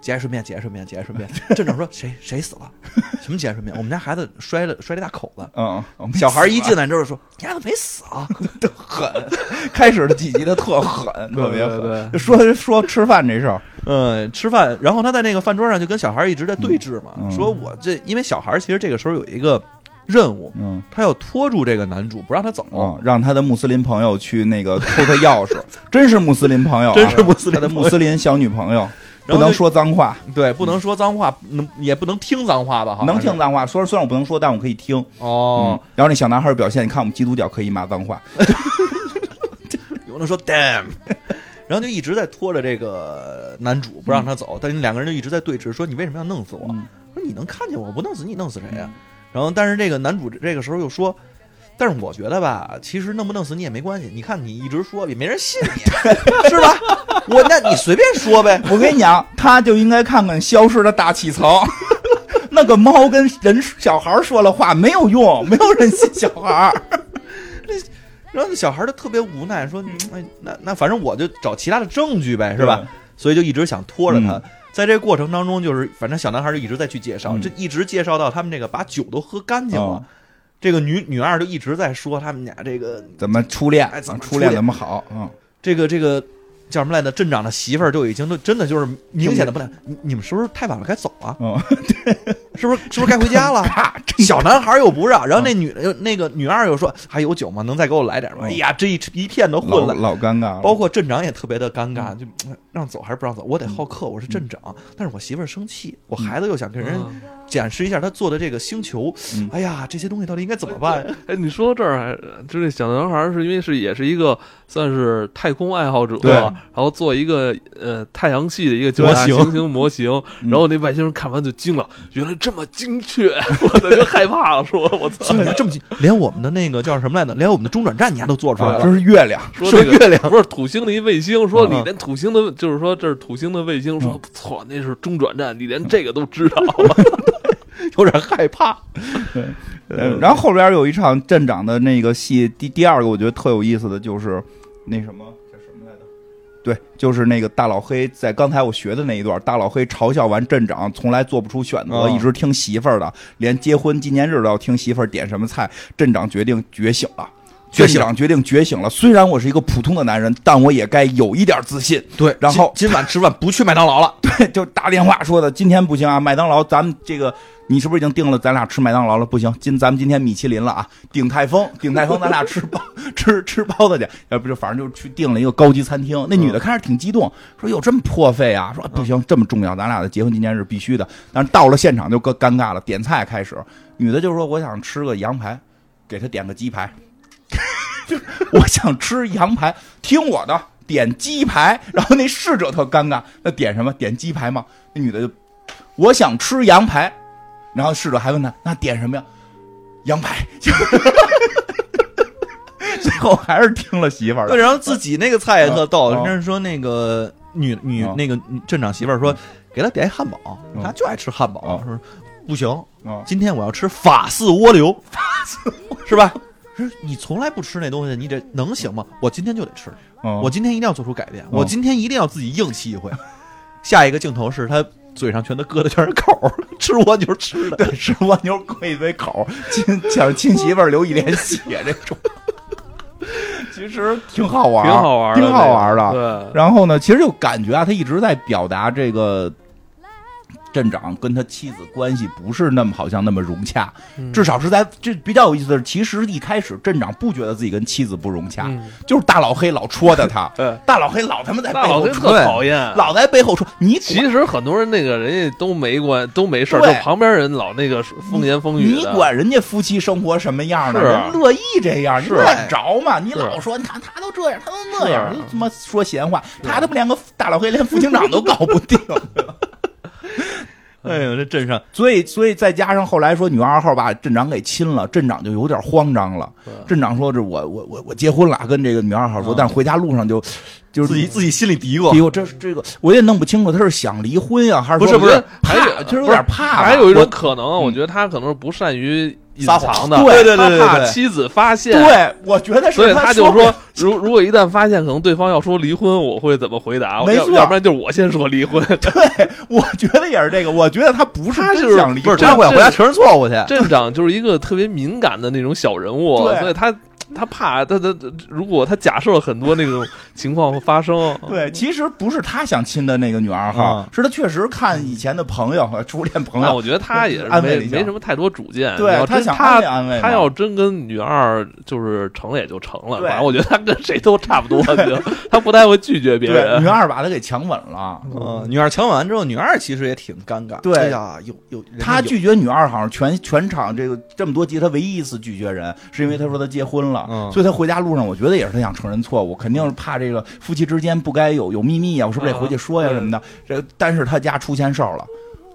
Speaker 3: 节哀顺变，节哀顺变，节哀顺变。”镇长说：“谁谁死了？什么节哀顺变？我们家孩子摔了摔了一大口子。”
Speaker 2: 嗯，嗯
Speaker 3: 小孩
Speaker 1: (laughs)
Speaker 3: 一进
Speaker 2: 来
Speaker 3: 来之后说：“你孩子没死啊 (laughs)
Speaker 2: 狠，开始的几集他特狠，特别
Speaker 1: 对对
Speaker 2: 狠，就说说吃饭这事儿，！”
Speaker 3: 嗯，吃饭，然后他在那个饭桌上就跟小孩一直在对峙嘛，
Speaker 2: 嗯嗯
Speaker 3: 说我这因为小孩其实这个时候有一个任务，
Speaker 2: 嗯。
Speaker 3: 他要拖住这个男主不让他走。
Speaker 2: 哦，让他的穆斯林朋友去那个偷他钥匙， (laughs) 真是穆斯林朋友
Speaker 1: (laughs)
Speaker 2: 啊，
Speaker 3: 真是穆斯林
Speaker 2: 他的
Speaker 3: 朋友
Speaker 2: 穆斯林小女朋友，不
Speaker 3: 然后就
Speaker 2: 能说脏话，
Speaker 3: 对，不能说脏话，能也不能听脏话吧？好像
Speaker 2: 嗯能
Speaker 3: 是
Speaker 2: 听脏话。虽然虽然我不能说，但我可以听。
Speaker 3: 啊哦。
Speaker 2: 嗯，然后那小男孩表现，你看我们基督教可以骂脏话，
Speaker 3: (laughs) 有人说 damn，然后就一直在拖着这个男主不让他走，但是两个人就一直在对峙，说你为什么要弄死我？
Speaker 2: 嗯
Speaker 3: 啊说你能看见我，我不弄死你，弄死谁呀、然后但是这个男主这个时候又说，但是我觉得吧，其实弄不弄死你也没关系。你看你一直说，也没人信你， (laughs) 是吧？我那你随便说呗。
Speaker 2: 我跟你讲，他就应该看看消失的大气层。 (laughs) 那个猫跟人小孩说了话没有用，没有人信小孩。
Speaker 3: (laughs) 然后那小孩儿就特别无奈，
Speaker 2: 嗯
Speaker 3: 说：“哎，那那反正我就找其他的证据呗，是吧？”所以就一直想拖着他。
Speaker 2: 嗯
Speaker 3: 在这过程当中，就是反正小男孩就一直在去介绍，
Speaker 2: 嗯
Speaker 3: 这一直介绍到他们这个把酒都喝干净了。
Speaker 2: 嗯
Speaker 3: 这个女女二就一直在说他们俩这个
Speaker 2: 怎么初恋？
Speaker 3: 哎怎么
Speaker 2: 啊
Speaker 3: 初
Speaker 2: 初
Speaker 3: 恋
Speaker 2: 恋怎么好？嗯，
Speaker 3: 这个这个叫什么来着？镇长的媳妇儿就已经都真的就是明显的不能，你你们是不是太晚了该走了？
Speaker 2: 嗯，
Speaker 3: 是不是是不是该回家
Speaker 2: (laughs)
Speaker 3: 了？
Speaker 2: 啪，
Speaker 3: 小男孩又不让，然后那女的又那个女二又说还有酒吗？能再给我来点吗？
Speaker 2: 嗯
Speaker 3: 哎呀，这一一片都混
Speaker 2: 老
Speaker 3: 了。
Speaker 2: 老尴尬了。
Speaker 3: 包括镇长也特别的尴
Speaker 2: 嗯
Speaker 3: 尬，就哎让走还是不让走？我得好客，我是镇长，但是我媳妇儿生气，我孩子又想跟人
Speaker 1: 嗯
Speaker 3: 展示一下他做的这个星球
Speaker 2: 嗯，
Speaker 3: 哎呀，这些东西到底应该怎么
Speaker 2: (laughs)
Speaker 3: 办？
Speaker 1: 哎，你说到这儿还就这小男孩儿是因为是也是一个算是太空爱好者，
Speaker 2: 对
Speaker 1: 然后做一个呃太阳系的一个九大
Speaker 3: 模型
Speaker 1: 行星模型，
Speaker 2: 嗯
Speaker 1: 然后那外星人看完就惊了，原来这么精确， (laughs) 我操，就害怕了，说我操
Speaker 3: 现。在这么近连我们的那个叫什么来着？连我们的中转站你还都做出来
Speaker 2: 啊，
Speaker 3: 了
Speaker 2: 这。是月亮，
Speaker 1: 说这
Speaker 2: 是
Speaker 1: 个
Speaker 2: 月亮。啊
Speaker 1: 不是土星的一卫星，说
Speaker 3: 嗯
Speaker 1: 你连土星的，就是说这是土星的卫星，
Speaker 2: 嗯
Speaker 1: 说不错，那是中转站，你连这个都知道，
Speaker 3: 有点害怕。
Speaker 2: 嗯，然后后边有一场镇长的那个戏，第第二个我觉得特有意思的就是那什么叫什么来着？对，就是那个大老黑在刚才我学的那一段，大老黑嘲笑完镇长，从来做不出选择，
Speaker 3: 哦
Speaker 2: 一直听媳妇儿的，连结婚纪念日都要听媳妇儿点什么菜。镇长决定觉醒了，
Speaker 3: 觉
Speaker 2: 镇
Speaker 3: 醒
Speaker 2: 长决定觉醒了。虽然我是一个普通的男人，但我也该有一点自信。
Speaker 3: 对
Speaker 2: 然后
Speaker 3: 今今晚吃饭不去麦当劳了。
Speaker 2: 就打电话说的，今天不行啊，麦当劳，咱们这个你是不是已经定了？咱俩吃麦当劳了，不行，今咱们今天米其林了啊，鼎泰丰，鼎泰丰，咱俩吃包 (laughs) 吃吃包子去，要不就反正就去订了一个高级餐厅。那女的开始挺激动，说哟这么破费啊，说不行，这么重要，咱俩的结婚纪念日必须的。但是到了现场就尴尴尬了，点菜开始，女的就说我想吃个羊排，给她点个鸡排。 (laughs) 我想吃羊排，听我的，点鸡排。然后那侍者特尴尬，那点什么？点鸡排吗？那女的就，我想吃羊排。然后侍者还问他，那点什么呀？羊排。 (laughs) 最后还 (laughs) 是听了媳妇儿
Speaker 3: 对，
Speaker 2: 的。
Speaker 3: 然后自己那个菜也特逗，
Speaker 2: 啊啊
Speaker 3: 人家说那个女女
Speaker 2: 啊
Speaker 3: 那个女镇长媳妇儿说，给她点一汉堡，
Speaker 2: 嗯
Speaker 3: 她就爱吃汉堡
Speaker 2: 啊，
Speaker 3: 说不行，
Speaker 2: 啊
Speaker 3: 今天我要吃法式蜗牛，法式是吧？是你从来不吃那东西，你这能行吗？我今天就得吃，
Speaker 2: 嗯
Speaker 3: 我今天一定要做出改变，我今天一定要自己硬气一回。下一个镜头是她嘴上全都搁的全是口儿，吃蜗牛吃的，
Speaker 2: (laughs) 对吃蜗牛跪一堆口，亲想亲媳妇儿流一脸血这种，其实挺好玩
Speaker 1: (laughs)
Speaker 2: 儿，
Speaker 1: 挺好玩的，
Speaker 2: 挺好玩儿的。
Speaker 1: 的。
Speaker 2: 然后呢，其实就感觉啊，他一直在表达这个镇长跟他妻子关系不是那么好像那么融洽，
Speaker 1: 嗯
Speaker 2: 至少是在这比较有意思的是，其实一开始镇长不觉得自己跟妻子不融洽，
Speaker 1: 嗯，
Speaker 2: 就是大老黑老戳的他
Speaker 1: (laughs) 对，
Speaker 2: 大老黑老他妈在背
Speaker 1: 大老
Speaker 2: 后
Speaker 1: 黑
Speaker 2: 戳
Speaker 1: 特讨厌，
Speaker 2: 老在背后说你
Speaker 1: 其
Speaker 2: 管
Speaker 1: 实很多人那个人家都没关都没事儿，
Speaker 2: 对
Speaker 1: 就旁边人老那个风言风语
Speaker 2: 你
Speaker 1: 的。
Speaker 2: 管人家夫妻生活什么样的，
Speaker 1: 是啊
Speaker 2: 人乐意这样，你
Speaker 1: 是啊
Speaker 2: 管着吗？你老
Speaker 1: 是
Speaker 2: 说，你看他都这样，他都那样，
Speaker 1: 是啊
Speaker 2: 你他妈说闲话，他他妈连个大老黑连副警长都搞不定。
Speaker 1: 啊
Speaker 3: 哎呦，这镇上
Speaker 2: (laughs) 所以，所以再加上后来说女二号把镇长给亲了，镇长就有点慌张了。
Speaker 1: 啊
Speaker 2: 镇长说：“这我我我我结婚了，跟这个女二号说，
Speaker 3: 嗯
Speaker 2: 但是回家路上就就是
Speaker 3: 自己自己心里嘀咕，
Speaker 2: 哎呦，这是这个我也弄不清楚，他是想离婚呀、还是
Speaker 1: 不是
Speaker 2: 说
Speaker 1: 不是，还
Speaker 2: 怕，
Speaker 1: 有
Speaker 2: 就是有点怕吧。
Speaker 1: 还有一种
Speaker 2: 我嗯
Speaker 1: 可能啊，我觉得他可能是不善于隐
Speaker 3: 撒谎
Speaker 1: 藏的，
Speaker 2: 对
Speaker 3: 对对对对
Speaker 1: 他怕
Speaker 3: 对
Speaker 1: 妻子发现，
Speaker 2: 对，我觉得
Speaker 1: 所以
Speaker 2: 是他
Speaker 1: 就
Speaker 2: 说
Speaker 1: 说，如如果一旦发现可能对方要说离婚，我会怎么回答？
Speaker 2: 没
Speaker 1: 要
Speaker 2: 错
Speaker 1: 要不然就是我先说离婚。
Speaker 2: 对， (laughs) 我觉得也是这个，我觉得他不是
Speaker 1: 他
Speaker 2: 真
Speaker 1: 就是
Speaker 2: 想离
Speaker 3: 不
Speaker 2: 婚，
Speaker 3: 是他会
Speaker 1: 这
Speaker 3: 回家承认错误去。
Speaker 1: (laughs) 镇长就是一个特别敏感的那种小人物，啊
Speaker 2: 对
Speaker 1: 所以他他怕他他如果他假设很多那种情况会发生，
Speaker 2: (laughs) 对，其实不是他想亲的那个女二号，
Speaker 3: 嗯
Speaker 2: 是他确实看以前的朋友、初恋朋
Speaker 1: 啊那
Speaker 2: 友，
Speaker 1: 我觉得他也是
Speaker 2: 安慰
Speaker 1: 没
Speaker 2: 了一下
Speaker 1: 没什么太多主见。你
Speaker 2: 对
Speaker 1: 要真
Speaker 2: 想安
Speaker 1: 他
Speaker 2: 慰安慰嘛。
Speaker 1: 他要真跟女二就是成了也就成了，
Speaker 2: 对
Speaker 1: 反正我觉得他跟谁都差不多，就他不太会拒绝别
Speaker 2: 对女
Speaker 1: 人。
Speaker 2: 二把他给强吻了，
Speaker 3: 嗯，女二抢完之后，女二其实也挺尴尬。
Speaker 2: 对
Speaker 3: 哎呀，有有人家
Speaker 2: 他
Speaker 3: 有
Speaker 2: 拒绝女二好像全全场这个这么多集，他唯一一次拒绝人，是因为他说他结婚了，
Speaker 3: 嗯
Speaker 2: 所以他回家路上，我觉得也是他想承认错误，肯定是怕这个啊夫妻之间不该有有秘密呀，我是不是得回去说呀
Speaker 1: 啊
Speaker 2: 什么的？这但是他家出现事儿了。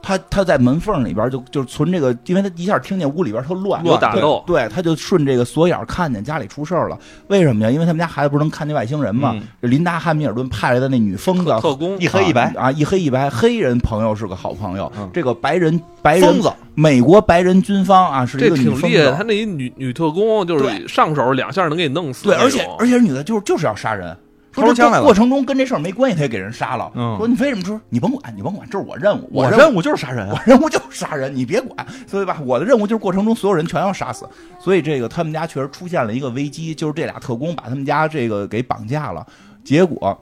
Speaker 2: 他他在门缝里边就就存这个，因为他一下听见屋里边特乱，
Speaker 1: 有打斗
Speaker 2: 对，对他就顺这个锁眼儿看见家里出事儿了。为什么呀？因为他们家孩子不是能看见外星人吗？
Speaker 1: 嗯
Speaker 2: 这琳达·汉密尔顿派来的那女疯子，
Speaker 1: 特工
Speaker 3: 一黑一白，
Speaker 2: 啊，一黑一白，黑人朋友是个好朋友，
Speaker 3: 嗯
Speaker 2: 这个白人白人
Speaker 3: 疯子，
Speaker 2: 美国白人军方啊，是一
Speaker 1: 这
Speaker 2: 个女
Speaker 1: 挺
Speaker 2: 疯
Speaker 1: 厉害。
Speaker 2: 子
Speaker 1: 他。那一女女特工就是
Speaker 2: 对
Speaker 1: 上手两下能给你弄死
Speaker 2: 对，
Speaker 1: 那种，
Speaker 2: 而且而且女的就是就是要杀人，
Speaker 3: 哎掏
Speaker 2: 说
Speaker 3: 出
Speaker 2: 这
Speaker 3: 枪来
Speaker 2: 过
Speaker 3: 了
Speaker 2: 过程中跟这事儿没关系，他也给人杀了。
Speaker 3: 嗯
Speaker 2: 说你为什么说你甭管，你甭管，这是我任务，任务
Speaker 3: 任务就是杀人
Speaker 2: (laughs) 我
Speaker 3: 啊，
Speaker 2: 任务就是杀人，你别管，所以吧，我的任务就是过程中所有人全要杀死。所以这个他们家确实出现了一个危机，就是这俩特工把他们家这个给绑架了，结果。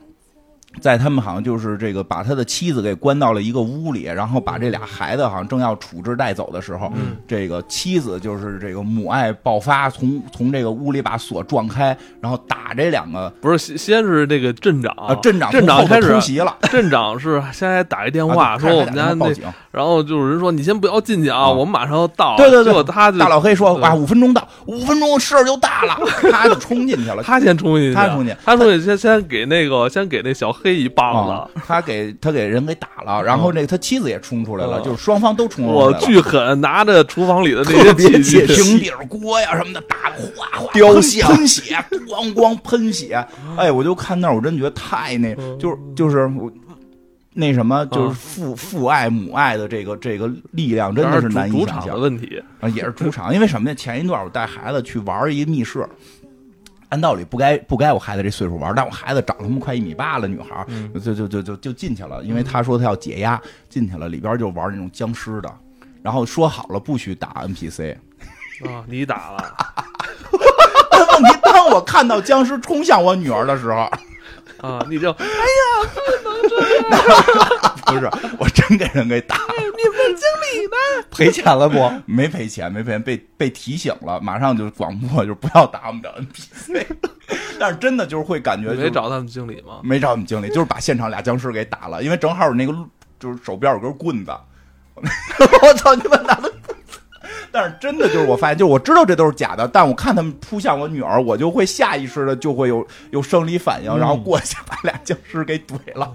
Speaker 2: 在他们好像就是这个把他的妻子给关到了一个屋里，然后把这俩孩子好像正要处置带走的时候，
Speaker 3: 嗯
Speaker 2: 这个妻子就是这个母爱爆发，从从这个屋里把锁撞开，然后打这两个
Speaker 1: 不是先先是这个镇长
Speaker 2: 呃镇长
Speaker 1: 哦镇
Speaker 2: 从
Speaker 1: 长
Speaker 2: 后头
Speaker 1: 开始
Speaker 2: 突袭了，
Speaker 1: (laughs) 镇长是先还打一电
Speaker 2: 啊
Speaker 1: 话
Speaker 2: 对
Speaker 1: 说我们
Speaker 2: 开
Speaker 1: 家
Speaker 2: 始打电
Speaker 1: 那
Speaker 2: 话报，警，
Speaker 1: 然后就是人说你先不要进去啊，
Speaker 2: 啊
Speaker 1: 我们马上要到。
Speaker 2: 对对对
Speaker 1: 结果他就
Speaker 2: 大老黑说
Speaker 1: 对
Speaker 2: 啊，五分钟到，五分钟事儿就大了，他就冲进去了。
Speaker 1: 他先冲进去，啊
Speaker 2: 他冲进去
Speaker 1: 他冲进去先先给那个先给那小黑一棒
Speaker 2: 啊
Speaker 1: 子，，
Speaker 2: 他给他给人给打了，然后那个他妻子也冲出来了，
Speaker 1: 嗯
Speaker 2: 就是双方都冲出来
Speaker 1: 我
Speaker 2: 了。
Speaker 1: 巨狠，拿着厨房里的那
Speaker 2: 特
Speaker 1: 些
Speaker 2: 别
Speaker 1: 器
Speaker 2: 解
Speaker 1: 具，
Speaker 2: 平底儿锅呀什么的，打哗哗
Speaker 3: 雕
Speaker 2: 喷
Speaker 3: 像
Speaker 2: 喷血，咣咣喷血。哎，我就看那儿，我真觉得太那，就是就是我那什么，就是父父爱母爱的这个这个力量，真
Speaker 1: 然
Speaker 2: 的
Speaker 1: 而
Speaker 2: 是难
Speaker 1: 主
Speaker 2: 以
Speaker 1: 主
Speaker 2: 想
Speaker 1: 场的
Speaker 2: 象。
Speaker 1: 问题，
Speaker 2: 啊，也是主场，因为什么呀？前一段我带孩子去玩一密室，按道理不该不该我孩子这岁数玩，但我孩子长他妈快一米八了，女孩儿、就就就就就进去了，因为他说他要解压，进去了里边就玩那种僵尸的，然后说好了不许打 NPC，
Speaker 1: 啊，你打了，
Speaker 2: 但问题当我看到僵尸冲向我女儿的时候， (laughs)
Speaker 1: 啊，你就
Speaker 2: 不是我真给人给打了，
Speaker 3: 赔钱了不？
Speaker 2: 没赔钱，没赔钱，被被提醒了，马上就广播就不要打我们的 NPC，但是真的就是会感觉、
Speaker 1: 你
Speaker 2: 就是、
Speaker 1: 没找他们经理吗？
Speaker 2: 没找你经理，就是把现场俩僵尸给打了，因为正好有那个路就是手边有根棍子，我操你们拿的棍子！但是真的就是我发现，就是我知道这都是假的，但我看他们扑向我女儿，我就会下意识的就会有 (laughs) 有生理反应，然后过去把俩僵尸给怼了。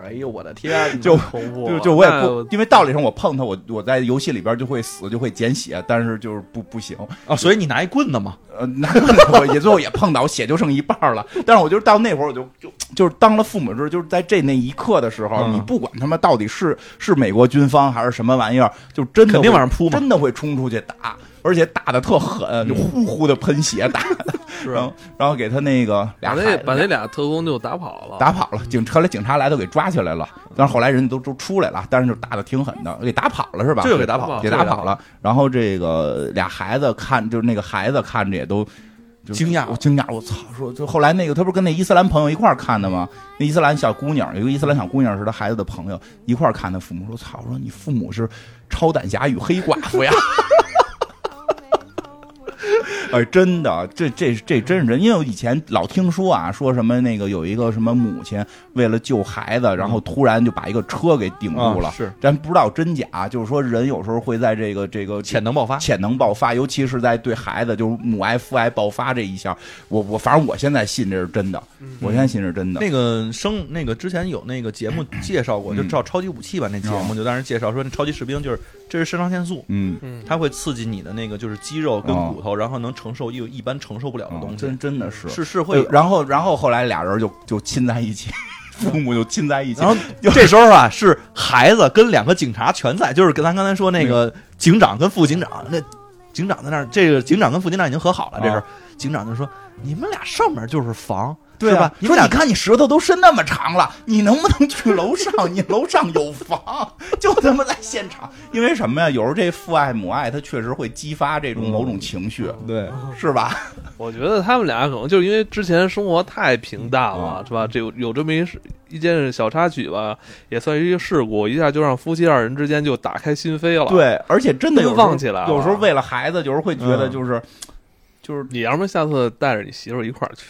Speaker 3: 哎呦我的 (laughs) 天，
Speaker 2: 就
Speaker 1: 恐怖，
Speaker 2: 就就我也
Speaker 1: 那
Speaker 2: 不，因为道理上我碰他，我我在游戏里边就会死，就会减血，但是就是不不行。
Speaker 3: 啊，所以你拿一棍子嘛，
Speaker 2: 呃，那我也最后也碰到，我血就剩一半儿了。但是我就是到那会儿，我就就就是当了父母之后，就是在这那一刻的时候，
Speaker 3: 嗯
Speaker 2: 你不管他妈到底是是美国军方还是什么玩意儿，就真的
Speaker 3: 肯定
Speaker 2: 会
Speaker 3: 往上扑嘛嗯
Speaker 2: 真的会冲出去打，而且打的特狠，就呼呼的喷血打，
Speaker 1: 是
Speaker 2: (laughs) 然后然后给他那个
Speaker 1: 把
Speaker 2: 俩
Speaker 1: 那
Speaker 2: 孩
Speaker 1: 把
Speaker 2: 子。
Speaker 1: 那俩特工就打跑了，
Speaker 2: 打跑了，警后来警察来都给抓起来了，
Speaker 3: 嗯
Speaker 2: 但是后来人家都都出来了，但是就打的挺狠的，给打跑了是吧？
Speaker 3: 这就给打跑
Speaker 1: 了
Speaker 2: 给打跑了。然后这个俩孩子看，就是那个孩子看着也都就
Speaker 3: 惊讶
Speaker 2: 我惊讶，我操！说就后来那个他不是跟那伊斯兰朋友一块儿看的吗？那伊斯兰小姑娘，有一个伊斯兰小姑娘是他孩子的朋友，一块儿看他父母说：“操！”我说你父母是超胆侠与黑寡妇呀。哎，真的，这这这真是人，因为我以前老听说啊，说什么那个有一个什么母亲为了救孩子，然后突然就把一个车给顶住了，
Speaker 3: 嗯啊是
Speaker 2: 咱不知道真假，啊就是说人有时候会在这个这个
Speaker 3: 潜能爆啊发。
Speaker 2: 潜能爆发，尤其是在对孩子就是母爱父爱爆发这一下，我我反正我现在信这是真的，嗯我现在信是真的。
Speaker 3: 那个生那个之前有那个节目介绍过，就
Speaker 2: 嗯
Speaker 3: 照超级武器吧，那节目就当时介绍说，那超级士兵就是这是肾上腺素，
Speaker 2: 嗯，
Speaker 1: 嗯，
Speaker 3: 它会刺激你的那个就是肌肉跟
Speaker 2: 哦
Speaker 3: 骨头，然后能承受一一般承受不了的
Speaker 2: 嗯
Speaker 3: 东
Speaker 2: 真
Speaker 3: 西，
Speaker 2: 真的是
Speaker 3: 哦
Speaker 2: 呃
Speaker 3: 是呃是会有
Speaker 2: 对。然后然后后来俩人就就亲在一起， (laughs) 父母就亲在一起，
Speaker 3: 然后
Speaker 2: 就
Speaker 3: 这时候啊，是孩子跟两个警察全在，就是跟咱刚才说那个警长跟副警长，那警长在那儿，这个警长跟副警长已经和好了，这事儿
Speaker 2: 啊
Speaker 3: 警长就说：“你们俩上面就是房，
Speaker 2: 对
Speaker 3: 是
Speaker 2: 啊
Speaker 3: 吧？你
Speaker 2: 说
Speaker 3: 们
Speaker 2: 你
Speaker 3: 俩
Speaker 2: 看你舌头都伸那么长了， (laughs) 你能不能去楼上？你楼上有房， (laughs) 就他妈在现场。因为什么呀？有时候这父爱母爱，它确实会激发这种某种情绪，
Speaker 3: 对
Speaker 2: 是吧？
Speaker 1: 我觉得他们俩可能就是因为之前生活太平淡
Speaker 2: 嗯
Speaker 1: 了，是吧？这有有这么一事一件小插曲吧，也算是一个事故，一下就让夫妻二人之间就打开心扉了。，
Speaker 2: 对，而且真的有时候
Speaker 1: 奔放起来了
Speaker 2: 有时候为了啊孩子，有时候会觉得
Speaker 3: 嗯
Speaker 2: 就是。就是
Speaker 1: 你要不然下次带着你媳妇儿一块儿去，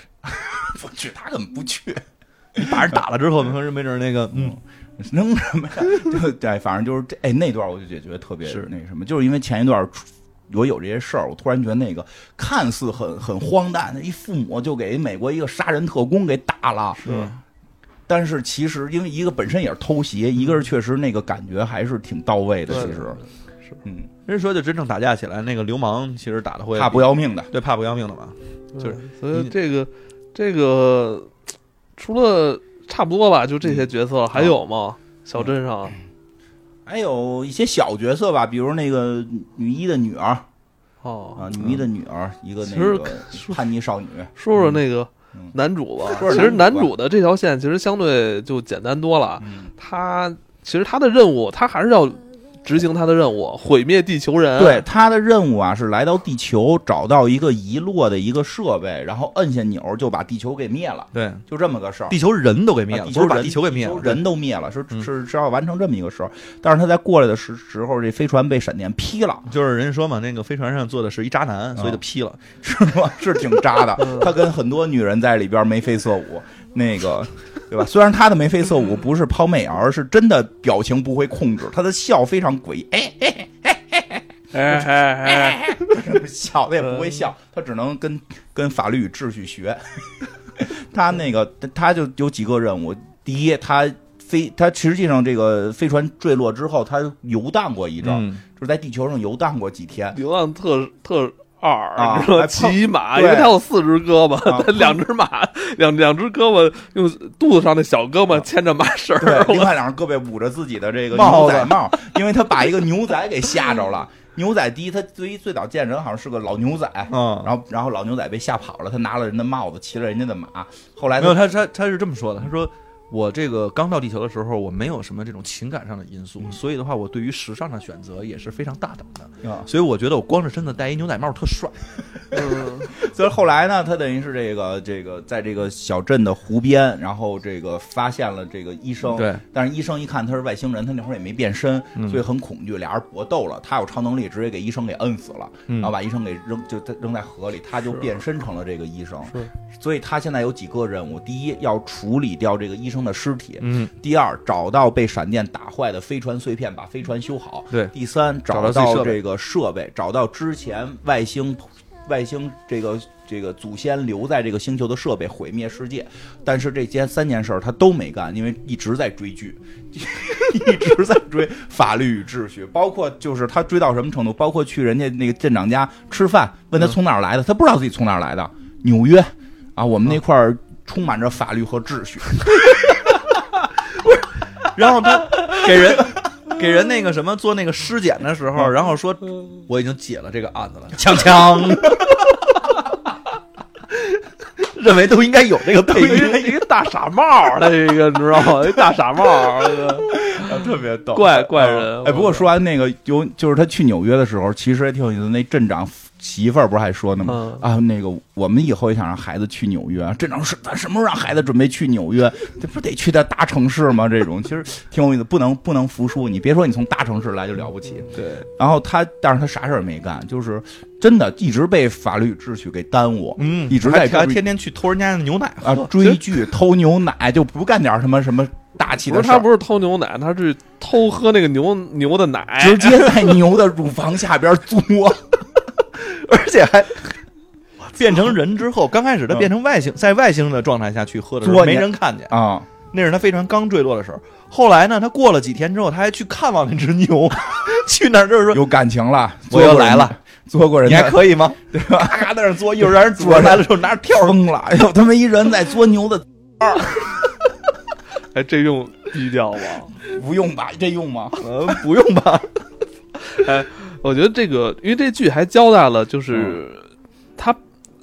Speaker 2: 不去，他根本不去， (laughs)
Speaker 3: 你把人打了之后，没准没准那个嗯，
Speaker 2: (laughs) 扔什么呀？就对，反正就是这哎，那段我就也觉得特别
Speaker 3: 是
Speaker 2: 那什么，就是因为前一段我有这些事儿，我突然觉得那个看似很很荒诞，一父母就给美国一个杀人特工给打了，
Speaker 3: 嗯
Speaker 2: 但是其实因为一个本身也是偷袭，一个是确实那个感觉还是挺到位的，其实，嗯，
Speaker 3: 人说就真正打架起来，那个流氓其实打的会
Speaker 2: 怕不要命的，
Speaker 3: 对怕不要命的嘛。就是
Speaker 1: 所以这个这个除了差不多吧，就这些角色
Speaker 2: 嗯
Speaker 1: 还有吗？小镇上
Speaker 2: 还有一些小角色吧，比如那个女一的女儿
Speaker 1: 哦，
Speaker 2: 啊，女一的女儿，一个
Speaker 1: 其
Speaker 2: 那
Speaker 1: 实
Speaker 2: 个
Speaker 1: 说
Speaker 2: 叛逆少女，
Speaker 1: 说说那个
Speaker 2: 嗯
Speaker 1: 男主吧。
Speaker 2: 说说
Speaker 1: 其实男
Speaker 2: 男主
Speaker 1: 主
Speaker 2: 吧
Speaker 1: 的这条线其实相对就简单多了，
Speaker 2: 嗯
Speaker 1: 他其实他的任务他还是要执行他的任务，毁灭地球
Speaker 3: 呃
Speaker 1: 人。
Speaker 2: 对，他的任务啊是来到地球，找到一个遗落的一个设备，然后摁下钮就把地球给灭了，
Speaker 3: 对，
Speaker 2: 就这么个事儿。
Speaker 3: 地球人都给灭
Speaker 2: 啊
Speaker 3: 了，
Speaker 2: 地
Speaker 3: 不
Speaker 2: 球
Speaker 3: 是把
Speaker 2: 人
Speaker 3: 地球给灭
Speaker 2: 地
Speaker 3: 了
Speaker 2: 球，人都灭了，是
Speaker 3: 嗯
Speaker 2: 是是要完成这么一个事儿。但是他在过来的时时候，这飞船被闪电劈了， (laughs)
Speaker 3: 就是人家说嘛，那个飞船上坐的是一渣男，所以就劈了。
Speaker 2: 是吗？是挺渣的
Speaker 1: 嗯。
Speaker 2: 他跟很多女人在里边眉飞色舞，那个 (laughs) 对吧？虽然他的眉飞色舞不是抛媚，而是真的表情不会控制，他的笑非常诡异，哎，
Speaker 1: 哎哎哎，。
Speaker 2: 笑他也不会笑，
Speaker 3: 嗯
Speaker 2: 他只能跟跟法律与秩序学。 (laughs) 他那个他就有几个任务，第一，他飞，他实际上这个飞船坠落之后，他游荡过一阵儿。
Speaker 3: 嗯，
Speaker 2: 就是在地球上游荡过几天
Speaker 3: (laughs)
Speaker 1: 流浪特特二，
Speaker 2: 啊
Speaker 1: 你知道
Speaker 2: 还
Speaker 1: 吗
Speaker 2: 碰
Speaker 1: 骑马，
Speaker 2: 对
Speaker 1: 因为他有四只胳膊
Speaker 2: 啊，
Speaker 1: 他 (laughs) 两只马，两两只胳膊用肚子上的小胳膊牵着马绳
Speaker 2: 对
Speaker 3: (laughs)
Speaker 1: 儿，，
Speaker 2: 另外两个胳膊捂着自己的这个
Speaker 3: 帽
Speaker 2: 牛
Speaker 3: 子
Speaker 2: 仔帽，因为他把一个牛仔给吓着了。牛仔第一，他对于最早见人好像是个老牛仔，
Speaker 3: 嗯
Speaker 2: 然后然后老牛仔被吓跑了，他拿了人的帽子，骑了人家的马。后来
Speaker 3: 没有
Speaker 2: 他
Speaker 3: 他他他是这么说的，他说。我这个刚到地球的时候，我没有什么这种情感上的因
Speaker 2: 嗯
Speaker 3: 素，所以的话，我对于时尚的选择也是非常大胆的。
Speaker 2: 啊，
Speaker 3: 所以我觉得我光着身子戴一牛仔帽特帅。
Speaker 1: (laughs) 嗯
Speaker 2: 所以后来呢，他等于是这个这个在这个小镇的湖边，然后这个发现了这个医生，
Speaker 3: 对，嗯
Speaker 2: 但是医生一看他是外星人，他那会儿也没变身，所以很恐惧，俩人搏斗了。他有超能力，直接给医生给摁死了，
Speaker 3: 嗯
Speaker 2: 然后把医生给扔就扔在河里，他就是变身成了这个医生。
Speaker 1: 是
Speaker 2: 所以他现在有几个任务：第一，要处理掉这个医生的尸体；
Speaker 3: 嗯，
Speaker 2: 第二，找到被闪电打坏的飞船碎片，把飞船修好；
Speaker 3: 对
Speaker 2: 第三，找
Speaker 3: 找到自己
Speaker 2: 到
Speaker 3: 设备
Speaker 2: 这个设备，找到之前外星外星这个这个祖先留在这个星球的设备，毁灭世界。但是这件三件事儿他都没干，因为一直在追剧， (laughs) 一直在追 (laughs) 法律与秩序，包括就是他追到什么程度，包括去人家那个镇长家吃饭，问他从哪儿来的，他不知道自己从哪儿来的，纽约啊，我们那块儿充满着法律和秩序。 (laughs)
Speaker 3: 然后他给人给人那个什么做那个尸检的时候，然后说我已经解了这个案子了，
Speaker 2: 锵 (laughs) 锵。
Speaker 3: 认为都应该有这个配
Speaker 1: 一个
Speaker 3: 音。
Speaker 1: 一个大傻帽儿，他一个你知道吗？一大傻帽 (laughs) 儿，那个
Speaker 2: 特别逗，
Speaker 1: 怪怪人
Speaker 2: 哎，不过说完那个有，就是他去纽约的时候，其实也挺有意思的。那镇长媳妇儿不是还说呢吗？
Speaker 1: 嗯
Speaker 2: 啊，那个我们以后也想让孩子去纽约。啊镇长说，咱什么时候让孩子准备去纽约？这不得去的大城市吗？这种其实挺有意思，不能不能服输。你别说你从大城市来就了不起，
Speaker 3: 对，
Speaker 2: 然后他，但是他啥事儿没干，就是真的一直被法律秩序给耽误，
Speaker 3: 嗯，
Speaker 2: 一直在
Speaker 3: 还还
Speaker 2: 追
Speaker 3: 天天去偷人家的牛奶
Speaker 2: 啊
Speaker 3: 喝，
Speaker 2: 追剧、偷牛奶，就不干点什么什么大气
Speaker 1: 不
Speaker 2: 的
Speaker 1: 是
Speaker 2: 事儿。
Speaker 1: 他不是偷牛奶，他是偷喝那个牛牛的奶
Speaker 2: 直，接在牛的乳房下边 (laughs) 嘬，
Speaker 3: 而且还。变成人之后，刚开始他变成外星，在外星的状态下去喝的时
Speaker 2: 作
Speaker 3: 候，
Speaker 2: 孽
Speaker 3: 没人看见。
Speaker 2: 啊，
Speaker 3: 那是他飞船刚坠落的时候。后来呢，他过了几天之后，他还去看望那只牛， (laughs) 去那儿就是说
Speaker 2: 有感情了，
Speaker 3: 我又来了，
Speaker 2: 嘬过：“人
Speaker 3: 你
Speaker 2: 的，
Speaker 3: 还可以 (laughs) 吗
Speaker 2: 对？”吧？
Speaker 3: 咔咔在那儿嘬，一会儿让人主人来了之后拿着
Speaker 2: 跳疯了，有他妈一人在嘬牛的，
Speaker 1: (laughs) 哎，这用低调吗？
Speaker 2: 不用吧？这用吗？
Speaker 3: 呃，不用吧？
Speaker 1: (laughs) 我觉得这个，因为这剧还交代了，就是他，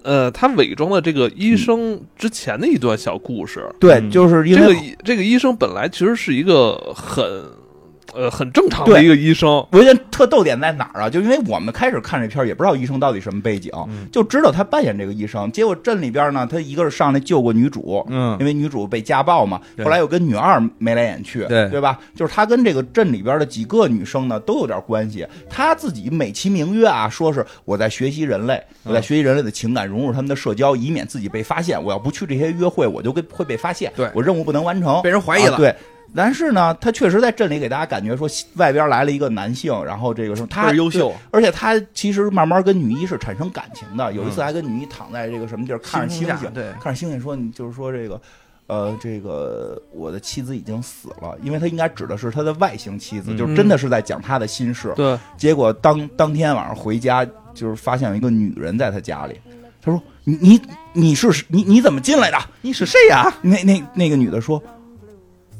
Speaker 1: 呃，他伪装的这个医生之前的一段小故事。
Speaker 2: 对，就是因
Speaker 1: 这个
Speaker 2: 为
Speaker 1: 医这个医生本来其实是一个很，呃，很正常的
Speaker 2: 对
Speaker 1: 一个医生。
Speaker 2: 我觉得特逗点在哪儿啊？就因为我们开始看这片儿，也不知道医生到底什么背景，就知道他扮演这个医生。结果镇里边呢，他一个是上来救过女主，
Speaker 3: 嗯
Speaker 2: 因为女主被家暴嘛，
Speaker 3: 对
Speaker 2: 后来又跟女二眉来眼去，
Speaker 3: 对
Speaker 2: 对吧？就是他跟这个镇里边的几个女生呢都有点关系。他自己美其名曰啊，说是我在学习人类，我在学习人类的情感，融入他们的社交，以免自己被发现。我要不去这些约会，我就会会被发现，
Speaker 3: 对
Speaker 2: 我任务不能完成，
Speaker 3: (laughs) 被人怀疑了
Speaker 2: 啊对。但是呢，他确实在镇里给大家感觉说，外边来了一个男性，然后这个什么，
Speaker 3: 倍
Speaker 2: 他
Speaker 3: 儿优秀
Speaker 2: 对而且他其实慢慢跟女一是产生感情的。有一次还跟女一躺在这个什么地儿看着星
Speaker 3: 嗯星空下
Speaker 2: 星，
Speaker 3: 对
Speaker 2: 看着星星说，你就是说这个。呃，这个我的妻子已经死了，因为他应该指的是他的外星妻子，
Speaker 3: 嗯
Speaker 2: 就是真的是在讲他的心事。
Speaker 1: 对，
Speaker 2: 结果当当天晚上回家，就是发现有一个女人在他家里，他说：“你你你是你你怎么进来的？
Speaker 3: 你是谁呀、
Speaker 2: 那那那个女的说：“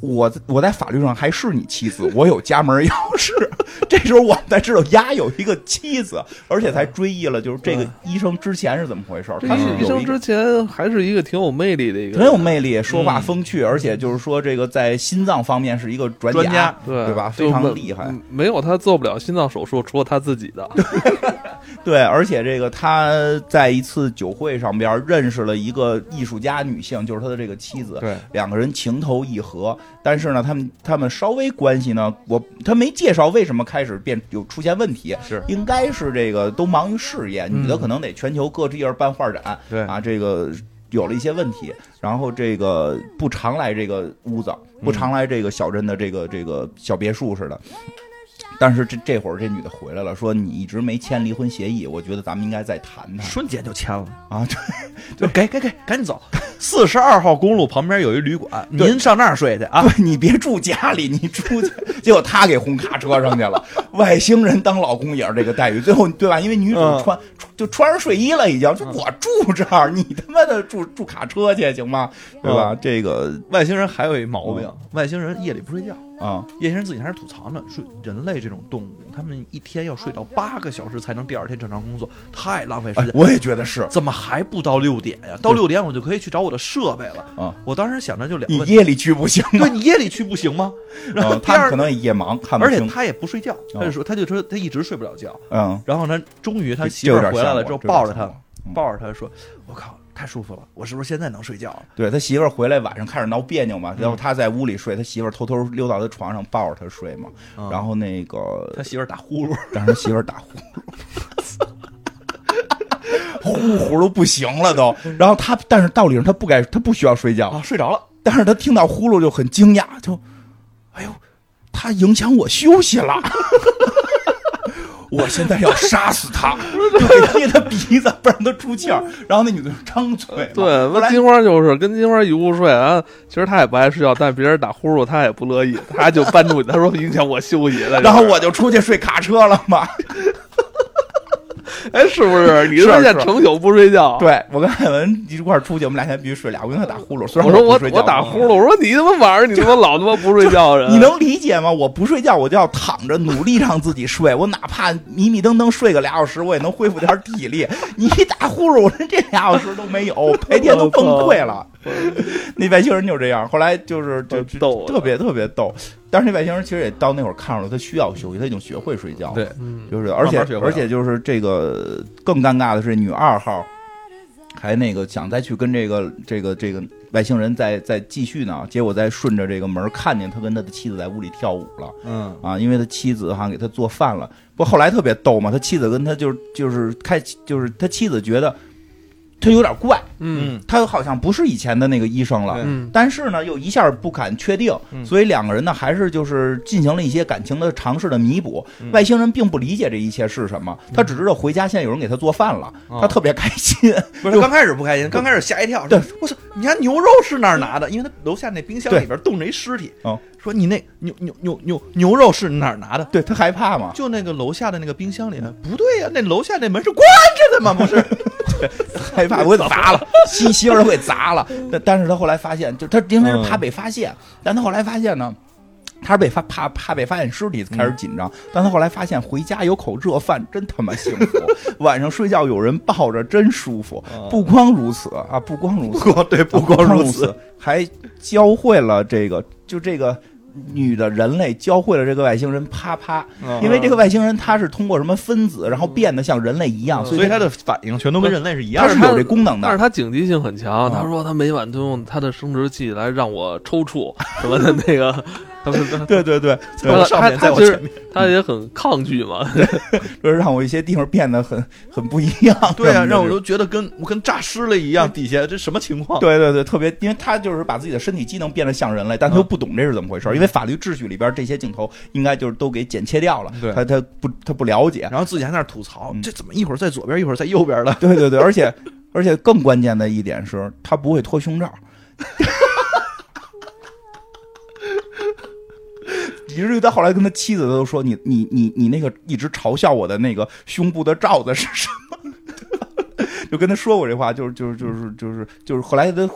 Speaker 2: 我我在法律上还是你妻子，我有家门钥匙。” (laughs) 这时候我们才知道丫有一个妻子，而且才追忆了就是这个医生之前是怎么回事儿。
Speaker 1: 这
Speaker 2: 他是
Speaker 1: 医
Speaker 2: 有一
Speaker 1: 生
Speaker 2: 个
Speaker 1: 之前还是一个挺有魅力的一个，
Speaker 2: 很有魅力，说话风趣，而且就是说这个在心脏方面是一个专
Speaker 3: 专家
Speaker 1: 对
Speaker 2: 对吧
Speaker 1: 就
Speaker 2: 非常
Speaker 1: 没
Speaker 2: 厉害
Speaker 1: 嗯没有他做不了心脏手术，除了他自己的。
Speaker 2: 对，而且这个他在一次酒会上边认识了一个艺术家女性，就是他的这个妻子。
Speaker 3: 对，
Speaker 2: 两个人情投意合，但是呢，他们他们稍微关系呢，我他没介绍为什么开始变有出现问题，
Speaker 3: 是嗯
Speaker 2: 应该是这个都忙于事业，女的可能得全球各地儿办画展、
Speaker 3: 对
Speaker 2: 啊，这个有了一些问题，然后这个不常来这个屋子，
Speaker 3: 嗯
Speaker 2: 不常来这个小镇的这个这个小别墅似的。但是这这会儿这女的回来了，说你一直没签离婚协议，我觉得咱们应该再谈谈
Speaker 3: 瞬间就签了
Speaker 2: 啊。
Speaker 3: 就给给给，赶紧走。四十二号公路旁边有一旅馆，您上那儿睡去啊。
Speaker 2: 对你别住家里，你出去，结果他给轰卡车上去了。外星人当老公也是这个待遇，最后对吧？因为女主
Speaker 3: 嗯
Speaker 2: 穿、就穿上睡衣了，已经就我住这儿，你他妈的住住卡车去行吗？对吧？
Speaker 3: 嗯
Speaker 2: 这个
Speaker 3: 外星人还有一毛病
Speaker 2: 嗯，
Speaker 3: 外星人夜里不睡觉。
Speaker 2: 啊、
Speaker 3: 夜星人自己还是吐槽呢，说人类这种动物，他们一天要睡到八个小时才能第二天正常工作，太浪费时
Speaker 2: 哎
Speaker 3: 间。
Speaker 2: 我也觉得是
Speaker 3: 怎么还不到六点呀？到六点我就可以去找我的设备了。
Speaker 2: 啊，
Speaker 3: 我当时想着就两
Speaker 2: 你
Speaker 3: 个问题，
Speaker 2: 夜里去不行吗
Speaker 3: (laughs) 对？你夜里去不行吗？然后
Speaker 2: 嗯
Speaker 3: 第
Speaker 2: 他
Speaker 3: 二
Speaker 2: 可，能哦也夜盲看不
Speaker 3: 而且
Speaker 2: 清，
Speaker 3: 他也不睡觉，他就说他就说他一直睡不了觉。
Speaker 2: 嗯，
Speaker 3: 然后呢，终于他
Speaker 2: 这
Speaker 3: 媳妇
Speaker 2: 这有
Speaker 3: 儿
Speaker 2: 点
Speaker 3: 回来
Speaker 2: 像
Speaker 3: 了
Speaker 2: 我
Speaker 3: 之后，
Speaker 2: 这有点
Speaker 3: 抱着
Speaker 2: 像
Speaker 3: 他
Speaker 2: 我嗯，
Speaker 3: 抱着他说：“我靠，太舒服了，我是不是现在能睡觉了
Speaker 2: 对他媳妇儿回来晚上开始闹别扭嘛，然
Speaker 3: 嗯
Speaker 2: 后他在屋里睡，他媳妇儿偷偷溜到他床上抱着他睡嘛，？”
Speaker 3: 嗯
Speaker 2: 然后那个
Speaker 3: 他媳妇儿打呼噜，
Speaker 2: 但是他媳妇儿打呼噜，呼呼都不行了都。然后他，但是道理上他不该，他不需要睡觉
Speaker 3: 啊，，睡着了。
Speaker 2: 但是他听到呼噜就很惊讶，就，哎呦，他影响我休息了。 (laughs) 我现在要杀死他，对，捏他鼻子，不让他出气儿。然后那女的就张嘴嘛，
Speaker 1: 对，
Speaker 2: 后
Speaker 1: 问
Speaker 2: 来
Speaker 1: 金花就是跟金花一屋睡，然后其实她也不爱睡觉，但别人打呼噜她也不乐意，她就搬出去，她说影响我休息了。
Speaker 2: 然后我就出去睡卡车了嘛。
Speaker 1: 啊哎，是不是？你发
Speaker 2: 是
Speaker 1: 现
Speaker 2: 是
Speaker 1: 成宿不睡觉？
Speaker 2: 对我跟艾文一块儿出去，我们俩现在必须睡俩。我跟他打呼噜，虽然
Speaker 1: 我说
Speaker 2: 不
Speaker 1: 我
Speaker 2: 睡觉
Speaker 1: 我打
Speaker 2: 嗯
Speaker 1: 呼噜，我说你他妈晚上你他妈老他妈不睡觉啊人，
Speaker 2: 你能理解吗？我不睡觉，我就要躺着，努力让自己睡。我哪怕迷迷瞪瞪睡个俩小时，我也能恢复点体力。你一打呼噜，我连这俩小时都没有，白天都崩溃了。那外星人就这样，后来就是就
Speaker 1: 好逗啊
Speaker 2: 特别特别逗。但是那外星人其实也到那会儿看出来，他需要休息，他已经学会睡觉了。
Speaker 3: 对，
Speaker 1: 嗯
Speaker 2: 就是而且
Speaker 3: 慢慢学会了
Speaker 2: 而且就是这个更尴尬的是女二号，还那个想再去跟这个这个这个外星人再再继续呢，结果再顺着这个门儿看见他跟他的妻子在屋里跳舞了。
Speaker 3: 嗯，
Speaker 2: 啊，因为他妻子好像给他做饭了，不后来特别逗嘛，他妻子跟他就是就是开就是他妻子觉得他有点怪，
Speaker 1: 嗯
Speaker 2: 他好像不是以前的那个医生了，
Speaker 3: 对
Speaker 1: 嗯
Speaker 2: 但是呢，又一下不敢确定，
Speaker 3: 嗯
Speaker 2: 所以两个人呢，还是就是进行了一些感情的尝试的弥补。
Speaker 3: 嗯
Speaker 2: 外星人并不理解这一切是什么，他只知道回家现在有人给他做饭了，
Speaker 3: 哦
Speaker 2: 他特别开心。 (laughs)
Speaker 3: 不是他刚开始不开心，刚开始吓一跳，
Speaker 2: 对
Speaker 3: 说，我操，你家牛肉是哪儿拿的？因为他楼下那冰箱
Speaker 2: 对
Speaker 3: 里边冻着一尸体
Speaker 2: 哦，
Speaker 3: 说你那牛牛牛牛牛肉是哪儿拿的？
Speaker 2: 对他害怕嘛，
Speaker 3: 就那个楼下的那个冰箱里，不对呀、那楼下那门是关着的吗？不是，
Speaker 2: 害怕我给砸了，西西尔给砸了。但但是他后来发现，就他因
Speaker 3: 嗯
Speaker 2: 为是怕被发现，但他后来发现呢。他是被发怕怕被发现尸体开始
Speaker 3: 嗯
Speaker 2: 紧张，但他后来发现回家有口热饭真他妈幸福， (laughs) 晚上睡觉有人抱着真舒服。
Speaker 3: 嗯
Speaker 2: 不光如此啊， (laughs) 不光如此，
Speaker 3: 光对，
Speaker 2: 不光如此，，
Speaker 3: 啊
Speaker 2: 还教会了这个，就这个女的人类教会了这个外星人啪啪，因为这个外星人他是通过什么分子，然后变得像人类一样，
Speaker 1: 嗯
Speaker 2: 所
Speaker 3: 所以
Speaker 2: 以
Speaker 3: 他的反应全都跟人类是一样
Speaker 2: 他
Speaker 3: 的
Speaker 2: 是。有这功能
Speaker 1: 但是
Speaker 2: 的。
Speaker 1: 他警惕性很强，
Speaker 2: 啊
Speaker 1: 他说他每晚都用他的生殖器来让我抽搐什么的，那个他们他
Speaker 2: 对对 (laughs) 对，
Speaker 3: 在我上面，
Speaker 1: 他
Speaker 3: 在我
Speaker 1: 其实
Speaker 3: 前面，
Speaker 1: 他也很抗拒嘛，
Speaker 2: 就是让我一些地方变得很很不一样。
Speaker 3: 对
Speaker 2: 什
Speaker 3: 呀、
Speaker 2: 么的
Speaker 3: 让我
Speaker 2: 这
Speaker 3: 都觉得跟我跟诈尸了一样，底下这什么情况？
Speaker 2: 对对对，特别，因为他就是把自己的身体机能变得像人类，但他又不懂这是怎么回事儿，因为法律秩序里边这些镜头应该就是都给剪切掉了
Speaker 3: 对，
Speaker 2: 他他不他不了解，
Speaker 3: 然后自己还在那儿吐槽
Speaker 2: 嗯，
Speaker 3: 这怎么一会儿在左边，一会儿在右边
Speaker 2: (laughs)
Speaker 3: 的？
Speaker 2: 对对对，而且而且更关键的一点是，他不会脱胸罩。以至于他后来跟他妻子都说：“你你你你那个一直嘲笑我的那个胸部的罩子是什么？” (laughs) 就跟他说过这话，就是就是就是就是就是后来他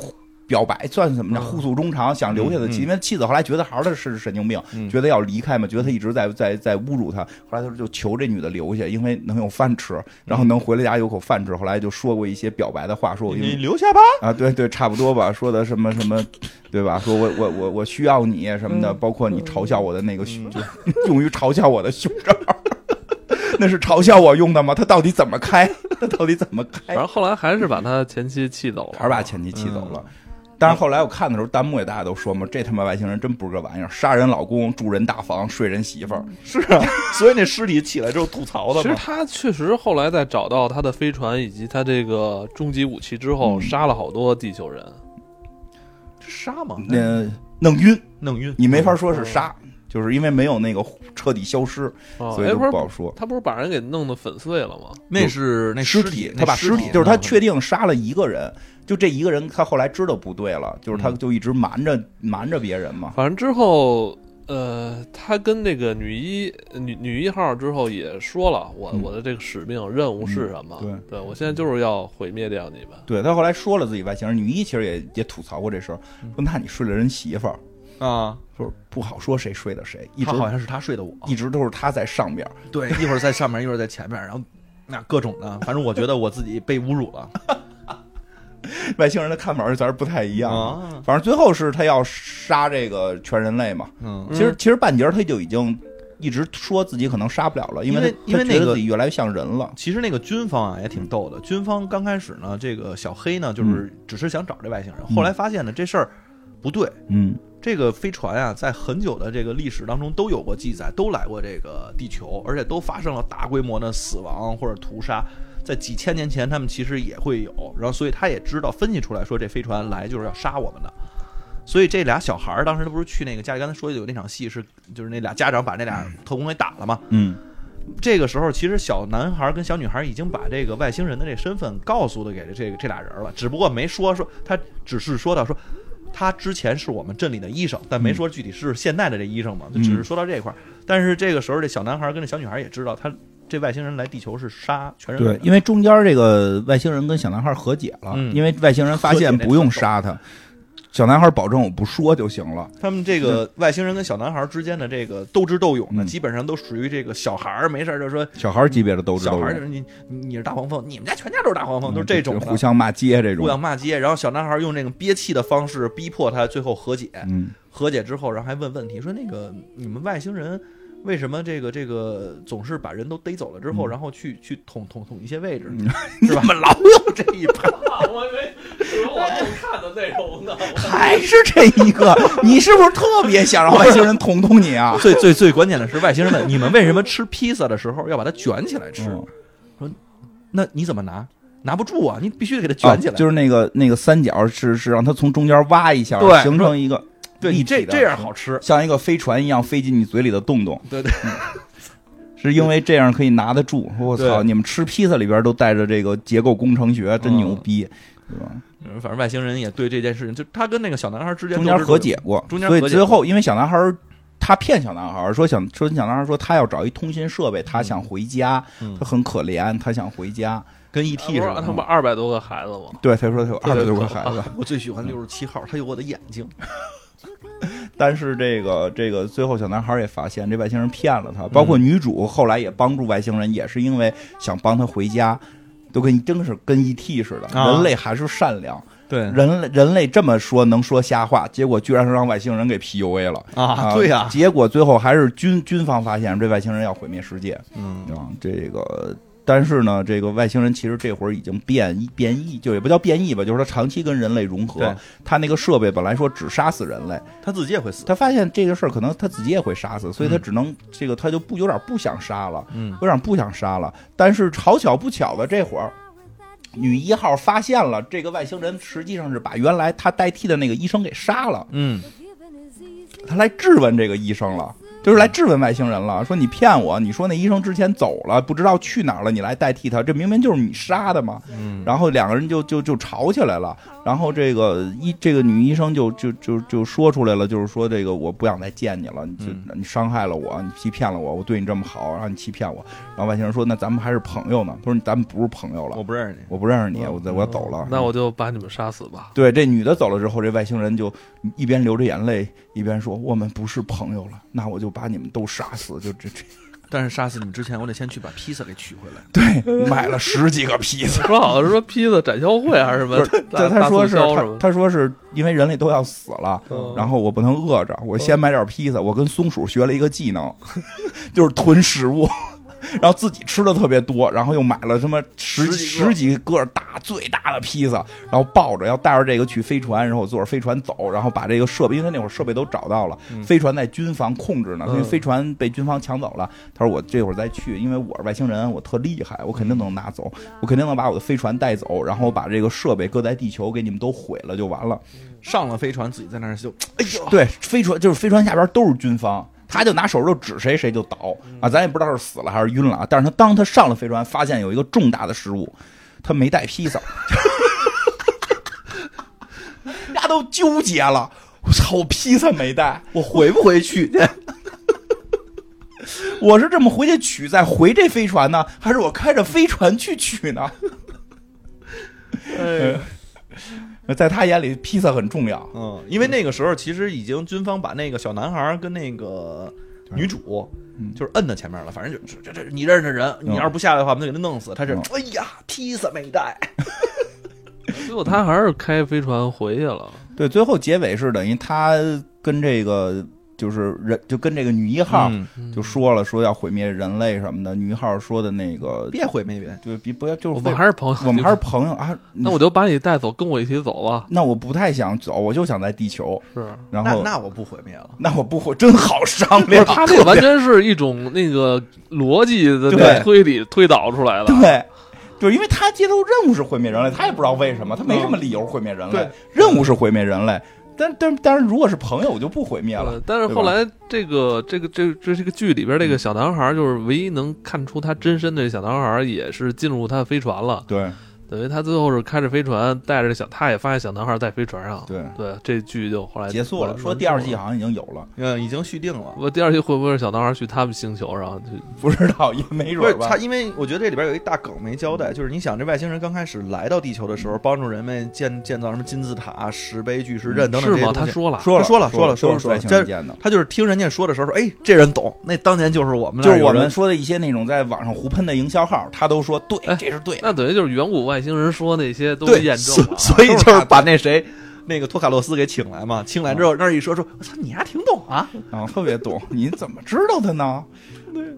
Speaker 2: 表白算怎么着，
Speaker 1: 嗯
Speaker 2: 互诉衷肠，想留下的妻子，
Speaker 3: 嗯嗯
Speaker 2: 因为妻子后来觉得孩儿他是神经病，
Speaker 3: 嗯
Speaker 2: 觉得要离开嘛，觉得他一直在在在侮辱他，后来他就求这女的留下，因为能有饭吃，然后能回了家有口饭吃。后来就说过一些表白的话，说我因为
Speaker 3: 嗯你留下吧。
Speaker 2: 啊，对对，差不多吧，说的什么什么，对吧？说我我我我需要你什么的，
Speaker 1: 嗯
Speaker 2: 包括你嘲笑我的那个胸，就 (laughs) 用于嘲笑我的胸罩，那是嘲笑我用的吗？他到底怎么开？他到底怎么开
Speaker 1: 反？正后来还是把他前妻气走了，
Speaker 2: 哎还是把前妻气走了。
Speaker 1: 嗯
Speaker 2: 但是后来我看的时候，弹幕也大家都说嘛，这他妈外星人真不是个玩意儿，杀人老公，住人大房，睡人媳妇儿，
Speaker 3: 是啊， (laughs) 所以那尸体起来之后吐槽
Speaker 1: 其
Speaker 3: 的
Speaker 1: 实
Speaker 3: 嘛。
Speaker 1: 他确实后来在找到他的飞船以及他这个终极武器之后，
Speaker 2: 嗯
Speaker 1: 杀了好多地球人。
Speaker 3: 这杀
Speaker 1: 嗯
Speaker 3: 嘛，
Speaker 2: 那弄晕，
Speaker 3: 弄晕
Speaker 2: 你没法说
Speaker 1: 哦
Speaker 2: 是杀，就是因为没有那个彻底消失，
Speaker 1: 啊，
Speaker 2: 所以
Speaker 1: 哎
Speaker 2: 就
Speaker 1: 不是
Speaker 2: 不好说。
Speaker 1: 他不是把人给弄得粉碎了吗？
Speaker 3: 那是那
Speaker 2: 尸
Speaker 3: 体，嗯
Speaker 2: 他把尸体，就是他确
Speaker 3: 定
Speaker 2: 定杀了一个人，就这一个人，他后来知道不对了，就是他
Speaker 3: 嗯
Speaker 2: 就一直瞒着瞒着别人嘛。
Speaker 1: 反正之后，呃，他跟那个女一女女一号之后也说了，我、
Speaker 2: 嗯
Speaker 1: 我的这个使命任务是什么？
Speaker 2: 嗯
Speaker 1: 对，我现在就是要毁灭掉你们。
Speaker 2: 对他后来说了自己外星人，女一其实也也吐槽过这事儿，
Speaker 3: 嗯
Speaker 2: 说那你睡了人媳妇儿，
Speaker 3: 啊，
Speaker 2: 说不好说谁睡的谁，一直
Speaker 3: 他好像是他睡的我，
Speaker 2: 一直都是他在上边儿，
Speaker 3: (laughs) 对，一会儿在上面，一会儿在前面，然后那各种的，反正我觉得我自己被侮辱了
Speaker 2: 外星人的看法儿咱是不太一样的。，
Speaker 3: 啊
Speaker 2: 反正最后是他要杀这个全人类嘛，
Speaker 3: 嗯
Speaker 1: 嗯
Speaker 2: 其实其实半截儿他就已经一直说自己可能杀不了了，因
Speaker 3: 因为
Speaker 2: 为他
Speaker 3: 因为
Speaker 2: 他觉
Speaker 3: 那
Speaker 2: 得
Speaker 3: 个
Speaker 2: 自己越来越像人了。
Speaker 3: 其实那个军方啊也挺逗的，军方刚开始呢，这个小黑呢就是只是想找这外星人，
Speaker 2: 嗯
Speaker 3: 后来发现呢这事儿不对，
Speaker 2: 嗯
Speaker 3: 这个飞船啊在很久的这个历史当中都有过记载，都来过这个地球，而且都发生了大规模的死亡或者屠杀，在几千年前他们其实也会有，然后所以他也知道分析出来说这飞船来就是要杀我们的。所以这俩小孩儿当时不是去那个家里，刚才说有那场戏是，就是那俩家长把那俩特工给打了嘛。
Speaker 2: 嗯
Speaker 3: 这个时候，其实小男孩跟小女孩已经把这个外星人的这身份告诉的给了这个这俩人了，只不过没说说他只是说到说他之前是我们镇里的医生，但没说具体是现在的这医生嘛，
Speaker 2: 嗯
Speaker 3: 就只是说到这一块儿。但是这个时候，这小男孩跟这小女孩也知道，他这外星人来地球是杀全人类
Speaker 2: 对
Speaker 3: 的，
Speaker 2: 因为中间这个外星人跟小男孩和解了，
Speaker 3: 嗯
Speaker 2: 因为外星人发现不用杀他，小男孩保证我不说就行了。
Speaker 3: 他们这个外星人跟小男孩之间的这个斗智斗勇呢，
Speaker 2: 嗯
Speaker 3: 基本上都属于这个小孩儿没事儿就说。
Speaker 2: 小孩级别的斗智
Speaker 3: 小
Speaker 2: 斗
Speaker 3: 孩儿就
Speaker 2: 勇，
Speaker 3: 是你，你你是大黄蜂，你们家全家都是大黄蜂，都是这种
Speaker 2: 嗯
Speaker 3: 的
Speaker 2: 互相骂街这
Speaker 3: 互相
Speaker 2: 种。
Speaker 3: 骂街，然后小男孩用那种憋气的方式逼迫他最后和解。 (laughs)
Speaker 2: 嗯，
Speaker 3: 和解之后，然后还问问题，说那个你们外星人为什么这个这个总是把人都逮走了之后，
Speaker 2: 嗯
Speaker 3: 然后去去捅捅捅一些位置，
Speaker 2: (laughs)
Speaker 3: 是吧？老有这 (laughs) 一趴，
Speaker 1: 我以为以为我正看的内容呢。 (laughs)
Speaker 2: 还是这一个，你是不是特别想让外星人捅捅你 (laughs) 啊？
Speaker 3: 最最最关键的是，外星人问你们为什么吃披萨的时候要把它卷起来吃？
Speaker 2: 嗯
Speaker 3: 那你怎么拿？拿不住啊，你必须得给它卷起来。
Speaker 2: 啊就是那个那个三角是是让他从中间挖一下，
Speaker 3: 对
Speaker 2: 形成一个
Speaker 3: 对
Speaker 2: 立
Speaker 3: 你
Speaker 2: 体
Speaker 3: 这
Speaker 2: 的嗯
Speaker 3: 这样好吃，
Speaker 2: 像一个飞船一样飞进你嘴里的洞洞，
Speaker 3: 对对
Speaker 2: 是因为这样可以拿得住。我操，
Speaker 3: 对
Speaker 2: 你们吃披萨里边都带着这个结构工程学，真牛逼，对吧？
Speaker 3: 嗯反正外星人也对这件事情，就他跟那个小男孩之间
Speaker 2: 中
Speaker 3: 都
Speaker 2: 间
Speaker 3: 是
Speaker 2: 和解过，
Speaker 3: 中间
Speaker 2: 所以
Speaker 3: 和解
Speaker 2: 最
Speaker 3: 过
Speaker 2: 后因为小男孩儿他骗小男孩儿说想说小男孩儿说他要找一通信设备，他想回家，
Speaker 3: 嗯
Speaker 2: 他很可怜，他想回家。
Speaker 3: 跟 E
Speaker 1: 啊不
Speaker 3: ET
Speaker 1: 是
Speaker 3: 似
Speaker 1: 他
Speaker 3: 的。
Speaker 1: 们二百多个孩子吗？
Speaker 2: 对，他说他有二
Speaker 1: 对
Speaker 2: 百多
Speaker 1: 可
Speaker 2: 个孩子，
Speaker 3: 我最喜欢六十七号，他有我的眼睛。
Speaker 2: 但是这个这个最后小男孩儿也发现这外星人骗了他，包括
Speaker 3: 嗯
Speaker 2: 女主后来也帮助外星人，也是因为想帮他回家。都跟真是跟 E.T. 似的，
Speaker 3: 啊嗯
Speaker 2: 人类还是善良，
Speaker 3: 对
Speaker 2: 人类人类这么说能说瞎话，结果居然是让外星人给 PUA 了
Speaker 3: 啊，对呀、
Speaker 2: 结果最后还是军军方发现这外星人要毁灭世界
Speaker 3: 嗯，
Speaker 2: 啊，这个。但是呢，这个外星人其实这会儿已经变变异，就也不叫变异吧，就是他长期跟人类融合
Speaker 3: 对。
Speaker 2: 他那个设备本来说只杀死人类，
Speaker 3: 他自己也会死。
Speaker 2: 他发现这个事儿可能他自己也会杀死，所以他
Speaker 3: 嗯
Speaker 2: 只能、这个他就不有点不想杀了，
Speaker 3: 嗯
Speaker 2: 有点不想杀了。但是好巧不巧的，这会儿女一号发现了这个外星人实际上是把原来他代替的那个医生给杀了。
Speaker 3: 嗯，
Speaker 2: 他来质问这个医生了，就是来质问外星人了，说你骗我，你说那医生之前走了，不知道去哪儿了，你来代替他，这明明就是你杀的嘛。
Speaker 3: 嗯
Speaker 2: 然后两个人就就就吵起来了，然然后这个医这个女医生就就就就说出来了，就是说这个我不想再见你了，你就、你伤害了我，你欺骗了我，我对你这么好，然后你欺骗我。然后外星人说那咱们还是朋友呢。他说咱们不是朋友了，
Speaker 3: 我
Speaker 2: 我
Speaker 3: 不认识你。
Speaker 2: 不认识你，我在我走了。
Speaker 1: 哦那我就把你们杀死吧。
Speaker 2: 对这女的走了之后，这外星人就一边流着眼泪一边说我们不是朋友了，那我就把你们都杀死，就这这
Speaker 3: 但是杀死你之前，我得先去把披萨给取回来。
Speaker 2: 对买了十几个披萨。
Speaker 1: 说好是说披萨展销会还是什么
Speaker 2: 不是？
Speaker 1: 大
Speaker 2: 他
Speaker 1: 大
Speaker 2: 说
Speaker 1: 促
Speaker 2: 是
Speaker 1: 销什
Speaker 2: 他
Speaker 1: 么的？
Speaker 2: 他说是因为人类都要死了，
Speaker 1: 嗯
Speaker 2: 然后我不能饿着，我先买点披萨。我跟松鼠学了一个技能， (laughs) 就是囤食物，然后自己吃的特别多，然后又买了什么十几十
Speaker 3: 十
Speaker 2: 几个大最大的披萨，然后抱着要带着这个去飞船，然后我坐着飞船走，然后把这个设备，因为他那会儿设备都找到了，飞船在军方控制呢，因为
Speaker 1: 嗯
Speaker 2: 飞船被军方抢走了。他说我这会儿再去，因为我是外星人，我特厉害，我肯定能拿走，我肯定能把我的飞船带走，然后我把这个设备搁在地球给你们都毁了就完了。
Speaker 3: (laughs) 上了飞船，自己在那儿就，哎呦，
Speaker 2: 对，飞船就是飞船下边都是军方，他就拿手指头指谁谁就倒啊，咱也不知道是死了还是晕了啊。但是他当他上了飞船，发现有一个重大的失误，他没带披 (laughs) 萨，大家都纠结了。我操！我披萨没带，
Speaker 3: 我回不回去？
Speaker 2: (laughs) 我是这么回去取，再回这飞船呢，还是我开着飞船去取呢？
Speaker 1: 哎呀
Speaker 2: 在他眼里，披萨很重要。
Speaker 3: 嗯，因为那个时候其实已经军方把那个小男孩儿跟那个女主
Speaker 2: 嗯。
Speaker 3: 就是摁在前面了，反正就这这这，你认识人，你要是不下来的话，我们就给他弄死。他是，
Speaker 2: 嗯
Speaker 3: 哎呀，披萨没带，
Speaker 1: 最后他还是开飞船回去了。
Speaker 2: 对，最后结尾是等于他跟这个就是人，就跟这个女一号
Speaker 3: 嗯
Speaker 2: 就说了，说要毁灭人类什么的。女一号说的那个，
Speaker 3: 别毁灭别
Speaker 2: 就别不要，就是
Speaker 1: 我们还是朋友，
Speaker 2: 我们还是朋友啊。
Speaker 1: 那我就把你带走，跟我一起走吧。
Speaker 2: 那我不太想走，我就想在地球。
Speaker 1: 是，
Speaker 2: 然
Speaker 3: 那
Speaker 2: 后
Speaker 3: 那我不毁灭了。
Speaker 2: 那我不会，真好商
Speaker 1: 不是
Speaker 2: 量。
Speaker 1: 他这个
Speaker 2: (laughs)
Speaker 1: 完全是一种那个逻辑的那
Speaker 2: 对
Speaker 1: 个推理推导出来的。
Speaker 2: 对，就是因为他接受任务是毁灭人类，他也不知道为什么，他没什么理由毁灭人类。
Speaker 3: 对
Speaker 2: 任务是毁灭人类，但但但是如果是朋友，我就不毁灭了
Speaker 1: 呃。但是
Speaker 2: 对
Speaker 1: 后
Speaker 2: 吧
Speaker 1: 来这个这个这这这个剧里边这个小男孩，就是唯一能看出他真身的小男孩，也是进入他的飞船了。
Speaker 2: 对
Speaker 1: 等于他最后是开着飞船，带着小，他也发现小男孩在飞船上。
Speaker 2: 对，
Speaker 1: 对，这剧就后来
Speaker 2: 结束了。
Speaker 1: 完
Speaker 2: 说第二季。
Speaker 1: 完
Speaker 2: 好像已经有了，
Speaker 3: 嗯，已经续订了
Speaker 1: 结束。了我第二季会不会是小男孩去他们星球上去？
Speaker 2: 不知道也没
Speaker 3: 不是
Speaker 2: 准吧
Speaker 3: 他，。因为我觉得这里边有一大梗没交代，就是你想这外星人刚开始来到地球的时候，帮助人们建建造什么金字塔、石碑、巨石阵等等
Speaker 1: 是
Speaker 3: 这些
Speaker 1: 吗？
Speaker 3: 东
Speaker 2: 嗯
Speaker 1: 他
Speaker 3: 西。
Speaker 1: 说了，
Speaker 2: 说了
Speaker 3: 说了
Speaker 2: 说
Speaker 3: 说了
Speaker 2: 说
Speaker 3: 说
Speaker 2: 了，
Speaker 3: 了
Speaker 2: 说
Speaker 3: 这
Speaker 2: 见的。
Speaker 3: 他就是听人家说的时候说，哎，这人懂，那当年就是我们那
Speaker 2: 就
Speaker 3: 儿
Speaker 2: 是
Speaker 3: 有
Speaker 2: 我
Speaker 3: 人，
Speaker 2: 们说的一些那种在网上胡喷的营销号，他都说对，
Speaker 1: 哎
Speaker 2: 这是对的。
Speaker 1: 那等于就是远古外星人说那些都
Speaker 3: 对
Speaker 1: 验证了。
Speaker 3: 所以 (laughs) 就是把那谁。那个托卡洛斯给请来嘛，请来之后那儿一说说，我操，你还挺懂啊！
Speaker 2: 啊，特别懂，你怎么知道的呢？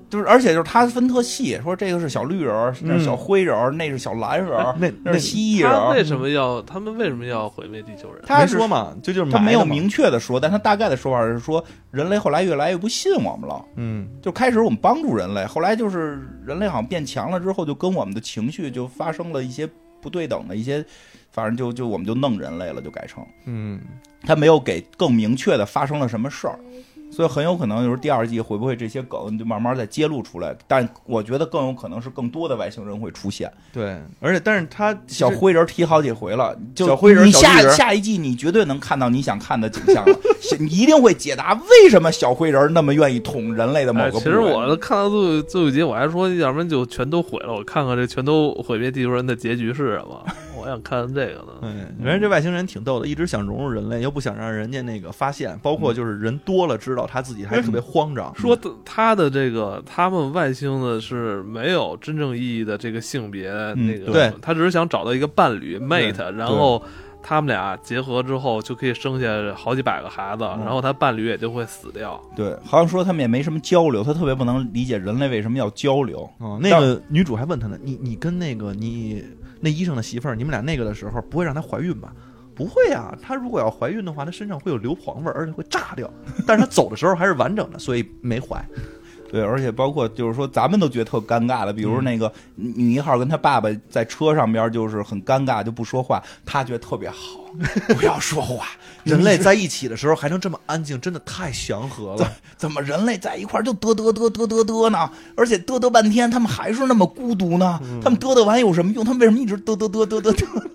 Speaker 2: 就是，而且就是他分特细，说这个是小绿人儿，那是小灰人儿，那是小蓝人
Speaker 3: (laughs)
Speaker 2: 儿，
Speaker 3: 那
Speaker 2: 那是蜥蜴
Speaker 3: 啊
Speaker 2: 人
Speaker 1: 他
Speaker 2: 儿。
Speaker 1: 为什么要他们为什么要毁灭地球人？
Speaker 2: 他
Speaker 3: 没
Speaker 2: 是
Speaker 3: 说嘛，这就是
Speaker 2: 他没
Speaker 3: 埋
Speaker 2: 有
Speaker 3: 的嘛，
Speaker 2: 明确的说，但他大概的说法是说，人类后来越来越不信我们了。
Speaker 3: 嗯，
Speaker 2: 就开始我们帮助人类，后来就是人类好像变强了之后，就跟我们的情绪就发生了一些不对等的一些，反正就就我们就弄人类了，就改成。
Speaker 3: 嗯，
Speaker 2: 他没有给更明确的发生了什么事儿，所以很有可能就是第二季会不会这些梗就慢慢再揭露出来。但我觉得更有可能是更多的外星人会出现。
Speaker 3: 对，而且但是他其实
Speaker 2: 小灰人提好几回了，就
Speaker 3: 小灰人
Speaker 2: 你
Speaker 3: 小
Speaker 2: 下
Speaker 3: 绿人
Speaker 2: 下一季你绝对能看到你想看的景象 (laughs) 了，你一定会解答为什么小灰人那么愿意捅人类的某
Speaker 1: 哎，
Speaker 2: 个部位。
Speaker 1: 其实我看到最后最后一集，我还说，要不然就全都毁了，我看看这全都毁灭地球人的结局是什
Speaker 3: (laughs)
Speaker 1: 么。我想看看这个呢。
Speaker 3: 嗯，人家这外星人挺逗的，一直想融入人类，又不想让人家那个发现，包括就是人多了知道他自己还特别慌张。嗯
Speaker 1: 说的他的这个，他们外星的是没有真正意义的这个性别，那个
Speaker 3: 对
Speaker 1: 他只是想找到一个伴侣 mate，然后他们俩结合之后就可以生下好几百个孩子，然后他伴侣也就会死掉。
Speaker 2: 对，好像说他们也没什么交流，他特别不能理解人类为什么要交流。
Speaker 3: 哦，那个女主还问他呢，你你跟那个你那医生的媳妇儿，你们俩那个的时候，不会让她怀孕吧？不会啊，她如果要怀孕的话，她身上会有硫磺味儿，而且会炸掉。 (laughs) 但是她走的时候还是完整的，所以没怀。
Speaker 2: 对，而且包括就是说，咱们都觉得特尴尬的，比如那个女女一号跟她爸爸在车上边就是很尴尬，就不说话，她觉得特别好，不要说话。
Speaker 3: 人类在一起的时候还能这么安静，真的太祥和
Speaker 2: 怎
Speaker 3: 了。
Speaker 2: 怎么人类在一块儿就嘚嘚嘚嘚嘚嘚呢？而且嘚嘚半天，他们还是那么孤独呢？他们嘚嘚完有什么用？他们为什么一直嘚嘚嘚嘚嘚嘚？